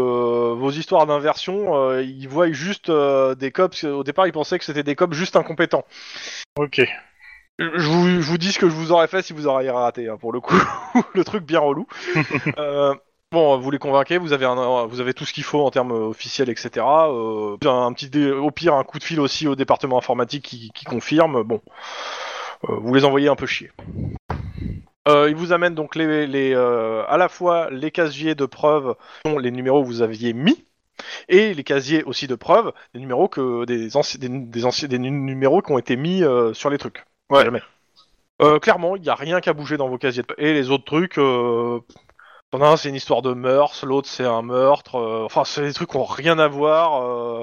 vos histoires d'inversion, euh, ils voient juste euh, des cops. Au départ, ils pensaient que c'était des cops juste incompétents. Ok. Je vous, je vous dis ce que je vous aurais fait si vous auriez raté, hein, pour le coup. le truc bien relou. Euh, bon, vous les convainquez, vous avez, un, vous avez tout ce qu'il faut en termes officiels, etc. Euh, un, un petit dé- au pire, un coup de fil aussi au département informatique qui, qui confirme. Bon, Euh, vous les envoyez un peu chier. Euh, ils vous amènent donc les, les, euh, à la fois les casiers de preuves, dont les numéros que vous aviez mis, et les casiers aussi de preuves, des numéros que des, anci- des, des, anci- des nu- numéros qui ont été mis euh, sur les trucs. Ouais. Jamais. Euh, clairement, il n'y a rien qu'à bouger dans vos casiers. de- Et les autres trucs, euh, t'en as un c'est une histoire de mœurs, l'autre c'est un meurtre. euh, enfin, c'est des trucs qui n'ont rien à voir. euh,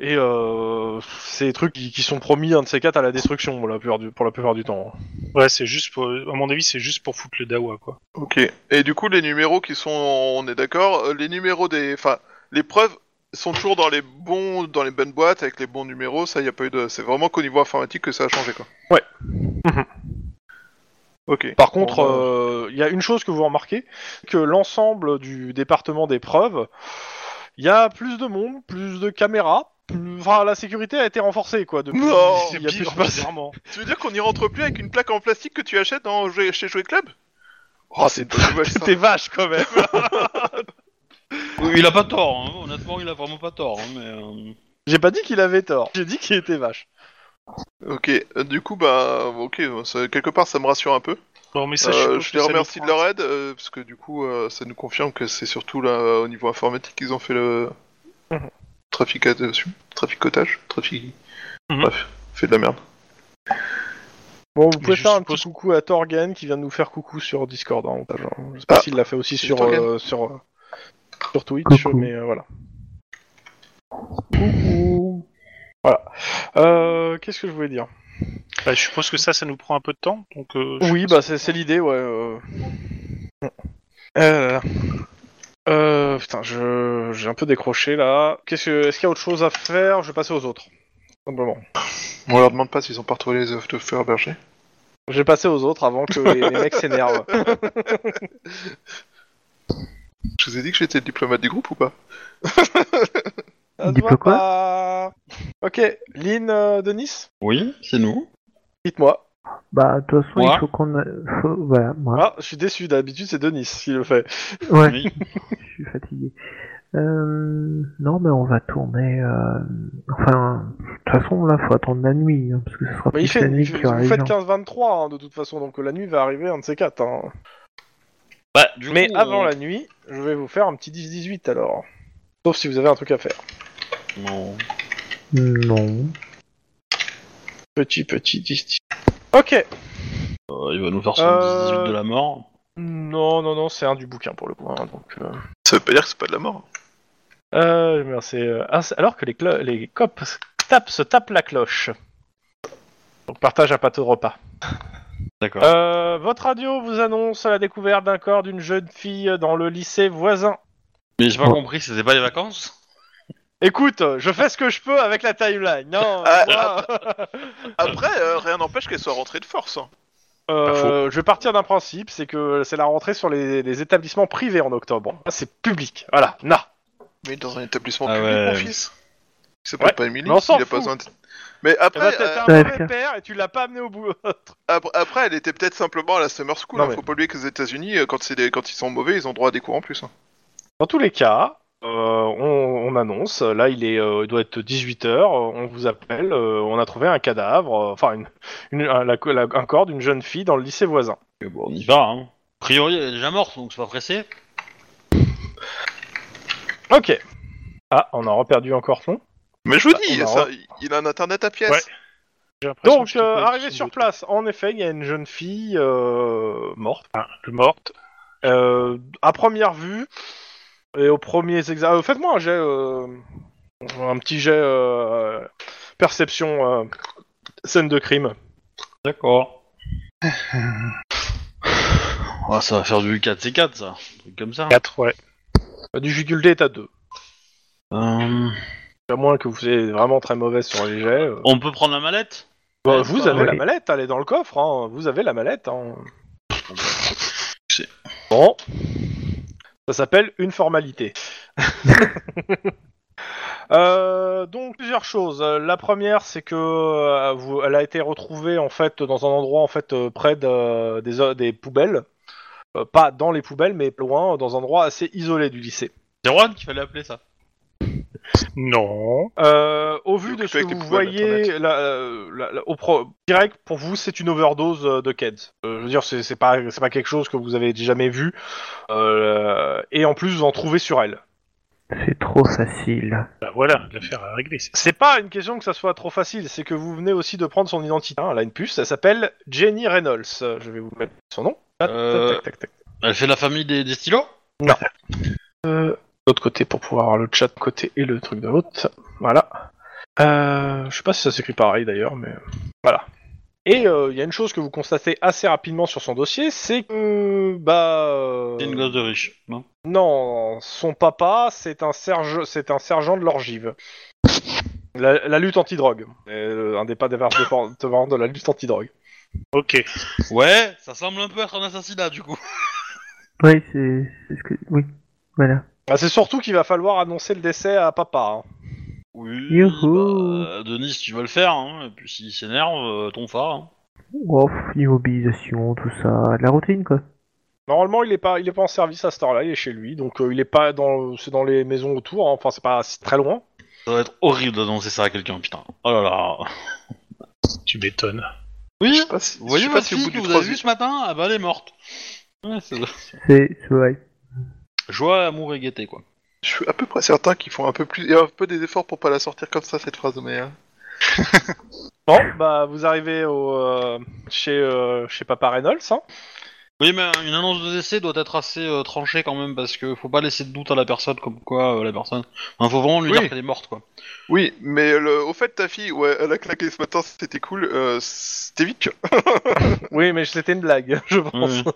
et euh, c'est des trucs qui, qui sont promis un de ces quatre à la destruction pour la plupart du, pour la plupart du temps. Ouais, c'est juste pour... À mon avis, c'est juste pour foutre le dawa, quoi. Ok. Et du coup, les numéros qui sont, on est d'accord, euh, les numéros des, enfin, les preuves sont toujours dans les bons, dans les bonnes boîtes avec les bons numéros. Ça, y a pas eu de, c'est vraiment qu'au niveau informatique que ça a changé, quoi. Ouais. ok. Par contre, Bon, bah. euh, il y a une chose que vous remarquez, que l'ensemble du département des preuves, il y a plus de monde, plus de caméras. plus- Enfin, la sécurité a été renforcée, quoi. Depuis, Non, il y a plus de place. bizarrement. Tu veux dire qu'on n'y rentre plus avec une plaque en plastique que tu achètes dans, Jouer- chez Jouet Club Oh, c'est dommage. ça. T'es vache quand même. Il a pas tort. hein. Honnêtement, il a vraiment pas tort. hein, mais, euh, J'ai pas dit qu'il avait tort. J'ai dit qu'il était vache. Ok. Euh, Du coup, bah, ok. ça- quelque part, ça me rassure un peu. Bon, mais ça, Euh, suppose je que les ça nous remercie de fera- leur aide, euh, parce Mhm. que du coup, euh, ça nous confirme que c'est surtout là, au niveau informatique qu'ils ont fait le... traficotation, traficotage, trafic. Mhm. Bref, fait de la merde. Bon, vous pouvez je faire un suppose- petit coucou à Torgan qui vient de nous faire coucou sur Discord. hein, au passage, hein. Je sais pas Ah, s'il l'a fait aussi c'est sur, Torgan. euh, sur, euh, sur Twitch, Coucou. mais euh, voilà. Coucou. Voilà. Euh, Qu'est-ce que je voulais dire Bah, je suppose que ça, ça nous prend un peu de temps. Donc, euh, je Oui, pense- bah c'est c'est l'idée, ouais. Euh... Euh, euh, putain, je j'ai un peu décroché là. Qu'est-ce que est-ce qu'il y a autre chose à faire Je vais passer aux autres. Simplement. On leur demande pas s'ils ont pas retrouvé les œufs de fer berger. Je vais passer aux autres avant que les, les mecs s'énervent. Je vous ai dit que j'étais le diplomate du groupe ou pas Ça se Dis-le voit quoi pas. Ok, Lynn, euh, Denis, Oui, c'est nous. dites-moi. Bah, de toute façon, Moi. il faut qu'on. a- faut- Voilà, moi. Ah, je suis déçu. D'habitude, c'est Denis qui le fait. Ouais, Oui. je suis fatigué. Euh... Non, mais on va tourner. Euh... Enfin, de toute façon, là, faut attendre la nuit, hein, parce que ce sera plus Mais Bah, il fait. la nuit il qu'il fait- y aura vous les faites gens. 15-23 hein, de toute façon, donc euh, la nuit va arriver un de ces quatre. hein. Bah, du Mais coup, avant on- la nuit, je vais vous faire un petit 10-18 alors. Sauf si vous avez un truc à faire. Non. Non. Petit, petit, petit. Ok. Euh, il va nous faire son Euh, 18 de la mort. Non, non, non, c'est un du bouquin pour le coup. hein, donc, euh... Ça veut pas dire que c'est pas de la mort. Euh, mais c'est, euh, ah, c'est- alors que les, clo- les cops tapent, se tapent la cloche. Donc partage un plateau de repas. D'accord. Euh, votre radio vous annonce la découverte d'un corps d'une jeune fille dans le lycée voisin. Mais j'ai pas bon. compris, c'était pas les vacances Écoute, je fais ce que je peux avec la timeline. Non, Ah, moi- Après, euh, rien n'empêche qu'elle soit rentrée de force. hein. Euh, je vais partir d'un principe, c'est que c'est la rentrée sur les, les établissements privés en octobre. Ah, c'est public, voilà, na. Mais dans un établissement Ah public, ouais. mon fils. Il s'appelle Ouais, pas Emily, mais on s'en il a pas fout. besoin de- Mais Eh ben, après, t'as- euh, t'as un Ouais, mauvais père et tu l'as pas amené au bout. Après, après, elle était peut-être simplement à la summer school. Non, hein. mais- Faut pas oublier que les États-Unis, euh, quand, c'est des- quand ils sont mauvais, ils ont droit à des cours en plus. hein. Dans tous les cas, euh, on, on annonce, là il, est, euh, il doit être 18h, on vous appelle, euh, on a trouvé un cadavre, euh, enfin une, une- un, la- la- un corps d'une jeune fille dans le lycée voisin. Mais Bon, on y va, hein. A priori, elle est déjà morte, donc c'est pas pressé. Ok. Ah, on a reperdu encore son. Mais je vous Bah, dis, on a ça- re- il a un internet à pièces. Ouais. J'ai l'impression que Donc, Ah, je te euh, connais arrivé tous sur de- place, en effet, il y a une jeune fille euh, morte. Ah, le morte. Euh, à première vue, et au premier examen... Faites-moi un jet... euh, un petit jet... euh, perception... euh, scène de crime. D'accord. Ah, ça va faire du 4C4, ça. Un truc comme ça. 4, ouais. Du jugulé est à 2. Euh, À moins que vous soyez vraiment très mauvais sur les jets. euh. on peut prendre la mallette Bah, vous ça, avez ouais. la mallette, elle est dans le coffre, hein. vous avez la mallette. Hein. C'est- Bon. Ça s'appelle une formalité. Euh, donc plusieurs choses. Euh, La première, c'est que euh, vous- elle a été retrouvée en fait dans un endroit en fait euh, près de- des, o- des poubelles, Euh, pas dans les poubelles, mais loin, dans un endroit assez isolé du lycée. C'est Juan qu'il fallait appeler ça. Non. Euh, au vu de occupé ce que avec les vous poubelles, voyez, la- euh, la- la- au pro- direct pour vous, c'est une overdose euh, de Keds. Euh, je veux dire, c'est c'est pas, c'est pas quelque chose que vous avez jamais vu. Euh, et en plus, vous en trouvez sur elle. C'est trop facile. Bah, voilà, l'affaire est réglée. c'est- C'est pas une question que ça soit trop facile, c'est que vous venez aussi de prendre son identité. Hein, Elle a une puce, elle s'appelle Jenny Reynolds. Euh, Je vais vous mettre son nom. Tac, Euh, tac, tac, tac, tac. Elle fait la famille des, des stylos Euh, L'autre côté pour pouvoir avoir le chat de côté et le truc de l'autre. Voilà. Euh, je sais pas si ça s'écrit pareil d'ailleurs, mais voilà. Et euh, il y a une chose que vous constatez assez rapidement sur son dossier, c'est que bah euh, C'est une gosse de riche. Non non, son papa c'est un serge, c'est un sergent de l'orgive. La, la lutte anti-drogue, Euh, un des pas des départements de la lutte anti-drogue. Ok. ouais, ça semble un peu être un assassinat du coup. Oui, c'est c'est ce que. Oui, voilà. Bah, c'est surtout qu'il va falloir annoncer le décès à papa. hein. Oui. Youhou. bah, Denis, tu vas le faire, hein. Et puis s'il s'énerve, euh, ton phare. Hein. Oh, pff, l'immobilisation, tout ça. La routine, quoi. Normalement, il est pas, il est pas en service à cette heure-là, il est chez lui, donc euh, il est pas dans, c'est dans les maisons autour. hein. Enfin, c'est pas si- très loin. Ça doit être horrible d'annoncer ça à quelqu'un, putain. Oh là là. Tu m'étonnes. Oui, Je sais pas si, vous voyez je sais pas votre si au bout fille que du vous avez troisième. vue ce matin Ah bah elle est morte. Ouais, c'est C'est. c'est- Ouais. Joie, amour et gaieté, quoi. Je suis à peu près certain qu'ils font un peu plus, et un peu des efforts pour pas la sortir comme ça cette phrase hein. de merde. Bon, bah vous arrivez au, euh, chez, euh, chez Papa Reynolds. Hein. Oui, mais une annonce de décès doit être assez euh, tranchée quand même, parce que faut pas laisser de doute à la personne, comme quoi euh, la personne. Enfin, faut vraiment lui Oui. dire qu'elle est morte, quoi. Oui, mais le- au fait, ta fille, ouais, elle a claqué ce matin, c'était cool. Euh, c'était vite. Oui, mais c'était une blague, je pense. Oui.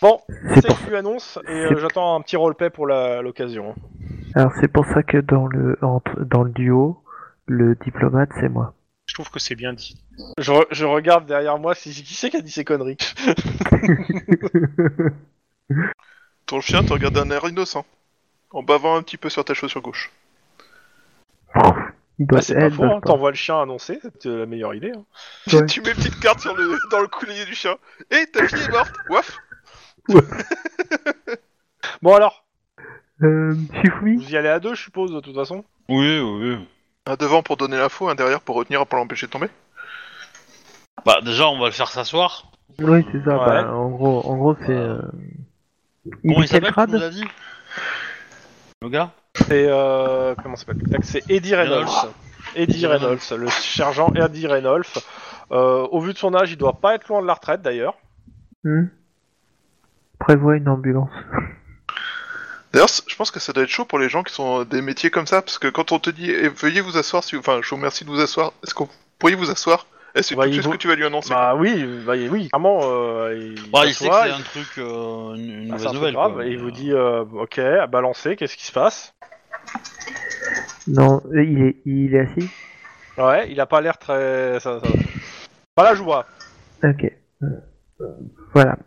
Bon, C'est c'est pour- que tu annonces et euh, j'attends un petit roleplay pour la- l'occasion. Alors c'est pour ça que dans le entre- dans le duo, le diplomate c'est moi. Je trouve que c'est bien dit. Je, re- je regarde derrière moi si qui c'est qui a dit ces conneries. Ton chien te regarde d'un air innocent, en bavant un petit peu sur ta chaussure gauche. Ils Bah, doivent- c'est elles pas faux, hein, doivent t'envoies le chien annoncer, c'est euh, la meilleure idée. hein. pas. Ouais. Tu mets une petite carte sur le, dans le coulier du chien. Et ta fille est morte. Waf. Bon alors, Euh, Shifumi vous y allez à deux, je suppose, de toute façon. Oui, oui. Un devant pour donner l'info, un derrière pour retenir pour l'empêcher de tomber. Bah, déjà, on va le faire s'asseoir. Oui, c'est ça. Ouais. bah, en gros, en gros, c'est. Euh, euh, Il Comment est il quel s'appelle, tu grade nous as dit Le gars C'est euh, comment ça s'appelle Tac, C'est Eddie Reynolds. Eddie Reynolds, le sergent Eddie Reynolds. Euh, au vu de son âge, il doit pas être loin de la retraite d'ailleurs. Hmm Prévoit une ambulance. D'ailleurs, c- je pense que ça doit être chaud pour les gens qui sont euh, des métiers comme ça, parce que quand on te dit eh, veuillez vous asseoir, si... enfin, je vous remercie de vous asseoir, est-ce qu'on pourriez vous asseoir Et c'est Bah, tout de il suite ce vaut- que tu vas lui annoncer. Bah oui, bah oui, clairement. euh, il Bah, il sait que s'assoit, c'est Ah, il- un truc, euh, une, une Ah, c'est mauvaise un peu nouvelle. grave, quoi. et il vous dit euh, ok, à balancer, qu'est-ce qui se passe Non, euh, il est, il est assis. Ouais, il a pas l'air très. Ça, ça... Pas la joie. Ok. Euh, Voilà.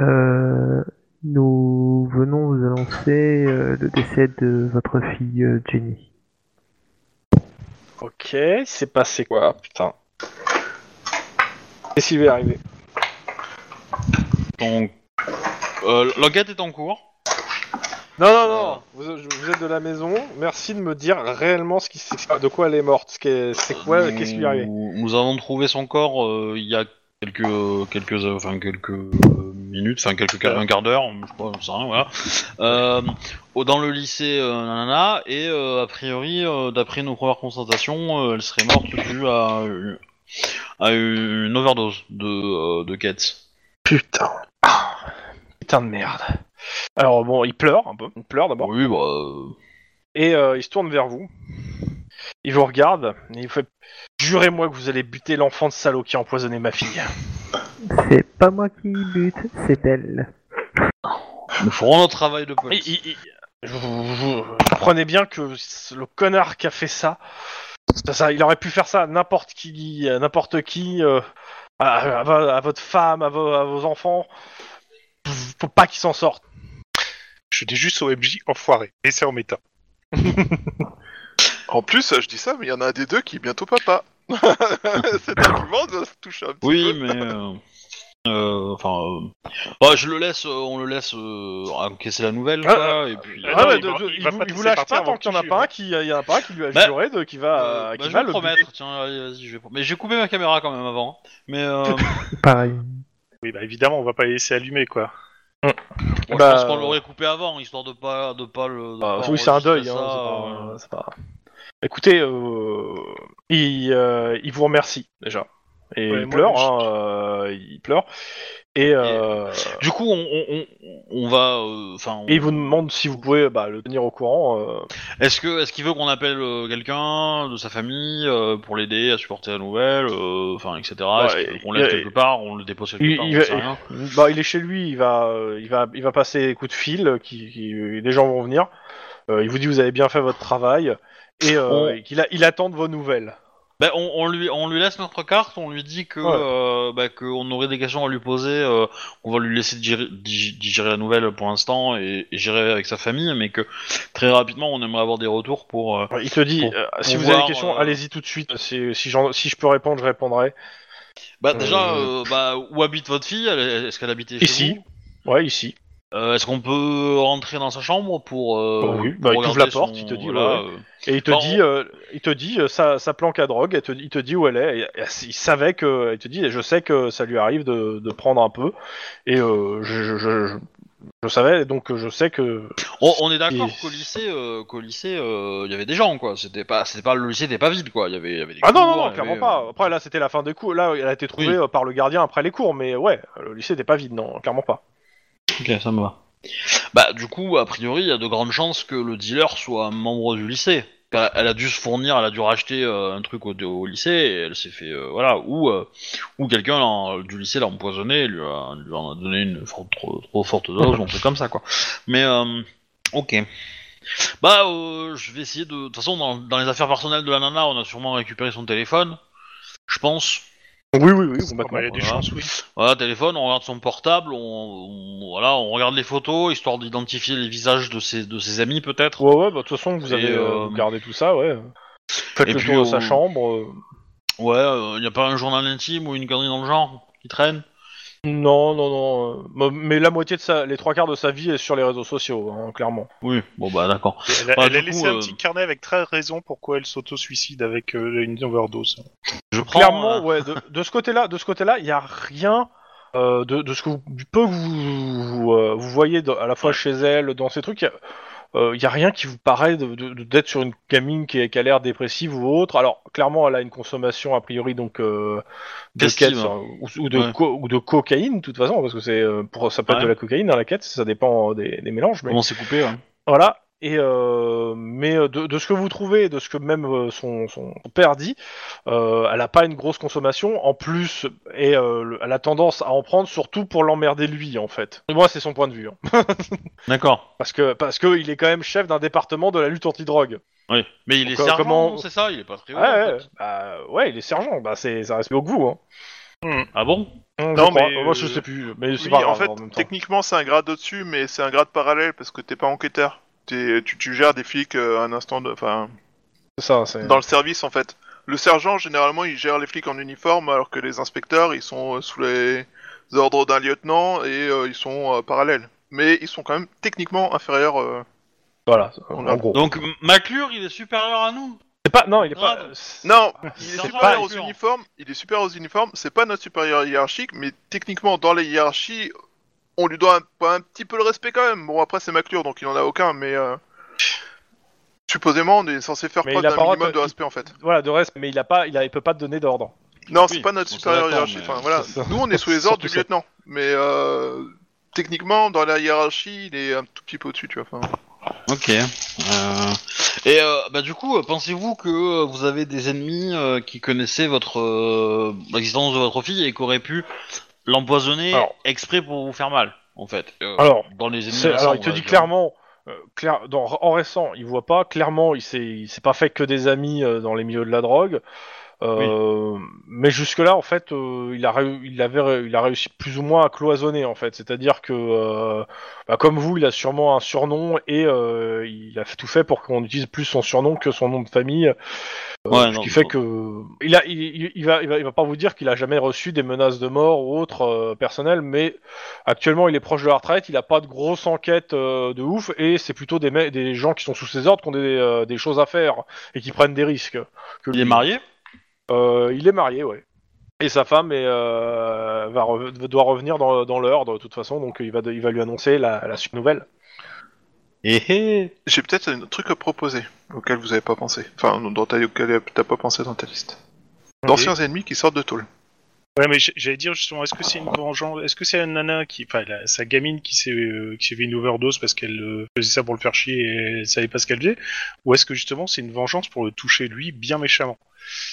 Euh, nous venons vous annoncer euh, le décès de votre fille euh, Jenny. Ok, il s'est passé quoi Putain. Qu'est-ce qui lui est arrivé Donc, euh, l'enquête est en cours. Non, non, non Euh, vous, vous êtes de la maison, merci de me dire réellement ce qui s'est- de quoi elle est morte. ce qu'est- C'est quoi Nous- Qu'est-ce qui lui est arrivé Nous avons trouvé son corps euh, il y a quelques quelques euh, enfin quelques euh, minutes, enfin quelques un quart d'heure, je sais pas, j'en sais rien, voilà. Euh, au- dans le lycée euh, nanana et euh, a priori euh, d'après nos premières constatations, euh, elle serait morte due à une- à une overdose de euh, de Kets. Putain. Ah, Putain de merde. Alors bon, il pleure un peu. Il pleure d'abord. Oui, bah euh, Et euh, il se tourne vers vous. Il vous regarde. Et il fait Jurez-moi que vous allez buter l'enfant de salaud qui a empoisonné ma fille. C'est pas moi qui bute, c'est elle. nous ferons notre travail de Et police. il- il- je- vous- vous- vous comprenez bien que c- le connard qui a fait ça, ça, ça, il aurait pu faire ça à n'importe qui, à n'importe qui, euh, à, à vo- à votre femme, à, vo- à vos enfants. Faut pas qu'ils s'en sortent. Je dis juste au MJ enfoiré. Et c'est en méta. En plus, euh, je dis ça, mais il y en a un des deux qui est bientôt papa. Cet argument doit se toucher un petit Oui, peu. mais euh, euh, enfin, euh, bah, je le laisse, euh, on le laisse euh, encaisser la nouvelle, Ah, quoi, et puis. ah, euh, non, Ouais, il va- il va vous- pas te vous laisser lâche partir pas tant avant hein. qu'il y en que a tu pas un qui, il y en a pas un qui lui a Bah, juré de qui va, euh, bah, qui je va vais le le buter. promettre. Tiens, allez, vas-y, je vais. Mais j'ai coupé ma caméra quand même avant. Mais euh, bon, Pareil. Oui, bah évidemment, on va pas les laisser allumer, quoi. Bah, je pense qu'on euh, l'aurait coupé avant, histoire de pas, de pas le. de Bah, pas oui, c'est un enregistrer deuil. ça, hein, euh, c'est pas- c'est pas- Écoutez, euh, il, euh, il vous remercie déjà. Et Ouais, il moi, pleure, je- hein, euh, il pleure. Et, euh, Du coup, on, on, on- on va, euh, enfin. on- et il vous demande si vous pouvez bah, le tenir au courant. euh. Est-ce que, est-ce qu'il veut qu'on appelle euh, quelqu'un de sa famille euh, pour l'aider à supporter la nouvelle, euh, enfin, etc. Est-ce Ouais, qu'il faut qu'on il- l'aide il- quelque part, on le dépose quelque il- part, il on va- sait rien. Bah, il est chez lui, il va, euh, il va, il va passer des coups de fil, euh, qui, qui- les gens vont venir. Euh, il vous dit vous avez bien fait votre travail et, euh, On- et qu'il a- il attend de vos nouvelles. Ben, on, on lui, on lui laisse notre carte, on lui dit que Ouais. euh, bah, qu'on aurait des questions à lui poser, euh, on va lui laisser digérer, dig- digérer la nouvelle pour l'instant et, et gérer avec sa famille, mais que très rapidement on aimerait avoir des retours pour. euh, Il te dit Pour- euh, si pour vous avez des voir, questions, euh, allez-y tout de suite. Si, si, j'en- si je peux répondre, je répondrai. Bah déjà, Euh. euh, bah, où habite votre fille Elle est- Est-ce qu'elle habitait chez Ici. vous Ouais, ici. Euh, Est-ce qu'on peut rentrer dans sa chambre pour euh, Bah oui, pour bah, il t'ouvre regarder la porte, son- il te dit, voilà, euh, Et il te Bon, dit, euh, il te dit euh, sa, sa planque à drogue, il te, il te dit où elle est. et- et il savait que, il te dit, euh, je sais que ça lui arrive de, de prendre un peu, et euh, je, je- je- je- Je savais, donc euh, je sais que. On, on est d'accord Et- qu'au lycée, euh, qu'au lycée, euh, il y avait des gens quoi. C'était pas, c'était pas le lycée, n'était pas vide quoi. Il y avait, il y avait des. Ah non, cours, non, il y non, avait, clairement euh, pas. Après, là, c'était la fin des cours. Là, elle a été trouvée Oui. euh, par le gardien après les cours, mais ouais, le lycée n'était pas vide, non, clairement pas. Ok, ça me va. Bah, du coup, a priori, il y a de grandes chances que le dealer soit un membre du lycée. Bah, Elle a dû se fournir, elle a dû racheter euh, un truc au, au lycée, et elle s'est fait. euh, voilà, ou, euh, ou quelqu'un en- du lycée l'a empoisonné, lui, a- lui en a donné une for- trop, trop forte dose, ou un truc comme ça, quoi. Mais, euh, ok. Bah, euh, je vais essayer de. De toute façon, dans, dans les affaires personnelles de la nana, on a sûrement récupéré son téléphone, je pense. Oui, oui, oui, Ah, bah, il y a des voilà. chances, oui. Voilà, téléphone, on regarde son portable, on, on- voilà, on regarde les photos, histoire d'identifier les visages de ses, de ses amis peut-être. Ouais, ouais, bah, de toute façon, vous Et, avez euh, euh, gardé tout ça, ouais. Faites et le puis, tour de sa on- chambre. euh, Ouais, il a pas un journal intime ou une connerie dans le genre qui traîne Non, non, non. euh, mo- Mais la moitié de sa, les trois quarts de sa vie est sur les réseaux sociaux, hein, clairement. Oui, bon bah d'accord. Elle a, Bah, elle a du coup, laissé un euh, petit carnet avec 13 raisons pourquoi elle s'auto-suicide avec euh, une overdose. Je prends, Clairement, euh, ouais. De, de ce côté-là, de ce côté-là, il y a rien euh, de, de ce que vous, du peu que vous, vous, euh, vous voyez dans- à la fois chez elle, dans ces trucs. Il y a- euh, il y a rien qui vous paraît de- de- de- d'être sur une gamine qui, est- qui a l'air dépressive ou autre. Alors clairement, elle a une consommation a priori donc euh, de Festive. quête, hein, ou, ou de Ouais. co- ou de cocaïne de toute façon, parce que c'est euh, pour ça peut être Ouais. de la cocaïne dans la quête, ça dépend euh, des, des mélanges. Mais Comment c'est coupé hein ouais. Voilà. Et euh, mais euh, de, de ce que vous trouvez, de ce que même euh, son, son père dit, euh, elle a pas une grosse consommation en plus et euh, le- elle a tendance à en prendre surtout pour l'emmerder lui en fait. Moi c'est son point de vue hein. D'accord. parce que parce que il est quand même chef d'un département de la lutte anti-drogue. Oui. Mais il est Donc, euh, sergent, comment- non, c'est ça Il est pas très haut, Ouais, ouais, en fait. bah, ouais, il est sergent, bah c'est ça reste mieux que vous hein. Ah bon Je Non, crois. mais, moi je euh, sais plus, mais c'est Oui, pas en grave, fait, en même temps. techniquement, c'est un grade au-dessus, mais c'est un grade parallèle parce que t'es pas enquêteur. T'es- tu, tu gères des flics euh, un instant, de- enfin, C'est ça, c'est dans le service en fait. Le sergent, généralement, il gère les flics en uniforme, alors que les inspecteurs, ils sont euh, sous les ordres d'un lieutenant et euh, ils sont euh, parallèles. Mais ils sont quand même techniquement inférieurs. euh. voilà, en, en gros. Donc M- Maclure, il est supérieur à nous C'est pas non, il est pas Ah, Non, il est sergent, supérieur il est aux sûr. uniformes. Il est supérieur aux uniformes. C'est pas notre supérieur hiérarchique, mais techniquement, dans les hiérarchies, on lui doit un, un petit peu le respect quand même. Bon, après, c'est Maclure, donc il en a aucun, mais euh, supposément, on est censé faire Mais preuve il a d'un pas droit minimum de- de respect en fait. voilà, de reste mais il a pas il, a, il peut pas te donner d'ordre. Non, c'est Oui, pas notre on est supérieur d'accord, hiérarchique. mais- Enfin, voilà. C'est ça. Nous, on est sous les C'est ordres du surtout ça. lieutenant. Mais euh, techniquement, dans la hiérarchie, il est un tout petit peu au-dessus, tu vois. Enfin, Ok. Euh, Et euh, bah du coup, euh, pensez-vous que euh, vous avez des ennemis euh, qui connaissaient votre euh, l'existence de votre fille et qui auraient pu l'empoisonner Alors. exprès pour vous faire mal, en fait. euh, Alors, dans les ennemis. C'est- alors, il te ensemble, dit ouais, clairement, euh, clair, dans- en restant, il voit pas. Clairement, il s'est, il s'est pas fait que des amis euh, dans les milieux de la drogue. Euh, Mais jusque-là, en fait, euh, il, a réu- il, avait, ré- il a réussi plus ou moins à cloisonner, en fait. C'est-à-dire que, euh, bah, comme vous, il a sûrement un surnom et euh, il a tout fait pour qu'on utilise plus son surnom que son nom de famille. euh, Ouais, ce non, qui je- fait que il, a, il, il- il va, il, va, il va pas vous dire qu'il a jamais reçu des menaces de mort ou autres euh, personnelles, mais actuellement il est proche de la retraite, il a pas de grosses enquêtes euh, de ouf et c'est plutôt des, me- des gens qui sont sous ses ordres qui ont des, euh, des choses à faire et qui prennent des risques. que Il est lui. marié Euh, il est marié, ouais. Et sa femme est, euh, va re- doit revenir dans, dans l'ordre de toute façon, donc il va, de- il va lui annoncer la, la suite nouvelle. Eh eh. J'ai peut-être un truc à proposer auquel vous avez pas pensé. Enfin, dont t'as auquel t'as pas pensé dans ta liste. D'anciens ennemis qui sortent de Tôle. Ouais, mais j'- j'allais dire justement, est-ce que c'est une vengeance Est-ce que c'est une nana qui, enfin, la- sa gamine qui s'est euh, qui s'est fait une overdose parce qu'elle euh, faisait ça pour le faire chier et elle savait pas ce qu'elle faisait Ou est-ce que justement c'est une vengeance pour le toucher lui bien méchamment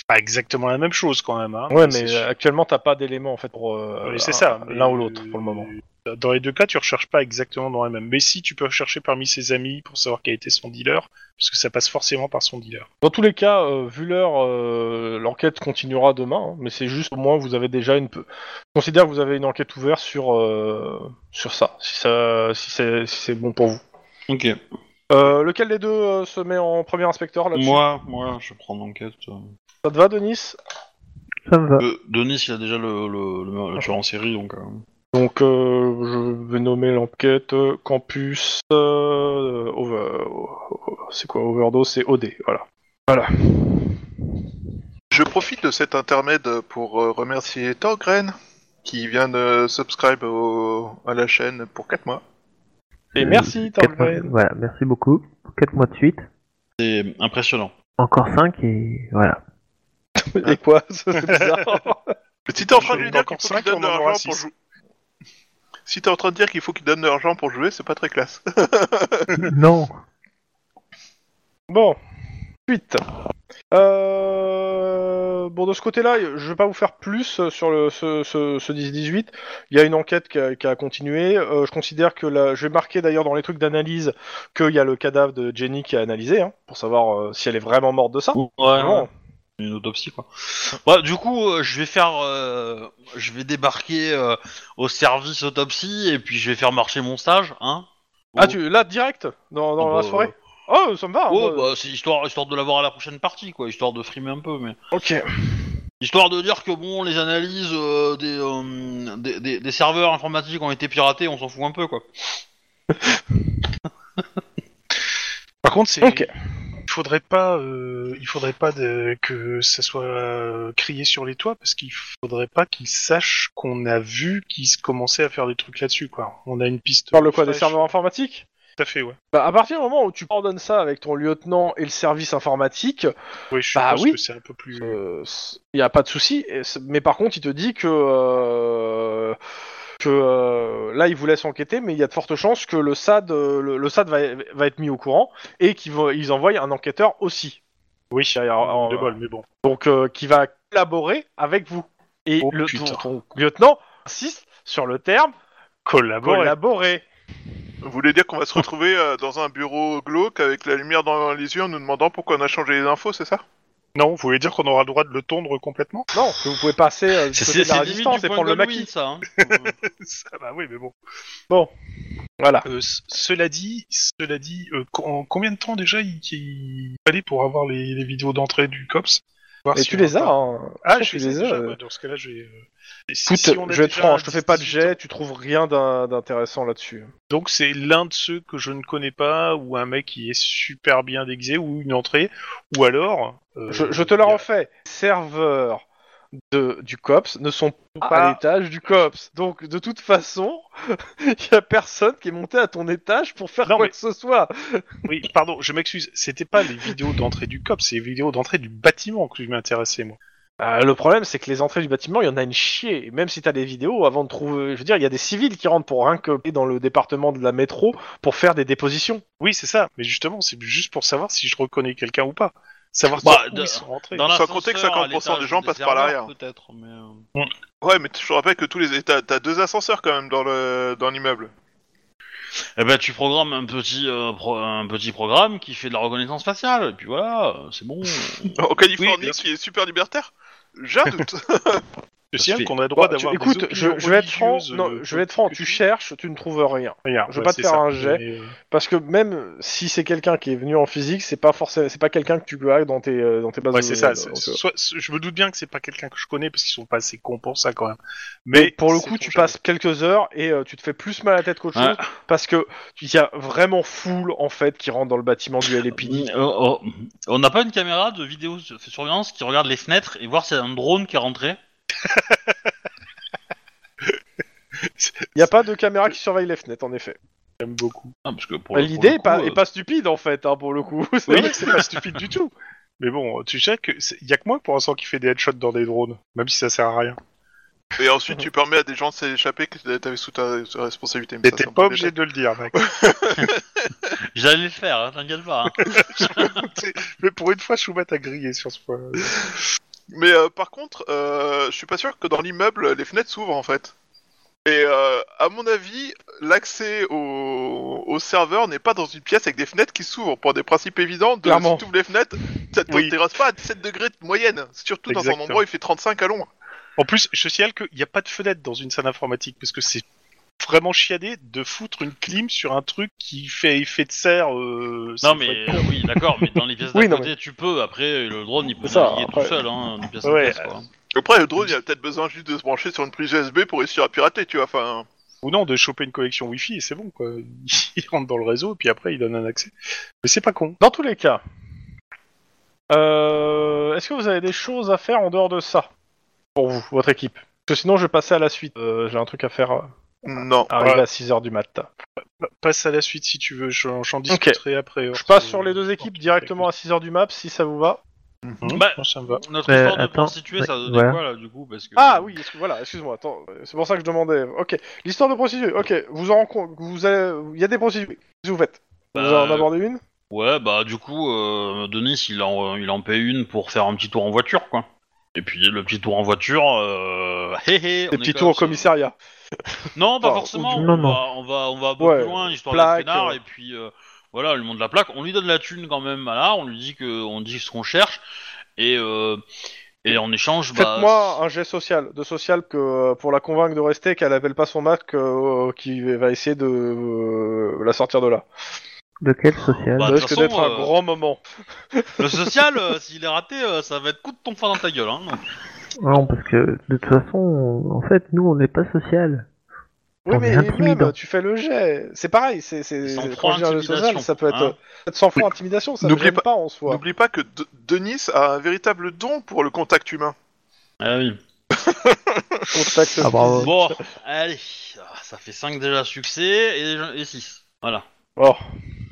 Pas exactement la même chose quand même, hein Ouais, c'est mais sûr. euh, actuellement t'as pas d'éléments en fait pour euh, Oui, c'est ça. l'un mais, ou l'autre pour le moment. euh, ah, Dans les deux cas, tu recherches pas exactement dans la même. Mais si tu peux chercher parmi ses amis pour savoir qui a été son dealer, parce que ça passe forcément par son dealer. Dans tous les cas, euh, vu l'heure, euh, l'enquête continuera demain, hein, mais c'est juste au moins vous avez déjà une peu. Je considère que vous avez une enquête ouverte sur, euh, sur ça, si, ça, si c'est si c'est bon pour vous. Ok. Euh, lequel des deux euh, se met en premier inspecteur là-dessus Moi, moi, je prends l'enquête. Euh, Ça te va, Denis Ça me va. Euh, Denis, il a déjà le, le, le- le tueur en série, donc. euh, Donc euh, je vais nommer l'enquête euh, Campus euh, over... euh, C'est quoi Overdose C'est OD, voilà. Voilà. Je profite de cet intermède pour euh, remercier Torgren qui vient de subscribe au- à la chaîne pour 4 mois. Et merci, Quatre mois- Thorgren. Voilà, merci beaucoup. 4 mois de suite. C'est impressionnant. Encore 5 et voilà. Et quoi C'est bizarre. Si t'es en train de lui dire Encore qu'il faut cinq, qu'il donne on de en aura l'argent six. pour jouer. Si t'es en train de dire qu'il faut qu'il donne de l'argent pour jouer, c'est pas très classe. non Bon, suite. Euh, Bon, de ce côté-là, je vais pas vous faire plus sur le, ce, ce, ce 10-18. Il y a une enquête qui a, qui a continué. Euh, je considère que la... je vais marquer d'ailleurs dans les trucs d'analyse qu'il y a le cadavre de Jenny qui a analysé, hein, pour savoir euh, si elle est vraiment morte de ça. Ouais, Vraiment. une autopsie quoi. Ouais, du coup, euh, je vais faire, euh, je vais débarquer euh, au service autopsie et puis je vais faire marcher mon stage, hein. Ah, tu là direct dans, dans la Bah, soirée. Oh, ça me va. Ouais, moi. bah, c'est histoire, histoire de l'avoir à la prochaine partie quoi, histoire de frimer un peu, mais Ok. histoire de dire que bon, les analyses euh, des, euh, des, des- des serveurs informatiques ont été piratés, on s'en fout un peu quoi. Par contre, c'est. Ok. Il faudrait pas, euh, il faudrait pas de- que ça soit euh, crié sur les toits parce qu'il faudrait pas qu'ils sachent qu'on a vu qu'ils se commençaient à faire des trucs là-dessus quoi. On a une piste. Tu parles de quoi Des fraîche. serveurs informatiques Tout à fait ouais. Bah, à partir du moment où tu coordonnes ça avec ton lieutenant et le service informatique, Ouais, je Bah pense oui. que c'est un peu plus. euh, il n'y a pas de souci. et c'est- Mais par contre, il te dit que, euh, que euh, là, il vous laisse enquêter, mais il y a de fortes chances que le SAD, euh, le, le SAD va, va être mis au courant et qu'ils vont- ils envoient un enquêteur aussi. Oui. Derrière, en- de bol, mais bon. donc, euh, qui va collaborer avec vous. Et Oh, le, ton, putain. ton lieutenant insiste sur le terme Collaborer. collaborer. Vous voulez dire qu'on va se retrouver euh, dans un bureau glauque avec la lumière dans les yeux en nous demandant pourquoi on a changé les infos, c'est ça Non, vous voulez dire qu'on aura le droit de le tondre complètement Non, que vous pouvez passer euh, du côté de limite la du résistance et point prendre de le Louis, maquis. ça. hein. Ça, Bah oui, mais bon. Voilà. Euh, c- cela dit, cela dit, euh, co- en combien de temps déjà il, il fallait pour avoir les, les vidéos d'entrée du cops Voir Et si tu on a les as. pas- hein. Ah, Je je trouve les que ai tu les déjà. as, ouais, ouais. Dans ce cas-là, je vais. euh, et si- Écoute, si on a je vais être déjà franc, je te fais pas de 18, jet, tu trouves rien d'in- d'intéressant là-dessus. Donc c'est l'un de ceux que je ne connais pas, ou un mec qui est super bien déguisé, ou une entrée, ou alors... euh, Je, je te la il y a- refais. Serveurs de, du COPS ne sont pas Ah. à l'étage du COPS. Donc, de toute façon, il y a personne qui est monté à ton étage pour faire Non, quoi mais- que ce soit. Oui, pardon, je m'excuse, c'était pas les vidéos d'entrée du COP, c'est les vidéos d'entrée du bâtiment que je m'intéressais, moi. Euh, le problème, c'est que les entrées du bâtiment, il y en a une chier. Et Même si t'as des vidéos, avant de trouver. Je veux dire, il y a des civils qui rentrent pour rien que dans le département de la métro pour faire des dépositions. Oui, c'est ça, mais justement, c'est juste pour savoir si je reconnais quelqu'un ou pas. Savoir Bah, où de- ils sont rentrés. Dans Sans compter que l'ascenseur, à 50% des l'étage gens des passent par l'arrière. serveurs, Peut-être, mais. euh, Ouais, mais t- je te rappelle que tous les t'as t'as deux ascenseurs quand même dans le dans l'immeuble. Eh ben, tu programmes un petit, euh, pro- un petit programme qui fait de la reconnaissance faciale, et puis voilà, euh, c'est bon. En Californie, bien qui est super libertaire. J'ai un doute. Je signale Parce qu'on a le droit Bah, tu- d'avoir écoute, des je, opinions je vais être franc. religieuses, non, euh, je vais être franc. que Tu cherches, tu ne trouves rien. Regarde, je vais ouais, pas te c'est faire ça. un jet. Mais, euh, Parce que même si c'est quelqu'un qui est venu en physique, c'est pas forcément, c'est pas quelqu'un que tu as dans tes euh, dans tes bases. Ouais, de- c'est ça. de- c'est- de- soit- je me doute bien que c'est pas quelqu'un que je connais, parce qu'ils sont pas assez cons pour ça, quand même. Mais, pour le c'est ton coup, tu jamais. passes quelques heures et euh, tu te fais plus mal à la tête qu'autre Ouais. chose parce que il y a vraiment foule en fait qui rentre dans le bâtiment du LAPD. Mm, oh, oh. On n'a pas une caméra de vidéo sur- surveillance qui regarde les fenêtres et voir s'il y a un drone qui est rentré. Il y a pas de caméra qui surveille les fenêtres en effet. Bah, J'aime beaucoup. Ah, parce que Bah, pour le- pour L'idée le est coup, pas, euh, est pas stupide en fait hein, pour le coup. C'est Oui, vrai. mais c'est pas stupide du tout. Mais bon, tu sais que c'est- y a que moi pour l'instant qui fait des headshots dans des drones, même si ça sert à rien. Et ensuite, tu permets à des gens de s'échapper que t'avais sous ta sous ta responsabilité. mais ça, T'étais c'est un pas peu obligé débile. de le dire, mec. J'allais le faire, hein, t'inquiète pas. hein. Mais pour une fois, Schubert a grillé sur ce point. Mais euh, par contre, euh, je suis pas sûr que dans l'immeuble, les fenêtres s'ouvrent en fait. Et euh, à mon avis, l'accès au, au serveur n'est pas dans une pièce avec des fenêtres qui s'ouvrent. Pour des principes évidents, de, si Clairement. tu ouvres les fenêtres, ça ne Oui. t'intéresse pas à 17 degrés de moyenne. Surtout dans Exactement. un endroit où il fait 35 à Londres. En plus, je signale qu'il n'y a pas de fenêtre dans une salle informatique, parce que c'est vraiment chiadé de foutre une clim sur un truc qui fait effet de serre. euh, c'est Non vrai. mais euh, oui, d'accord, mais dans les pièces d'à Oui, non, côté, tu peux. Après, le drone, il peut Ça, naviguer après- tout seul, hein, d'une pièce à Ouais, pièce, quoi. Après, le drone, il a peut-être besoin juste de se brancher sur une prise USB pour réussir à pirater, tu vois. Enfin, Ou non, de choper une connexion Wi-Fi et c'est bon, quoi. Il rentre dans le réseau, puis après, il donne un accès. Mais c'est pas con. Dans tous les cas, euh, est-ce que vous avez des choses à faire en dehors de ça pour vous, votre équipe Parce que sinon, je vais passer à la suite. Euh, J'ai un truc à faire. euh. Non. Arrive Ouais. à 6h du matin. Pa- Passe à la suite si tu veux, je- j'en discuterai après. hein. Je passe sur les deux équipes directement à 6h du map si ça vous va. Mhm, Bah- moi, ça me va. Notre Mais histoire de Bah, attends, prostituée, ça ouais, donnait voilà. quoi là du coup parce que... Ah oui, excuse- voilà, excuse-moi, attends, euh, c'est pour ça que je demandais. Ok, l'histoire de prostituée, ok, vous en rencontrez, vous allez- il y a des prostituées, qu'est-ce que vous faites Vous Bah, en abordez une Ouais, bah du coup, euh, Denis, il en, il en paye une pour faire un petit tour en voiture, quoi. Et puis le petit tour en voiture, euh... hé hé, on Des est petits comme tours au ça. commissariat. Non, pas Enfin, forcément. ou du- non, non. On, va, on va, on va un peu Ouais, plus loin, histoire plaque, d'être peinard, euh. et puis euh, voilà, le monde de la plaque. On lui donne la thune quand même, là. On lui dit que, on dit ce qu'on cherche, et euh, et en échange, bah, Faites-moi un geste social, de social que euh, pour la convaincre de rester, qu'elle appelle pas son Mac, euh, qui va essayer de euh, la sortir de là. De quel social Bah, ça de toute risque façon, d'être un euh, grand moment. le social, euh, s'il est raté, euh, ça va être coup de ton poing dans ta gueule. Hein, donc. Non, parce que de toute façon, en fait, nous, on n'est pas social. Oui, on est mais intimidant. même, Ah, euh, bah, tu fais le jet. C'est pareil, c'est c'est Sans quand froid, je dis le social, intimidation, ça peut être, hein. peut être sans froid intimidation, ça ne N'oublie gêne pas- pas en soi. N'oublie pas que De- Denis a un véritable don pour le contact humain. Ah oui. Contact Ah, bravo. physique. Bon, allez, ah, ça fait 5 déjà succès et 6. Voilà. Bon.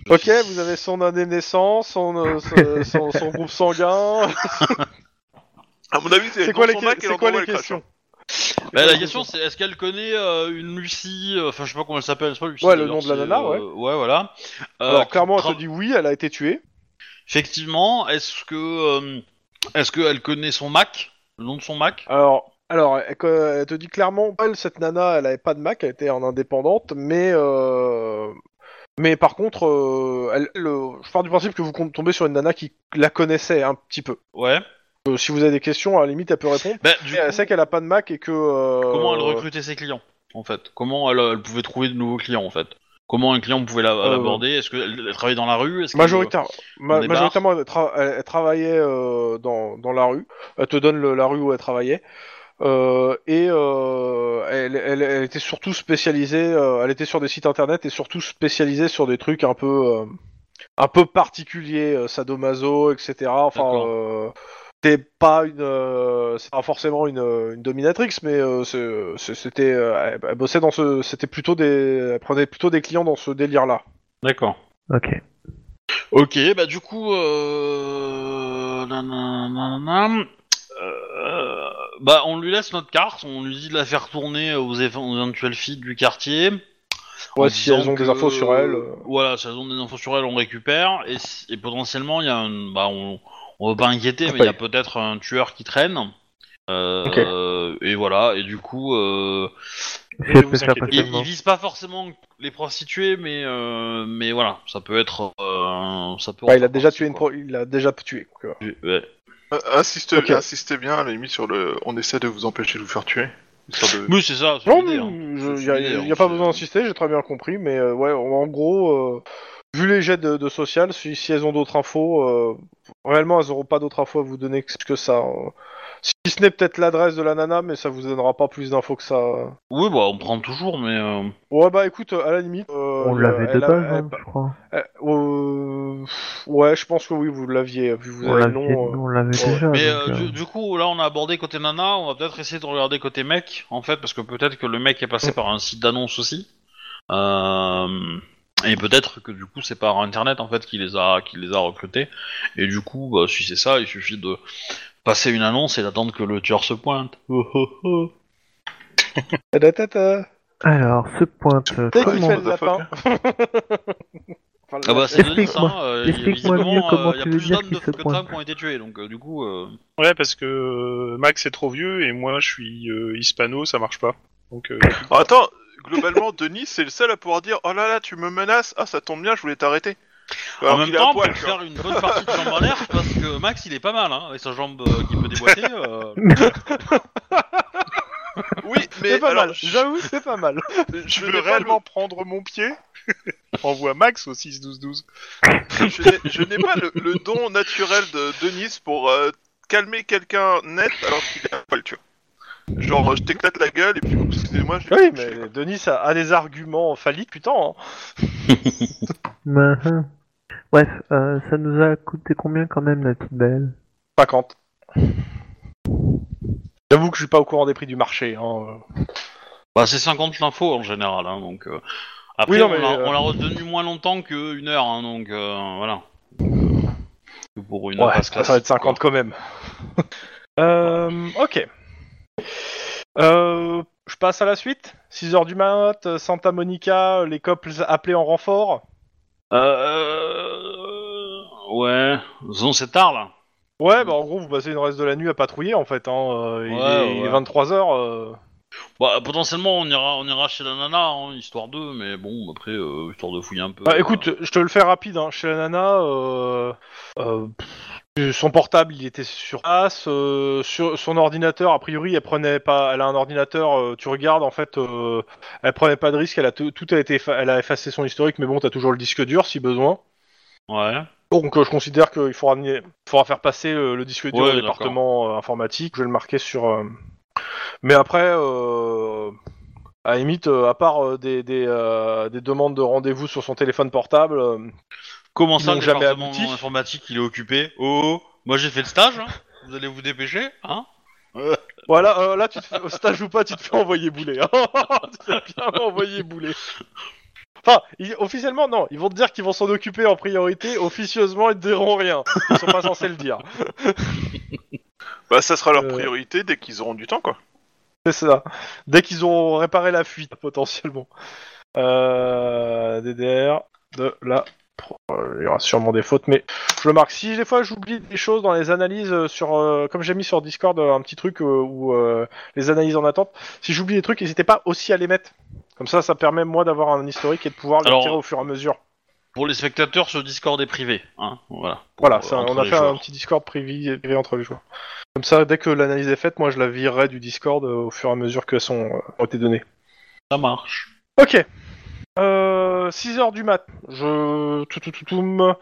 Je Ok, suis- vous avez son année de naissance, son, euh, son, son- son groupe sanguin. À mon avis, C'est c'est quoi les, dans son que- Mac et c'est l'endroit quoi où les elle crache, questions hein. Bah, la question c'est est-ce qu'elle connaît euh, une Lucie, euh, enfin je sais pas comment elle s'appelle, c'est pas Lucie. Ouais, le d'ailleurs, nom de la c'est, nana, ouais. euh, Ouais, voilà. Euh, Alors qui clairement, elle tra- te dit oui, elle a été tuée. Effectivement, est-ce que euh, est-ce qu'elle connaît son Mac, le nom de son Mac Alors, alors elle, elle te dit clairement, elle, cette nana, elle avait pas de Mac, elle était en indépendante, mais euh, mais par contre, euh, elle, le- je pars du principe que vous comptez tomber sur une nana qui la connaissait un petit peu. Ouais. Euh, si vous avez des questions, à la limite, elle peut répondre. Bah, du Mais elle coup, sait qu'elle a pas de Mac et que. euh, comment elle recrutait ses clients en fait Comment elle, elle pouvait trouver de nouveaux clients en fait Comment un client pouvait la- Euh, l'aborder Est-ce qu'elle elle travaillait dans la rue Est-ce qu'elle- Majoritaire, ma- On débarque. majoritairement, elle, tra- elle- elle travaillait euh, dans, dans la rue. Elle te donne le- la rue où elle travaillait. Euh, et euh, elle, elle- elle était surtout spécialisée. euh, elle était sur des sites internet et surtout spécialisée sur des trucs un peu, euh, un peu particuliers, euh, sadomaso, etc. Enfin, D'accord. euh, t'es pas une, euh, c'est pas forcément une, euh, une dominatrix, mais euh, c'est- c'est- c'était, euh, elle- elle bossait dans ce, c'était plutôt des, elle prenait plutôt des clients dans ce délire-là. D'accord. Ok. Ok, bah du coup, euh... nanana, nanana, euh, bah on lui laisse notre carte, on lui dit de la faire tourner aux éve- aux éventuelles filles du quartier. en Ouais, si disant elles ont des que- infos sur elle. euh, Voilà, si elles ont des infos sur elle, on récupère et, si- et potentiellement il y a un, bah on, on veut pas inquiéter, On mais il y a peut-être un tueur qui traîne. Euh, Et voilà, et du coup, euh, Si elle vous peut faire inquiétez pas. il, totalement. il vise pas forcément les prostituées, mais euh, mais voilà, ça peut être, euh, ça peut. en bah, il a faire déjà partie, tué une quoi. pro- il a déjà tué. quoi. Ouais. Euh, Insiste, Ok. Insistez bien, à la limite, sur le. On essaie de vous empêcher de vous faire tuer. Histoire de- Oui, c'est ça. c'est Non, l'idée, hein. il C'est n'y a, l'idée, y a hein, pas c'est- besoin d'insister, j'ai très bien compris, mais euh, ouais, en en gros, euh, vu les jets de, de social, si, si elles ont d'autres infos, euh, réellement elles n'auront pas d'autres infos à vous donner que, que ça. euh. Si ce n'est peut-être l'adresse de la nana, mais ça vous donnera pas plus d'infos que ça. euh. Oui, bah, on prend toujours, mais. euh, Ouais, bah écoute, euh, à la limite. euh, On l'avait de elle a- base, elle- hein, je crois. elle- euh, pff, ouais, je pense que oui, vous l'aviez, vu vous On avez le l'avait nom. euh. on l'avait ouais. déjà. Mais donc, euh, euh, du, du coup, là, on a abordé côté nana, on va peut-être essayer de regarder côté mec, en fait, parce que peut-être que le mec est passé par un site d'annonce aussi. Euh, Et peut-être que du coup, c'est par internet, en fait, qu'il les a, qu'il les a recrutés. Et du coup, bah, si c'est ça, il suffit de passer une annonce et d'attendre que le tueur se pointe. Tadatata. Alors, ce pointe, euh, Dès comment qu'il fait le Motherfucker. lapin. Enfin, le Ah bah, c'est Denis, hein. Explique-moi. euh, Explique-moi visiblement, mieux comment euh, il y a tu veux plus dire d'hommes qu'il de- se que de pointe. femmes qui ont été tués, donc euh, du coup. euh, Ouais, parce que euh, Max est trop vieux et moi je suis euh, hispano, ça marche pas. Donc euh, Ah, attends, globalement, Denis, c'est le seul à pouvoir dire Oh là là, tu me menaces Ah, ça tombe bien, je voulais t'arrêter. En Alors même qu'il est à temps, on poil, peut tu vois. faire une bonne partie de jambe en l'air parce que Max il est pas mal hein, avec sa jambe euh, qui peut déboîter. euh. Oui, mais C'est pas alors, mal, je- j'avoue, c'est pas mal. je tu n'ai veux pas le- réellement prendre mon pied Envoie Max au 6-12-12. je n'ai- je n'ai pas le, le don naturel de Denis pour euh, calmer quelqu'un net alors qu'il est à poil, tu vois. Genre, je t'éclate la gueule et puis, oups, excusez-moi, je- Oui, je- mais Denis a, a des arguments phalliques, putain. hein. bah, hein. Bref, euh, ça nous a coûté combien quand même la petite belle 50. J'avoue que je suis pas au courant des prix du marché. Hein. Bah, c'est 50 l'info en général, hein, donc. euh, Après, Oui, non, on, mais, l'a, euh, on l'a retenu moins longtemps qu'une heure, hein, donc euh, voilà. Que Pour une Ouais, impasse ça va être classique, quoi. 50 quand même. Euh, ok. Euh, je passe à la suite. 6h du mat, euh, Santa Monica, les couples appelés en renfort. Euh... Ouais, disons c'est tard là. Ouais, bah en gros, vous passez une reste de la nuit à patrouiller en fait. Hein. euh, il, Ouais, est, euh. ouais. 23h. Bah, potentiellement on ira, on ira chez la nana, hein, histoire d'eux, mais bon, après, euh, histoire de fouiller un peu. Bah euh, écoute, je te le fais rapide. hein. Chez la nana, euh, euh, pff, son portable, il était sur place. euh, sur son ordinateur, a priori, elle prenait pas. Elle a un ordinateur. euh, tu regardes, en fait, euh, elle prenait pas de risque. Elle a tout tout a été. effa- Elle a effacé son historique, mais bon, t'as toujours le disque dur si besoin. Ouais. Donc, euh, je considère qu'il faudra, amener- faudra faire passer euh, le disque Ouais, dur au d'accord. département euh, informatique. Je vais le marquer sur. euh, Mais après, euh, à la limite, euh, à part euh, des, des, euh, des demandes de rendez-vous sur son téléphone portable. euh, Comment Ils ça, n'ont le jamais département abouti. informatique il est occupé Oh, oh, moi j'ai fait le stage, hein. vous allez vous dépêcher, hein Voilà, euh, là, tu te fais, au stage ou pas, tu te fais envoyer bouler. hein. tu te fais bien envoyer bouler. Enfin, ils- officiellement, non. Ils vont te dire qu'ils vont s'en occuper en priorité. Officieusement, ils te diront rien. Ils sont pas censés le dire. Bah, ça sera leur Euh. priorité dès qu'ils auront du temps, quoi. C'est ça. Dès qu'ils auront réparé la fuite, potentiellement. Euh, DDR de la... pro- euh, Il y aura sûrement des fautes, mais je le marque. Si des fois j'oublie des choses dans les analyses euh, sur, euh, comme j'ai mis sur Discord euh, un petit truc euh, où euh, les analyses en attente, si j'oublie des trucs, n'hésitez pas aussi à les mettre. Comme ça, ça permet moi d'avoir un historique et de pouvoir les Alors- tirer au fur et à mesure. Pour les spectateurs, ce Discord est privé, hein, voilà. Pour, Voilà, euh, ça, entre on a les fait un joueurs. petit Discord privé, privé entre les joueurs. Comme ça, dès que l'analyse est faite, moi je la virerai du Discord euh, au fur et à mesure que sont euh, ont été données. Ça marche. Ok. Euh, 6 heures du mat. Je. tout, tout, tout, toum.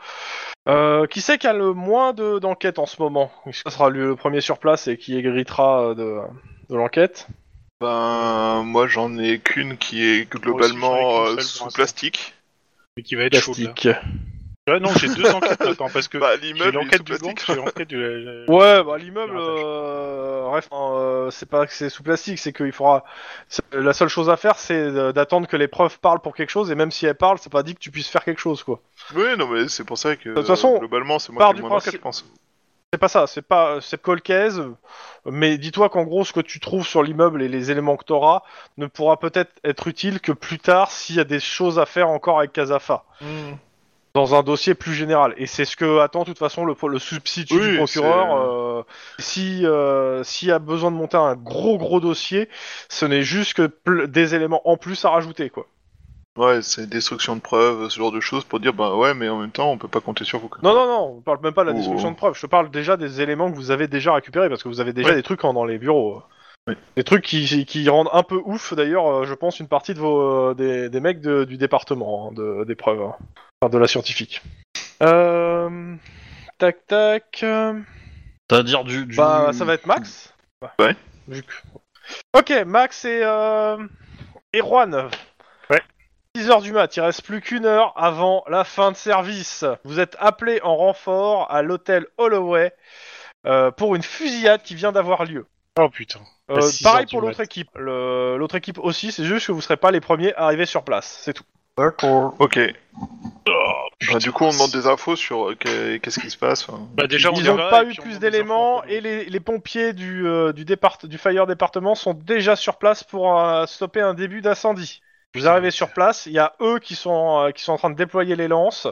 Euh, qui c'est qui a le moins de- d'enquête en ce moment Ce sera lui le premier sur place et qui héritera euh, de, de l'enquête. Ben, moi j'en ai qu'une qui est Moi globalement aussi, j'en ai qu'une euh, seule pour sous l'instant. plastique. Mais qui va être chaud là. Plastique. Ah non, j'ai deux enquêtes maintenant parce que Bah, j'ai l'immeuble il est l'enquête sous du plastique. banque, j'ai l'enquête de la- Ouais, bah l'immeuble, Piratage. euh, bref, euh, c'est pas que c'est sous plastique, c'est qu'il faudra. c'est- La seule chose à faire, c'est de- d'attendre que les preuves parlent pour quelque chose, et même si elles parlent, c'est pas dit que tu puisses faire quelque chose, quoi. Oui, non, mais c'est pour ça que. De toute façon, globalement, c'est part moi qui du ai moins d'enquête, principe- je pense. C'est pas ça, c'est pas c'est cold case, mais dis-toi qu'en gros ce que tu trouves sur l'immeuble et les éléments que t'auras ne pourra peut-être être utile que plus tard s'il y a des choses à faire encore avec Casafa dans un dossier plus général. Et c'est ce que attend de toute façon le, pro- le substitut Oui, du procureur. euh, si euh, s'il y a besoin de monter un gros gros dossier, ce n'est juste que pl- des éléments en plus à rajouter quoi. Ouais, c'est destruction de preuves, ce genre de choses pour dire, bah ouais, mais en même temps, on peut pas compter sur vous. quoi. Non non non, on parle même pas de la Oh. destruction de preuves. Je te parle déjà des éléments que vous avez déjà récupérés parce que vous avez déjà Oui. des trucs en- dans les bureaux. euh. Oui. Des trucs qui, qui rendent un peu ouf d'ailleurs, euh, je pense, une partie de vos euh, des, des mecs de- du département hein, de, des preuves, hein. enfin de la scientifique. Euh... Tac tac. euh, C'est-à-dire du, du- Bah ça va être Max. Ouais. Vu que- Ok Max et euh... et Juan. Ouais. 6 heures du mat, il reste plus qu'une heure avant la fin de service. Vous êtes appelé en renfort à l'hôtel Holloway euh, pour une fusillade qui vient d'avoir lieu. Oh putain. Euh, À 6 pareil heures du pour l'autre mat. équipe. Le- L'autre équipe aussi, c'est juste que vous serez pas les premiers à arriver sur place, c'est tout. Ok. putain. Bah, du coup, on demande des infos sur euh, qu'est- qu'est-ce qui se passe. enfin. Bah déjà on Ils y n'ont va, pas et eu puis on plus demande des infos d'éléments après. et les, les pompiers du, euh, du, départ, du fire département sont déjà sur place pour euh, stopper un début d'incendie. Vous arrivez sur place, il y a eux qui sont, euh, qui sont en train de déployer les lances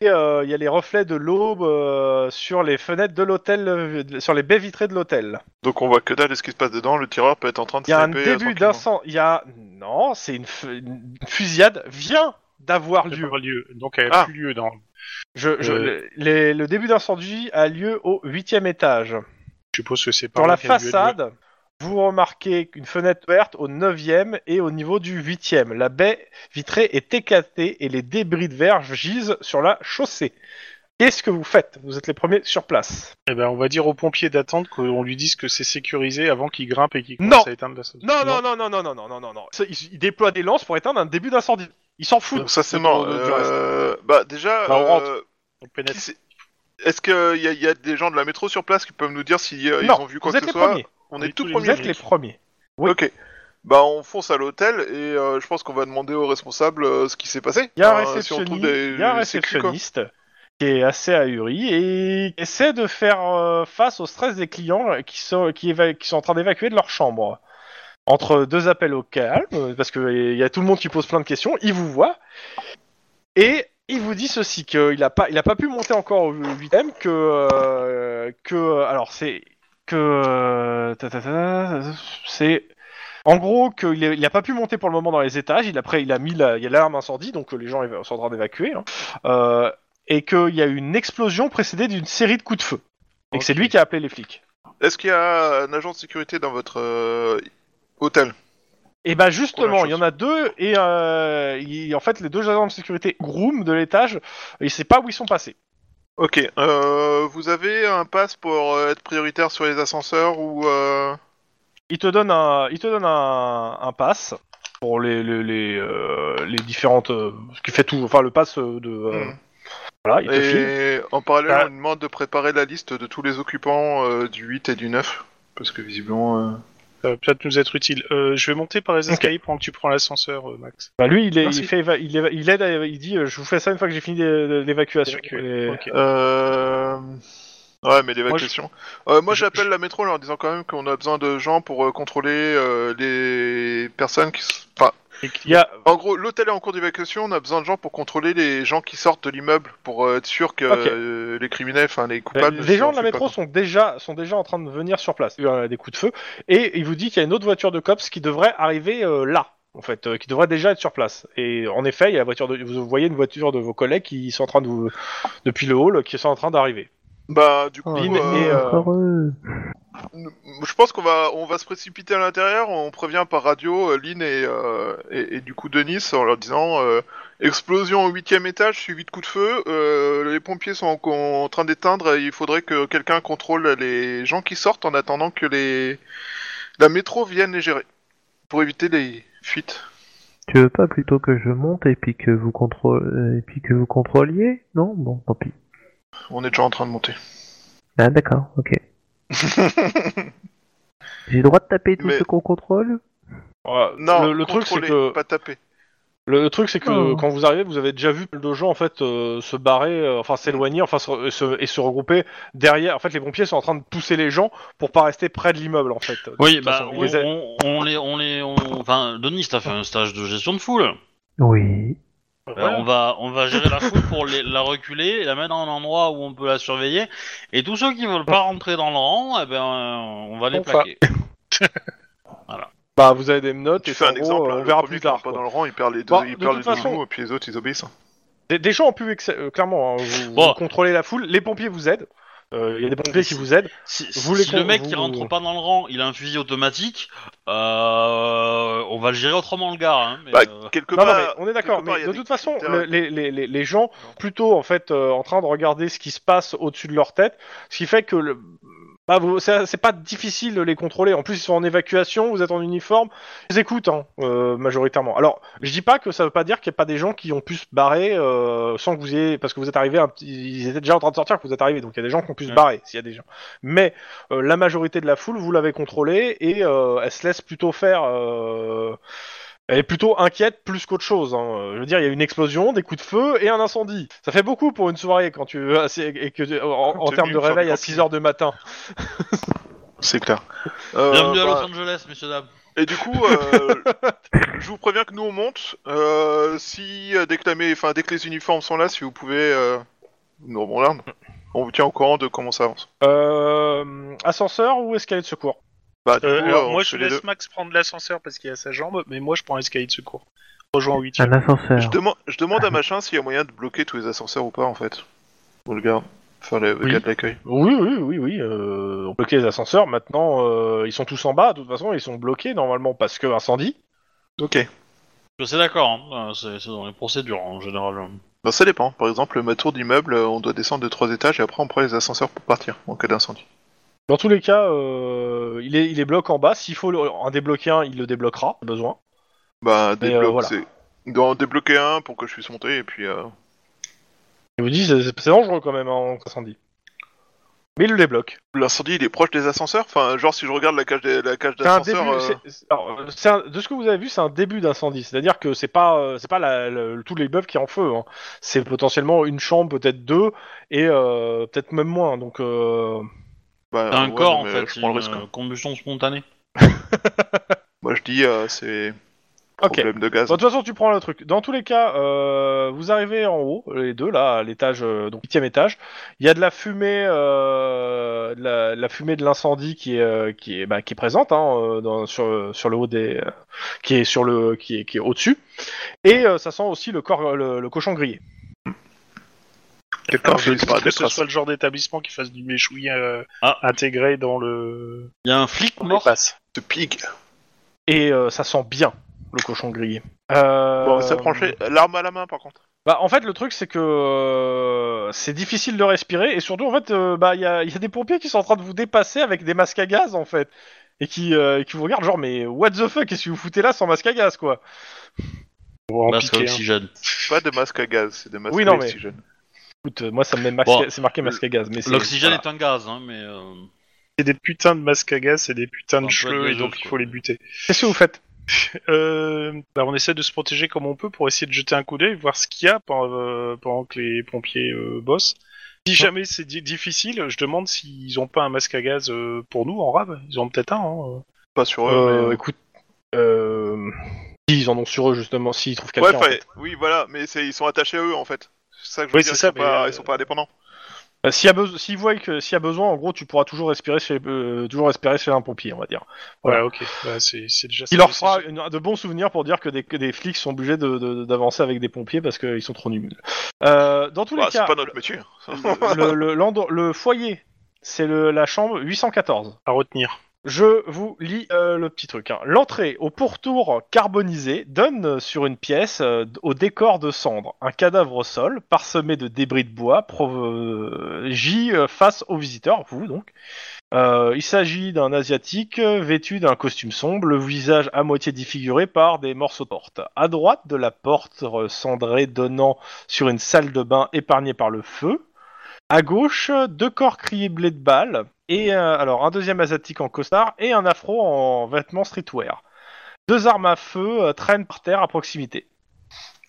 et euh, il y a les reflets de l'aube euh, sur les fenêtres de l'hôtel, euh, sur les baies vitrées de l'hôtel. Donc, on voit que dalle de ce qui se passe dedans. Le tireur peut être en train de Il y a un sniper, euh, début tranquillement. d'incendie. Il y a non, c'est une, fu- une fusillade vient d'avoir Elle lieu. aura lieu. Donc elle Ah. a plus lieu dans. Je, je- Euh. le- les- le début d'incendie a lieu au huitième étage. Je suppose que c'est par Dans là la qu'elle a lieu, elle doit- façade, vous remarquez une fenêtre ouverte au 9e et au niveau du 8e. La baie vitrée est éclatée et les débris de verre gisent sur la chaussée. Qu'est-ce que vous faites Vous êtes les premiers sur place. Eh ben, on va dire aux pompiers d'attendre qu'on lui dise que c'est sécurisé avant qu'il grimpe et qu'il Non. commence à éteindre la salle. Non, non, non, non, non, non, non, non, non, non. Ça, Ils, ils déploient des lances pour éteindre un début d'incendie. Ils s'en Donc, foutent. ça, c'est de- mort. de- du Euh, Bah, déjà. Bah, on rentre. euh, On qui pénètre. c'est- Est-ce qu'il y, a- y a des gens de la métro sur place qui peuvent nous dire s'ils euh, ils Non, ont vu quoi que vous êtes ce les soit premiers. On On est est tout tous les Vous premiers. êtes les premiers. Oui. Ok. bah on fonce à l'hôtel et euh, je pense qu'on va demander au responsable euh, ce qui s'est passé. Il y a un Enfin, si on trouve réceptionniste, des- il y a un des sécu, quoi. réceptionniste qui est assez ahuri et qui essaie de faire euh, face au stress des clients qui sont, qui, éva- qui sont en train d'évacuer de leur chambre. Entre deux appels au calme, parce qu'il y a tout le monde qui pose plein de questions, il vous voit et il vous dit ceci qu'il n'a pas, il a pas pu monter encore au huitième que euh, que alors c'est que euh, ta, ta, ta, c'est en gros, qu'il n'a pas pu monter pour le moment dans les étages. Il, après, il a mis la- il y a l'alarme incendie, donc euh, les gens éva- sont en train d'évacuer. hein. Euh, et qu'il y a eu une explosion précédée d'une série de coups de feu. Et que c'est lui qui a appelé les flics. Est-ce qu'il y a un agent de sécurité dans votre euh, hôtel Et bah Pour la justement, il y en a deux, et euh, il- en fait, les deux agents de sécurité groom de l'étage, il sait pas où ils sont passés. Ok. Euh, vous avez un pass pour euh, être prioritaire sur les ascenseurs ou euh, Il te donne un, il te donne un, un pass pour les, les, les, euh, les différentes... euh, ce qui fait tout, enfin le pass euh, de... euh, Hmm. Voilà, il te file. Et en parallèle, Ah. on nous demande de préparer la liste de tous les occupants euh, du 8 et du 9. Parce que visiblement. euh, Ça va peut-être nous être utile. Euh, je vais monter par les Ok. escaliers pendant que tu prends l'ascenseur, euh, Max. Bah lui, il, est, Merci. il, fait, éva- il, éva- il aide, à- il dit euh, je vous fais ça une fois que j'ai fini l'é- l'évacuation. Évacuer. Et- Ok. Euh... Ouais, mais l'évacuation. Euh, Moi, je- j'appelle la métro là, en disant quand même qu'on a besoin de gens pour euh, contrôler euh, les personnes qui. s- Enfin, Il y a, en gros, l'hôtel est en cours d'évacuation. On a besoin de gens pour contrôler les gens qui sortent de l'immeuble pour euh, être sûr que Ok. euh, les criminels, enfin les euh, coupables. ne les gens s'en de la fuient métro Bah, pas. sont déjà, sont déjà en train de venir sur place. Il y a des coups de feu. Et il vous dit qu'il y a une autre voiture de cops qui devrait arriver euh, là, en fait, euh, qui devrait déjà être sur place. Et en effet, il y a la voiture de, vous voyez une voiture de vos collègues qui sont en train de vous, depuis le hall, qui sont en train d'arriver. Bah, du coup, Lynn et, euh, euh, Heureux. nous- je pense qu'on va, on va se précipiter à l'intérieur. On prévient par radio euh, Lynn et, euh, et, et du coup Denis en leur disant euh, explosion au huitième étage suivie de coups de feu. euh, les pompiers sont en, en train d'éteindre. et Il faudrait que quelqu'un contrôle les gens qui sortent en attendant que les la métro vienne les gérer pour éviter les fuites. Tu veux pas plutôt que je monte et puis que vous contrôle et puis que vous contrôliez Non, bon, tant pis. On est déjà en train de monter. Ah d'accord, ok. J'ai le droit de taper tout Mais- ce qu'on contrôle voilà. Non, euh, le, le truc c'est contrôler, que pas taper. Le, le truc, c'est que Oh. quand vous arrivez, vous avez déjà vu pas mal de gens en fait euh, se barrer, euh, enfin s'éloigner, enfin se, et se- et se regrouper derrière. En fait, les pompiers sont en train de pousser les gens pour pas rester près de l'immeuble en fait. De Oui, toute bah, façon, ils on, les a- on, on les, on les, on- enfin, Denis, t'as fait un stage de gestion de foule. Oui. Bah, Voilà. on va, on va gérer la foule pour les- la reculer, la mettre à un endroit où on peut la surveiller. Et tous ceux qui veulent pas rentrer dans le rang, eh ben, euh, on va les On va. plaquer. Bah, vous avez des notes. Tu et fais en un gros, exemple. euh, hein, on le verra premier plus qui rentre tard. Pas quoi. dans le rang, il perd les deux, Bon, il Bah, de perd les toute deux façon- genoux, et puis les autres ils obéissent. Des, des gens ont pu ex- euh, clairement. hein, vous, Bon. vous contrôlez la foule. Les pompiers vous aident. Euh, Il y a des pompiers qui vous aident. Si, Vous si les con- le mec vous- qui rentre pas dans le rang, il a un fusil automatique, euh, on va le gérer autrement le gars. Hein, mais, Bah, euh, quelque Non, non, part. mais on est d'accord. quelque part, il Mais y a de des toute façon, critères. le- les, les, les, les gens plutôt en fait euh, en train de regarder ce qui se passe au-dessus de leur tête, ce qui fait que le... bah, vous- c'est c'est pas difficile de les contrôler. En plus, ils sont en évacuation, vous êtes en uniforme, ils écoutent hein, euh, majoritairement. Alors, je dis pas que ça veut pas dire qu'il n'y a pas des gens qui ont pu se barrer euh, sans que vous ayez, parce que vous êtes arrivé, ils étaient déjà en train de sortir quand vous êtes arrivé, donc il y a des gens qui ont pu se Ouais. barrer, s'il y a des gens. Mais euh, la majorité de la foule, vous l'avez contrôlée et euh, elle se laisse plutôt faire. euh, elle est plutôt inquiète plus qu'autre chose. hein. Euh, Je veux dire, il y a eu une explosion, des coups de feu et un incendie. Ça fait beaucoup pour une soirée quand tu euh, c'est- et que en, en T'es termes venu de me faire réveil des à 6 heures du matin. C'est clair. bienvenue à bah, Los Angeles, messieurs dames. Et du coup, euh, je vous préviens que nous on monte. Euh, si euh, dès que, la mé- enfin, dès que les uniformes sont là, si vous pouvez euh, nous remonter, on vous tient au courant de comment ça avance. Euh, ascenseur ou escalier de secours Bah, du Euh, coup, alors, euh, on moi, fait je les laisse deux. Max prendre l'ascenseur parce qu'il a sa jambe, mais moi, je prends l'escalier de secours. Rejoins 8. Un Je, ascenseur. demande- je demande à machin s'il y a moyen de bloquer tous les ascenseurs ou pas en fait. Ou le gars, enfin le, le Oui. gars de l'accueil. Oui, oui, oui, oui. euh, on bloquait les ascenseurs. Maintenant, euh, ils sont tous en bas. De toute façon, ils sont bloqués normalement parce que incendie. Ok. Je suis d'accord, hein, euh, c'est c'est dans les procédures hein, en général. Bah, ça dépend. Par exemple, ma tour d'immeuble, euh, on doit descendre de trois étages et après on prend les ascenseurs pour partir en cas d'incendie. Dans tous les cas, euh, il, est, il est bloque en bas. S'il faut le- en débloquer un, il le débloquera. pas Besoin. Bah, Mais, débloque, euh, voilà. c'est- on doit en débloquer un pour que je puisse monter et puis. euh, Il vous dit c'est c'est dangereux quand même hein, en incendie. Mais il le débloque. L'incendie, il est proche des ascenseurs Enfin, genre, si je regarde la cage des- la cage C'est un d'ascenseur... début, euh, c'est- c'est- alors, c'est un- de ce que vous avez vu, c'est un début d'incendie. C'est-à-dire que c'est pas, euh, c'est pas la, le- tout l'immeuble qui est en feu. hein. C'est potentiellement une chambre, peut-être deux, et euh, peut-être même moins. Donc, euh, bah, C'est un ouais, corps non, en mais fait, Je c'est prends une le risque. hein. euh, combustion spontanée. Moi, je dis, euh, c'est... Ok. Problème de gaz. Bon, de toute façon, tu prends le truc. Dans tous les cas, euh, vous arrivez en haut, les deux, là, à l'étage, euh, donc huitième étage. Il y a de la fumée, euh, de la, de la fumée de l'incendie qui est, euh, qui est, bah, qui est présente hein, euh, dans- sur, sur le haut des, euh, qui est sur le, qui est, qui est au-dessus. Et euh, ça sent aussi le corps, le, le cochon grillé. Quelqu'un je fait doute Bah, disparaître que des ce traces. soit le genre d'établissement qui fasse du méchoui euh, Ah. intégré dans le Il y a un flic dans les mort. passes. De pig. Euh, Et euh, ça sent bien le cochon grillé. Euh, Bon, on va s'approcher. L'arme à la main, par contre. Bah, en fait, le truc, c'est que euh, c'est difficile de respirer, et surtout, en fait, euh, bah, il y a, il y a des pompiers qui sont en train de vous dépasser avec des masques à gaz, en fait, et qui, euh, qui vous regardent genre, mais what the fuck, qu'est-ce que vous foutez là sans masque à gaz, quoi On va en Masque à hein. piquer un. oxygène. Pas de masque à gaz, c'est des masques Oui, à non, mais- oxygène. Écoute, euh, moi, ça me met masque, Bon, c'est marqué masque à gaz, mais c'est- L'oxygène voilà. est un gaz, hein, mais. euh, C'est des putains de masques à gaz, c'est des putains Un de peu cheveux, et gazeuse, donc il faut quoi. les buter. Qu'est-ce que vous faites Euh, bah, on essaie de se protéger comme on peut pour essayer de jeter un coup d'œil, voir ce qu'il y a pendant, euh, pendant que les pompiers euh, bossent. Si jamais c'est di- difficile, je demande s'ils ont pas un masque à gaz euh, pour nous en rab. Ils en ont peut-être un. hein. Pas sur eux, Euh, mais... Écoute, euh, si, ils en ont sur eux, justement, s'ils trouvent Ouais, quelqu'un. en enfin, fait. oui, voilà, mais c'est- ils sont attachés à eux, en fait. C'est ça que je veux Oui, dire, c'est ils, ça, sont pas, mais, ils sont pas indépendants. Euh, S'il y a besoin, s'ils voient que s'il y a besoin, en gros, tu pourras toujours respirer chez, euh, toujours respirer chez un pompier, on va dire. Voilà. Ouais, ok. Bah, c'est c'est déjà ça. Il leur fera une- de bons souvenirs pour dire que des, que des flics sont obligés de- de- d'avancer avec des pompiers parce qu'ils sont trop nuls. Euh, dans tous Bah, les c'est cas, pas notre métier. le, le- l'endro- le foyer, c'est le- la chambre 814. à retenir. Je vous lis euh, le petit truc. hein. L'entrée au pourtour carbonisé donne sur une pièce euh, au décor de cendres un cadavre au sol parsemé de débris de bois provogi euh, face aux visiteurs, vous donc. Euh, il s'agit d'un Asiatique euh, vêtu d'un costume sombre, le visage à moitié défiguré par des morceaux de porte. À droite de la porte euh, cendrée donnant sur une salle de bain épargnée par le feu, à gauche, deux corps criblés de balles, et euh, alors un deuxième asiatique en costard et un afro en vêtements streetwear. Deux armes à feu euh, traînent par terre à proximité.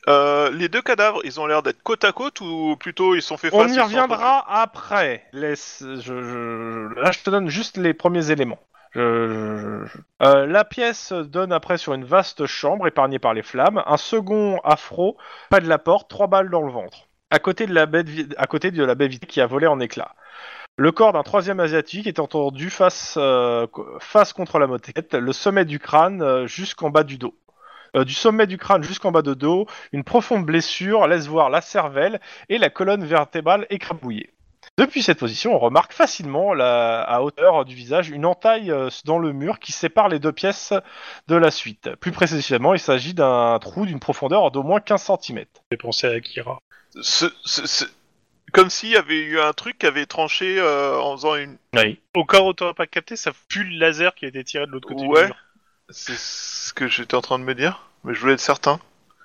Euh, les deux cadavres, ils ont l'air d'être côte à côte ou plutôt ils sont fait face On ils y sont reviendra après. Laisse, je, je- là, je te donne juste les premiers éléments. Je- je- je- Euh, la pièce donne après sur une vaste chambre épargnée par les flammes, un second afro près de la porte, trois balles dans le ventre, à côté de la baie de, vi- à côté de la baie vitrée qui a volé en éclats. Le corps d'un troisième asiatique est entendu face, euh, co- face contre la moquette, le sommet du crâne euh, jusqu'en bas du dos. Euh, du sommet du crâne jusqu'en bas de dos, une profonde blessure laisse voir la cervelle et la colonne vertébrale écrabouillée. Depuis cette position, on remarque facilement la- à hauteur du visage une entaille euh, dans le mur qui sépare les deux pièces de la suite. Plus précisément, il s'agit d'un trou d'une profondeur d'au moins 15 cm. J'ai pensé à Akira. contre- Ce- ce- ce- Comme s'il y avait eu un truc qui avait tranché euh, en faisant une. Oui. Encore autant pas capté, ça pue le laser qui a été tiré de l'autre côté. du Ouais. mur. C'est ce que j'étais en train de me dire, mais je voulais être certain.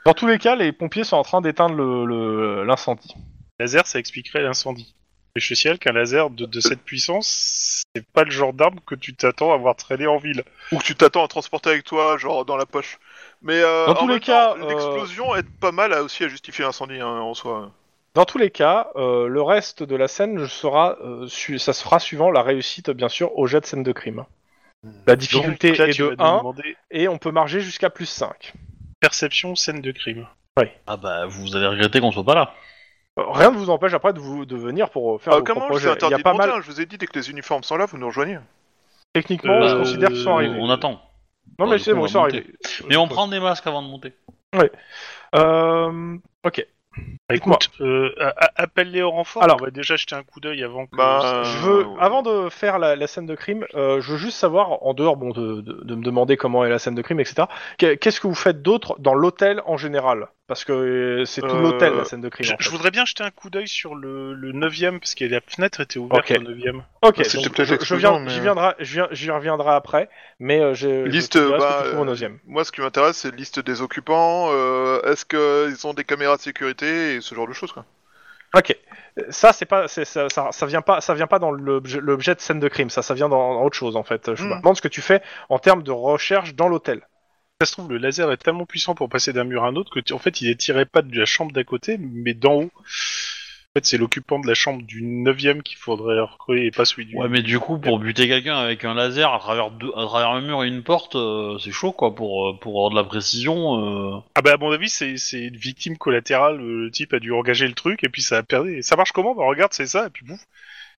Dans tous les cas, les pompiers sont en train d'éteindre le- le- l'incendie. Laser, ça expliquerait l'incendie. Mais je te signale qu'un laser de, de cette puissance, c'est pas le genre d'arme que tu t'attends à voir traîner en ville. Ou que tu t'attends à transporter avec toi, genre dans la poche. Mais euh, Dans en tous même les cas, temps, l'explosion aide pas mal à, aussi à justifier l'incendie hein, en soi. Dans tous les cas, euh, le reste de la scène sera, euh, su- ça se fera suivant la réussite, bien sûr, au jet de scène de crime. La difficulté Donc là, est tu de vas nous 1 demander et on peut marger jusqu'à plus 5. perception, scène de crime. Ah bah, vous allez regretter qu'on soit pas là. Euh, Rien ne vous empêche après de, vous, de venir pour euh, faire Ah, vos comment propres je vous ai jets. Il interdit y a de hein pas mal. mentir, Je vous ai dit dès que les uniformes sont là, vous nous rejoignez. Techniquement, Euh, je considère qu'ils sont euh, arrivés. On, on attend. non, mais du c'est coup, on bon, va ils sont monter. arrivés. Mais on prend des masques avant de monter. Euh, ok. Dites-moi. Écoute, euh, a- a- appelle-les au renfort. Alors. Alors, on va déjà jeter un coup d'œil avant que. Bah, Je euh, veux, ouais. avant de faire la, la scène de crime, euh, je veux juste savoir, en dehors bon, de, de- de me demander comment est la scène de crime, etc., que- qu'est-ce que vous faites d'autre dans l'hôtel en général Parce que euh, c'est tout Euh, l'hôtel, la scène de crime. hein. Je, en je fait. voudrais bien jeter un coup d'œil sur le, le 9ème, parce que la fenêtre était ouverte Ok. au 9ème. Ok, bah, C'était donc, peut-être je- je l'explosion, viens- mais- j'y viendrai- j'y viens- j'y reviendrai après, mais euh, je, Liste, je te dirai ce que bah, tu trouves au euh, neuvième. Moi, ce qui m'intéresse, c'est la liste des occupants. euh, Est-ce qu'ils ont des caméras de sécurité et ce genre de choses, quoi. Ok. Euh, Ça, c'est pas, c'est- ça, ça, ça vient pas, ça vient pas dans l'objet l'objet de scène de crime. Ça, ça vient dans, dans autre chose en fait. Je Mm. me demande ce que tu fais en termes de recherche dans l'hôtel. Ça se trouve, le laser est tellement puissant pour passer d'un mur à un autre que, tu- en fait, il est tiré pas de la chambre d'à côté, mais d'en haut. En fait, c'est l'occupant de la chambre du 9 qu'il faudrait recruter et pas celui du. Ouais, mais du coup, pour buter quelqu'un avec un laser à travers, deux, à travers un mur et une porte, euh, c'est chaud, quoi, pour, euh, pour avoir de la précision. euh. Ah bah, à mon avis, c'est c'est une victime collatérale. euh, Le type a dû engager le truc et puis ça a perdu. Et ça marche comment Bah, regarde, c'est ça, et puis bouf.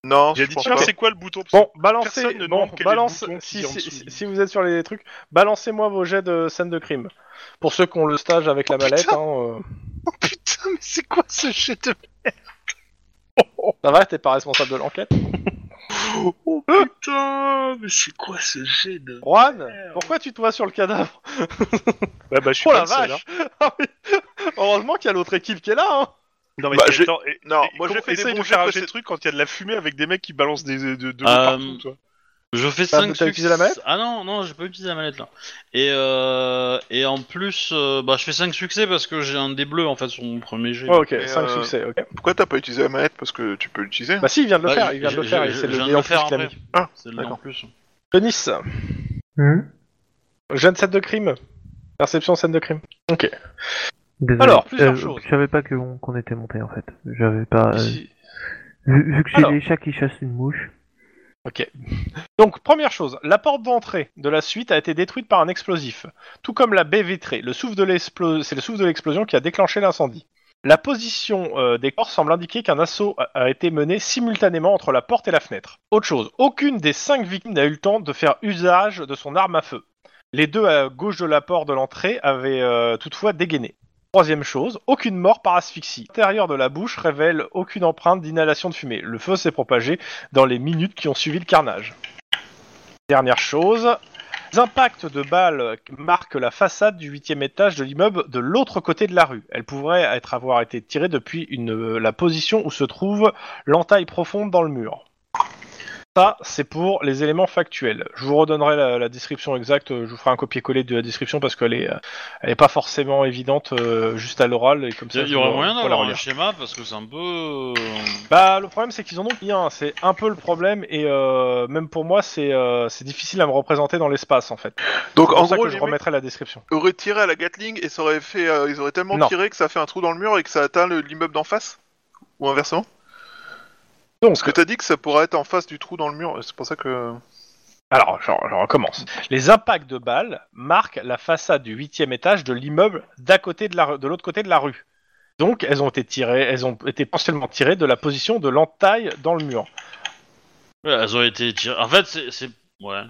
Non, J'ai je dit, pense tiens, pas. c'est quoi le bouton Parce Bon, que balancez, personne ne bon, demande quel est le balance. bouton qui Si, est en si, dessous si- du- si vous êtes sur les trucs, balancez-moi vos jets de scène de crime. Pour ceux qui ont le stage avec la Oh, mallette, putain. hein, euh, Oh putain, mais c'est quoi ce jet de. ça va, t'es pas responsable de l'enquête. Oh putain, mais c'est quoi ce jet de. Juan, pourquoi tu te vois sur le cadavre Ouais, bah, je suis Oh pas la le seul, vache hein. Ah oui. Heureusement qu'il y a l'autre équipe qui est là. Hein. Non, mais Bah, c'est- j'ai- attends, et- Non, et moi j'ai comment- fait des essaye bons de faire un jets jet de précé- truc quand il y a de la fumée avec des mecs qui balancent des, de, de, de l'eau Euh, partout, toi. Je fais T'as- 5 t'as utilisé la mallette Ah non, non, j'ai pas utilisé la mallette là. Et, euh, et en plus, euh, bah, je fais 5 succès parce que j'ai un dé bleu en fait sur mon premier jet. Ok, Mais, 5 euh, succès. ok. Pourquoi t'as pas utilisé la manette Parce que tu peux l'utiliser. Bah si, il vient de le Bah, faire, je- il vient de le je- faire, et je- c'est je le viens dé de en le plus faire qu'il a après. mis. Ah, C'est le dé en d'accord. plus. Denis, Hmm jeune scène de crime. Perception scène de crime. Désolé. Alors, plusieurs Euh, choses. Je savais pas que on- qu'on était monté en fait. J'avais pas. euh, Si- Vu, vu que c'est Alors. les chats qui chassent une mouche. Ok. Donc, première chose, la porte d'entrée de la suite a été détruite par un explosif, tout comme la baie vitrée. Le souffle de l'explo- C'est le souffle de l'explosion qui a déclenché l'incendie. La position euh, des corps semble indiquer qu'un assaut a, a été mené simultanément entre la porte et la fenêtre. Autre chose, aucune des cinq victimes n'a eu le temps de faire usage de son arme à feu. Les deux à gauche de la porte de l'entrée avaient euh, toutefois dégainé. Troisième chose, aucune mort par asphyxie. L'intérieur de la bouche révèle aucune empreinte d'inhalation de fumée. Le feu s'est propagé dans les minutes qui ont suivi le carnage. Dernière chose, les impacts de balles marquent la façade du huitième étage de l'immeuble de l'autre côté de la rue. Elle pourrait être avoir été tirée depuis une, euh, la position où se trouve l'entaille profonde dans le mur. Ça, c'est pour les éléments factuels. Je vous redonnerai la, la description exacte, je vous ferai un copier-coller de la description parce qu'elle est, euh, elle est pas forcément évidente euh, juste à l'oral et comme ça. Il y je aurait vous- moyen vous la d'avoir relire. un schéma parce que c'est un peu. euh, Bah, le problème, c'est qu'ils en ont mis un. C'est un peu le problème, et euh, même pour moi, c'est euh, c'est difficile à me représenter dans l'espace, en fait. Donc C'est en pour ça gros, que je les mecs remettrai la description. auraient tiré à la Gatling et ça aurait fait, euh, ils auraient tellement Non. tiré que ça a fait un trou dans le mur et que ça atteint le- l'immeuble d'en face Ou inversement Donc, Parce que t'as dit que ça pourrait être en face du trou dans le mur, c'est pour ça que. alors, je, je recommence. Les impacts de balles marquent la façade du huitième étage de l'immeuble d'à côté de la rue- de l'autre côté de la rue. Donc, elles ont été tirées, elles ont été potentiellement tirées de la position de l'entaille dans le mur. Ouais, elles ont été tirées. En fait, c'est. c'est- Ouais.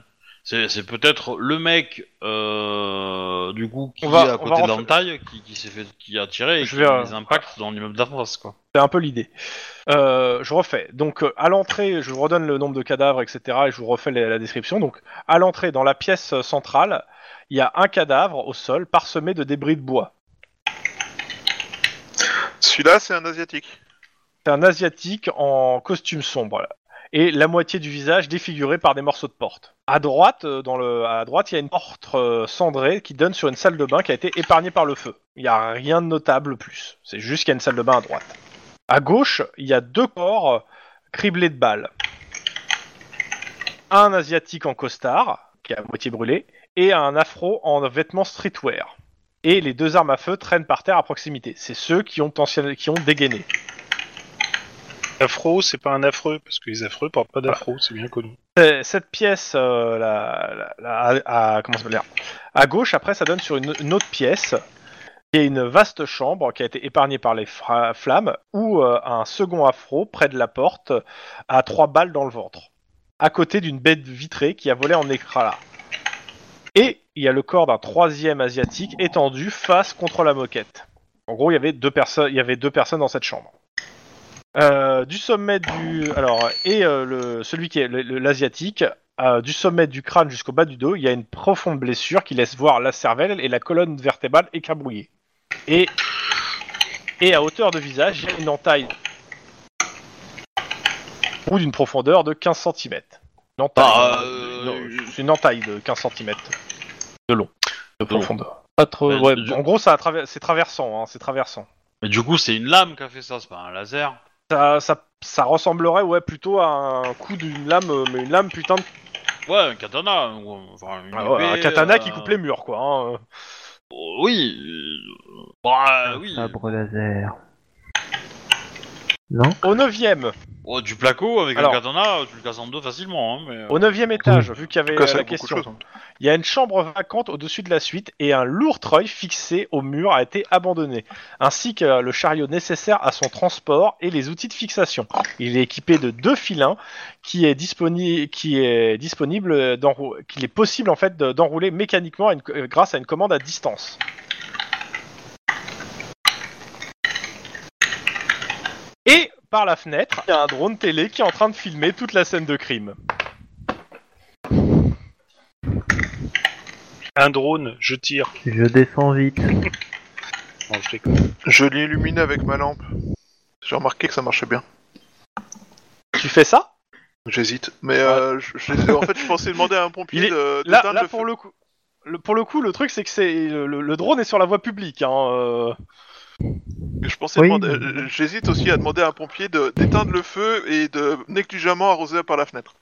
C'est c'est peut-être le mec, euh, du coup, qui On va- est à on va côté de refaire- l'entaille, qui, qui s'est fait, qui a tiré et Je qui vais, a euh, des impacts dans l'immeuble d'en face, quoi. C'est un peu l'idée. Euh, je refais. Donc, euh, à l'entrée, je vous redonne le nombre de cadavres, etc. Et je vous refais la, la description. Donc, à l'entrée, dans la pièce euh, centrale, il y a un cadavre au sol parsemé de débris de bois. Celui-là, c'est un asiatique. C'est un Asiatique en costume sombre. là. Et la moitié du visage défiguré par des morceaux de porte. À droite, euh, dans le, à droite, il y a une porte euh, cendrée qui donne sur une salle de bain qui a été épargnée par le feu. Il n'y a rien de notable plus. C'est juste qu'il y a une salle de bain à droite. À gauche, il y a deux corps euh, criblés de balles. Un asiatique en costard, qui est à moitié brûlé, et un afro en vêtements streetwear. Et les deux armes à feu traînent par terre à proximité. C'est ceux qui ont, potentiel- qui ont dégainé. Afro, c'est pas un affreux, parce que les affreux portent pas d'afro, c'est bien connu. Euh, cette pièce, euh, la, la- la- à, à- comment ça s'appelle À gauche, après, ça donne sur une, une autre pièce, qui est une vaste chambre qui a été épargnée par les fra- flammes, où euh, un second afro, près de la porte, a trois balles dans le ventre, à côté d'une baie de vitrée qui a volé en éclat. Et il y a le corps d'un troisième asiatique étendu face contre la moquette. En gros, il y avait deux personnes, il y avait deux personnes dans cette chambre. Euh, du sommet du alors et euh, le celui qui est le- le- l'asiatique euh, du sommet du crâne jusqu'au bas du dos, il y a une profonde blessure qui laisse voir la cervelle et la colonne vertébrale écrabouillée. Et et à hauteur de visage, il y a une entaille ou d'une profondeur de 15 cm. Une entaille, Bah, hein, euh, une- c'est une entaille de 15 cm de long, de long. profondeur. Pas trop, Bah, ouais, du- en gros, ça a traver- c'est traversant, hein, c'est traversant. Mais du coup, c'est une lame qui a fait ça, c'est pas un laser. Ça, ça, ça ressemblerait ouais plutôt à un coup d'une lame, euh, mais une lame putain de Ouais, un katana. ou, enfin, une Ah ouais, épée, un katana euh, qui coupe les murs quoi. hein, euh. Oui. euh, Ah Bah, oui. Sabre laser. Non Au neuvième, Oh, du placo avec Alors- un katana, tu le casses en deux facilement. Hein, mais... euh, au neuvième étage, vu qu'il y avait Tout cas, euh, ça la a beaucoup de question. choses. Il y a une chambre vacante au-dessus de la suite et un lourd treuil fixé au mur a été abandonné, ainsi que le chariot nécessaire à son transport et les outils de fixation. Il est équipé de deux filins qui est, disponi- qui est disponible, d'enrou- qu'il est possible en fait de- d'enrouler mécaniquement à une co- euh, grâce à une commande à distance. Et par la fenêtre, il y a un drone télé qui est en train de filmer toute la scène de crime. Un drone, je tire. Je descends vite. Non, je déconne. Je l'illumine avec ma lampe. J'ai remarqué que ça marchait bien. Tu fais ça J'hésite. Mais euh, je- je- en fait, je pensais demander à un pompier Il est- de, de là, teindre là, le pour feu. le coup. Le, pour le coup, le truc, c'est que c'est le, le- le drone est sur la voie publique. Hein, euh. Je pensais Oui. demander- euh, J'hésite aussi à demander à un pompier de- d'éteindre le feu et de négligemment arroser par la fenêtre.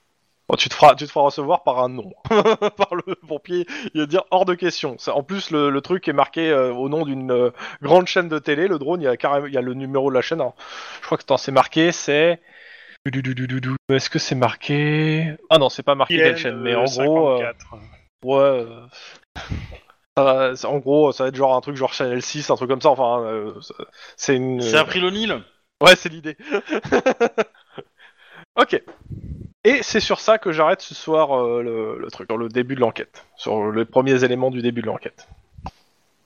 Bon, tu, te feras, tu te feras recevoir par un nom, par le pompier. Il va dire hors de question. Ça, en plus, le, le truc est marqué euh, au nom d'une euh, grande chaîne de télé. Le drone, il y a carrément, il y a le numéro de la chaîne. hein. Je crois que t'en c'est marqué, c'est. Dudududududu. Est-ce que c'est marqué Ah non, c'est pas marqué E quelle chaîne, mais en gros, euh, 54. ouais. euh, ça va- ça- en gros, ça va être genre un truc genre Channel 6, un truc comme ça. Enfin, euh, ça- c'est une. C'est appris le Nil Ouais, c'est l'idée. ok. Et c'est sur ça que j'arrête ce soir euh, le, le truc, sur le début de l'enquête. Sur les premiers éléments du début de l'enquête.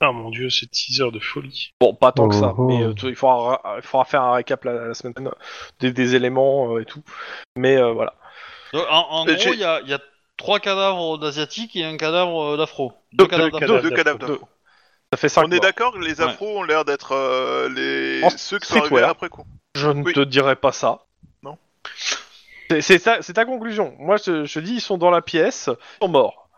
Ah mon dieu, c'est teaser de folie. Bon, pas tant que ça, Oh, oh. mais euh, tu- il, faudra, ra- il faudra faire un récap la, la semaine prochaine des, des éléments euh, et tout. Mais euh, voilà. Donc, En, en Euh, gros, j'ai- il y a, il y a trois cadavres d'asiatiques et un cadavre euh, d'afro. Deux cadavres d'afro. Deux cadavres. Deux. Ça fait 5 On est d'accord que les Ouais. afros ont l'air d'être euh, les... En ceux qui sont arrivés streetwear. après coup. Je ne Oui. te dirai pas ça. Non. C'est- C'est ta, c'est ta conclusion. Moi, je, je te dis, ils sont dans la pièce, ils sont morts.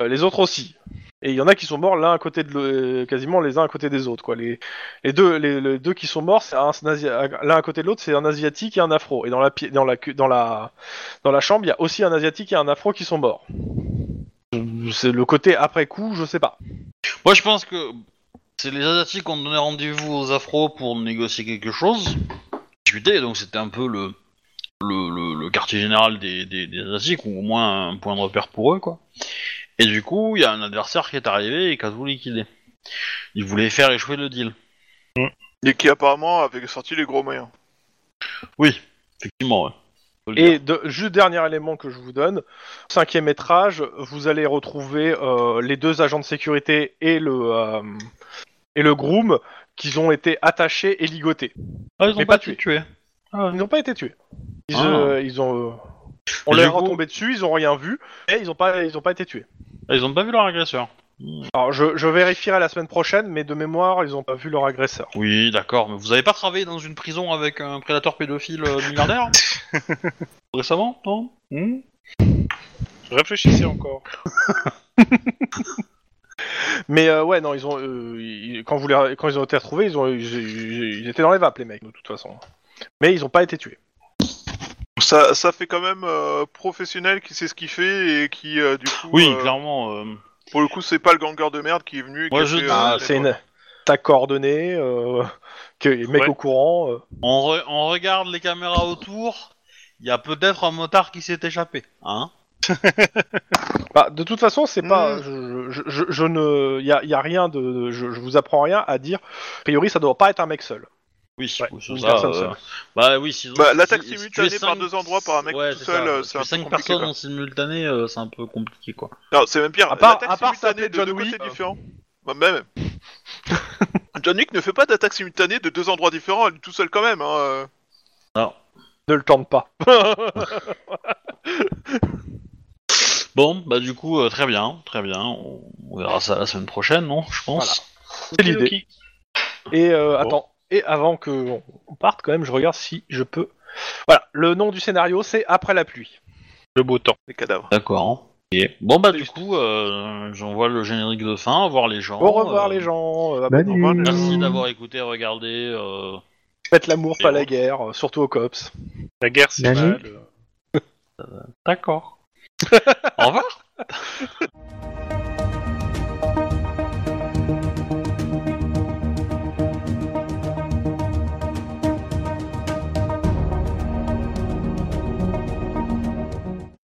Euh, les autres aussi. Et il y en a qui sont morts l'un à côté de le- quasiment les uns à côté des autres quoi. Les, les deux les, les deux qui sont morts, c'est un- c'est un Asi- l'un à côté de l'autre, c'est un asiatique et un afro. Et dans la pi- dans la cu- dans la dans la chambre, il y a aussi un asiatique et un afro qui sont morts. Je- C'est le côté après coup, je sais pas. Moi, je pense que c'est les asiatiques qui ont donné rendez-vous aux afros pour négocier quelque chose. Discuter, donc c'était un peu le, le, le- le quartier général des, des, des asiatiques, ou au moins un point de repère pour eux, quoi. Et du coup, il y a un adversaire qui est arrivé et qui a tout liquidé. Il voulait faire échouer le deal. Et qui apparemment avait sorti les gros moyens. Effectivement, ouais. Faut le dire. Et de, juste dernier élément que je vous donne, cinquième étage, vous allez retrouver euh, les deux agents de sécurité et le euh, et le groom qui ont été attachés et ligotés. Ah, ils ont mais pas pas tué. tué. Ils n'ont pas été tués. Ils, Ah. euh, ils ont euh, on Mais leur du est coup- retombé dessus, ils ont rien vu et ils ont pas ils ont pas été tués. Ah, ils ont pas vu leur agresseur. Alors je, je vérifierai la semaine prochaine, mais de mémoire ils ont pas vu leur agresseur. Oui, d'accord, mais vous avez pas travaillé dans une prison avec un prédateur pédophile euh, milliardaire Récemment, non Hmm Réfléchissez encore. Mais euh, ouais non ils ont euh, ils- quand vous les- quand ils ont été retrouvés ils ont ils- ils étaient dans les vapes les mecs de toute façon. Mais ils ont pas été tués. Ça, ça fait quand même euh, professionnel qui sait ce qu'il fait et qui, euh, du coup, Oui, euh, clairement. euh, pour le coup, c'est pas le gangueur de merde qui est venu. et qui Moi, a je fait, dis- euh, Ah, les c'est gros- une... ta coordonnée, euh, que les mecs Ouais. au courant. euh. On, re- on regarde les caméras autour, il y a peut-être un motard qui s'est échappé, hein Bah, de toute façon, c'est Mm. pas. Je, je, je, je ne. Il y a, y a rien de. Je, je vous apprends rien à dire. A priori, ça doit pas être un mec seul. Oui, Ouais, oui, c'est une ça, personne euh, seule. Bah oui, sinon, Bah, l'attaque si- si simultanée tu es par cinq- deux endroits par un mec Ouais, tout c'est seul, ça, euh, si c'est tu un es peu cinq compliqué, personnes quoi. en simultané, euh, c'est un peu compliqué quoi. Non, c'est même pire. À part- l'attaque à part simultanée s'appeler de John deux côtés Wick, euh. différents. Bah, même. John Wick ne fait pas d'attaque simultanée de deux endroits différents, elle est tout seul quand même. Hein. euh. Ne le tente pas. Bon, bah du coup, euh, très bien, très bien, on, on verra ça la semaine prochaine, non Je pense. C'est l'idée. Et euh, attends. Et avant que on- on parte, quand même, je regarde si je peux. Voilà. Le nom du scénario, c'est Après la pluie. Le beau temps. Les cadavres. D'accord. Ok. Bon bah du coup, euh, j'envoie le générique de fin, au revoir les gens. Au revoir euh, les gens. euh, à Bonne bientôt. nuit. Merci d'avoir écouté, regardé. euh, Faites l'amour, Et pas la autres. guerre, euh, surtout au COPS. La guerre, c'est Nani mal. euh. D'accord. En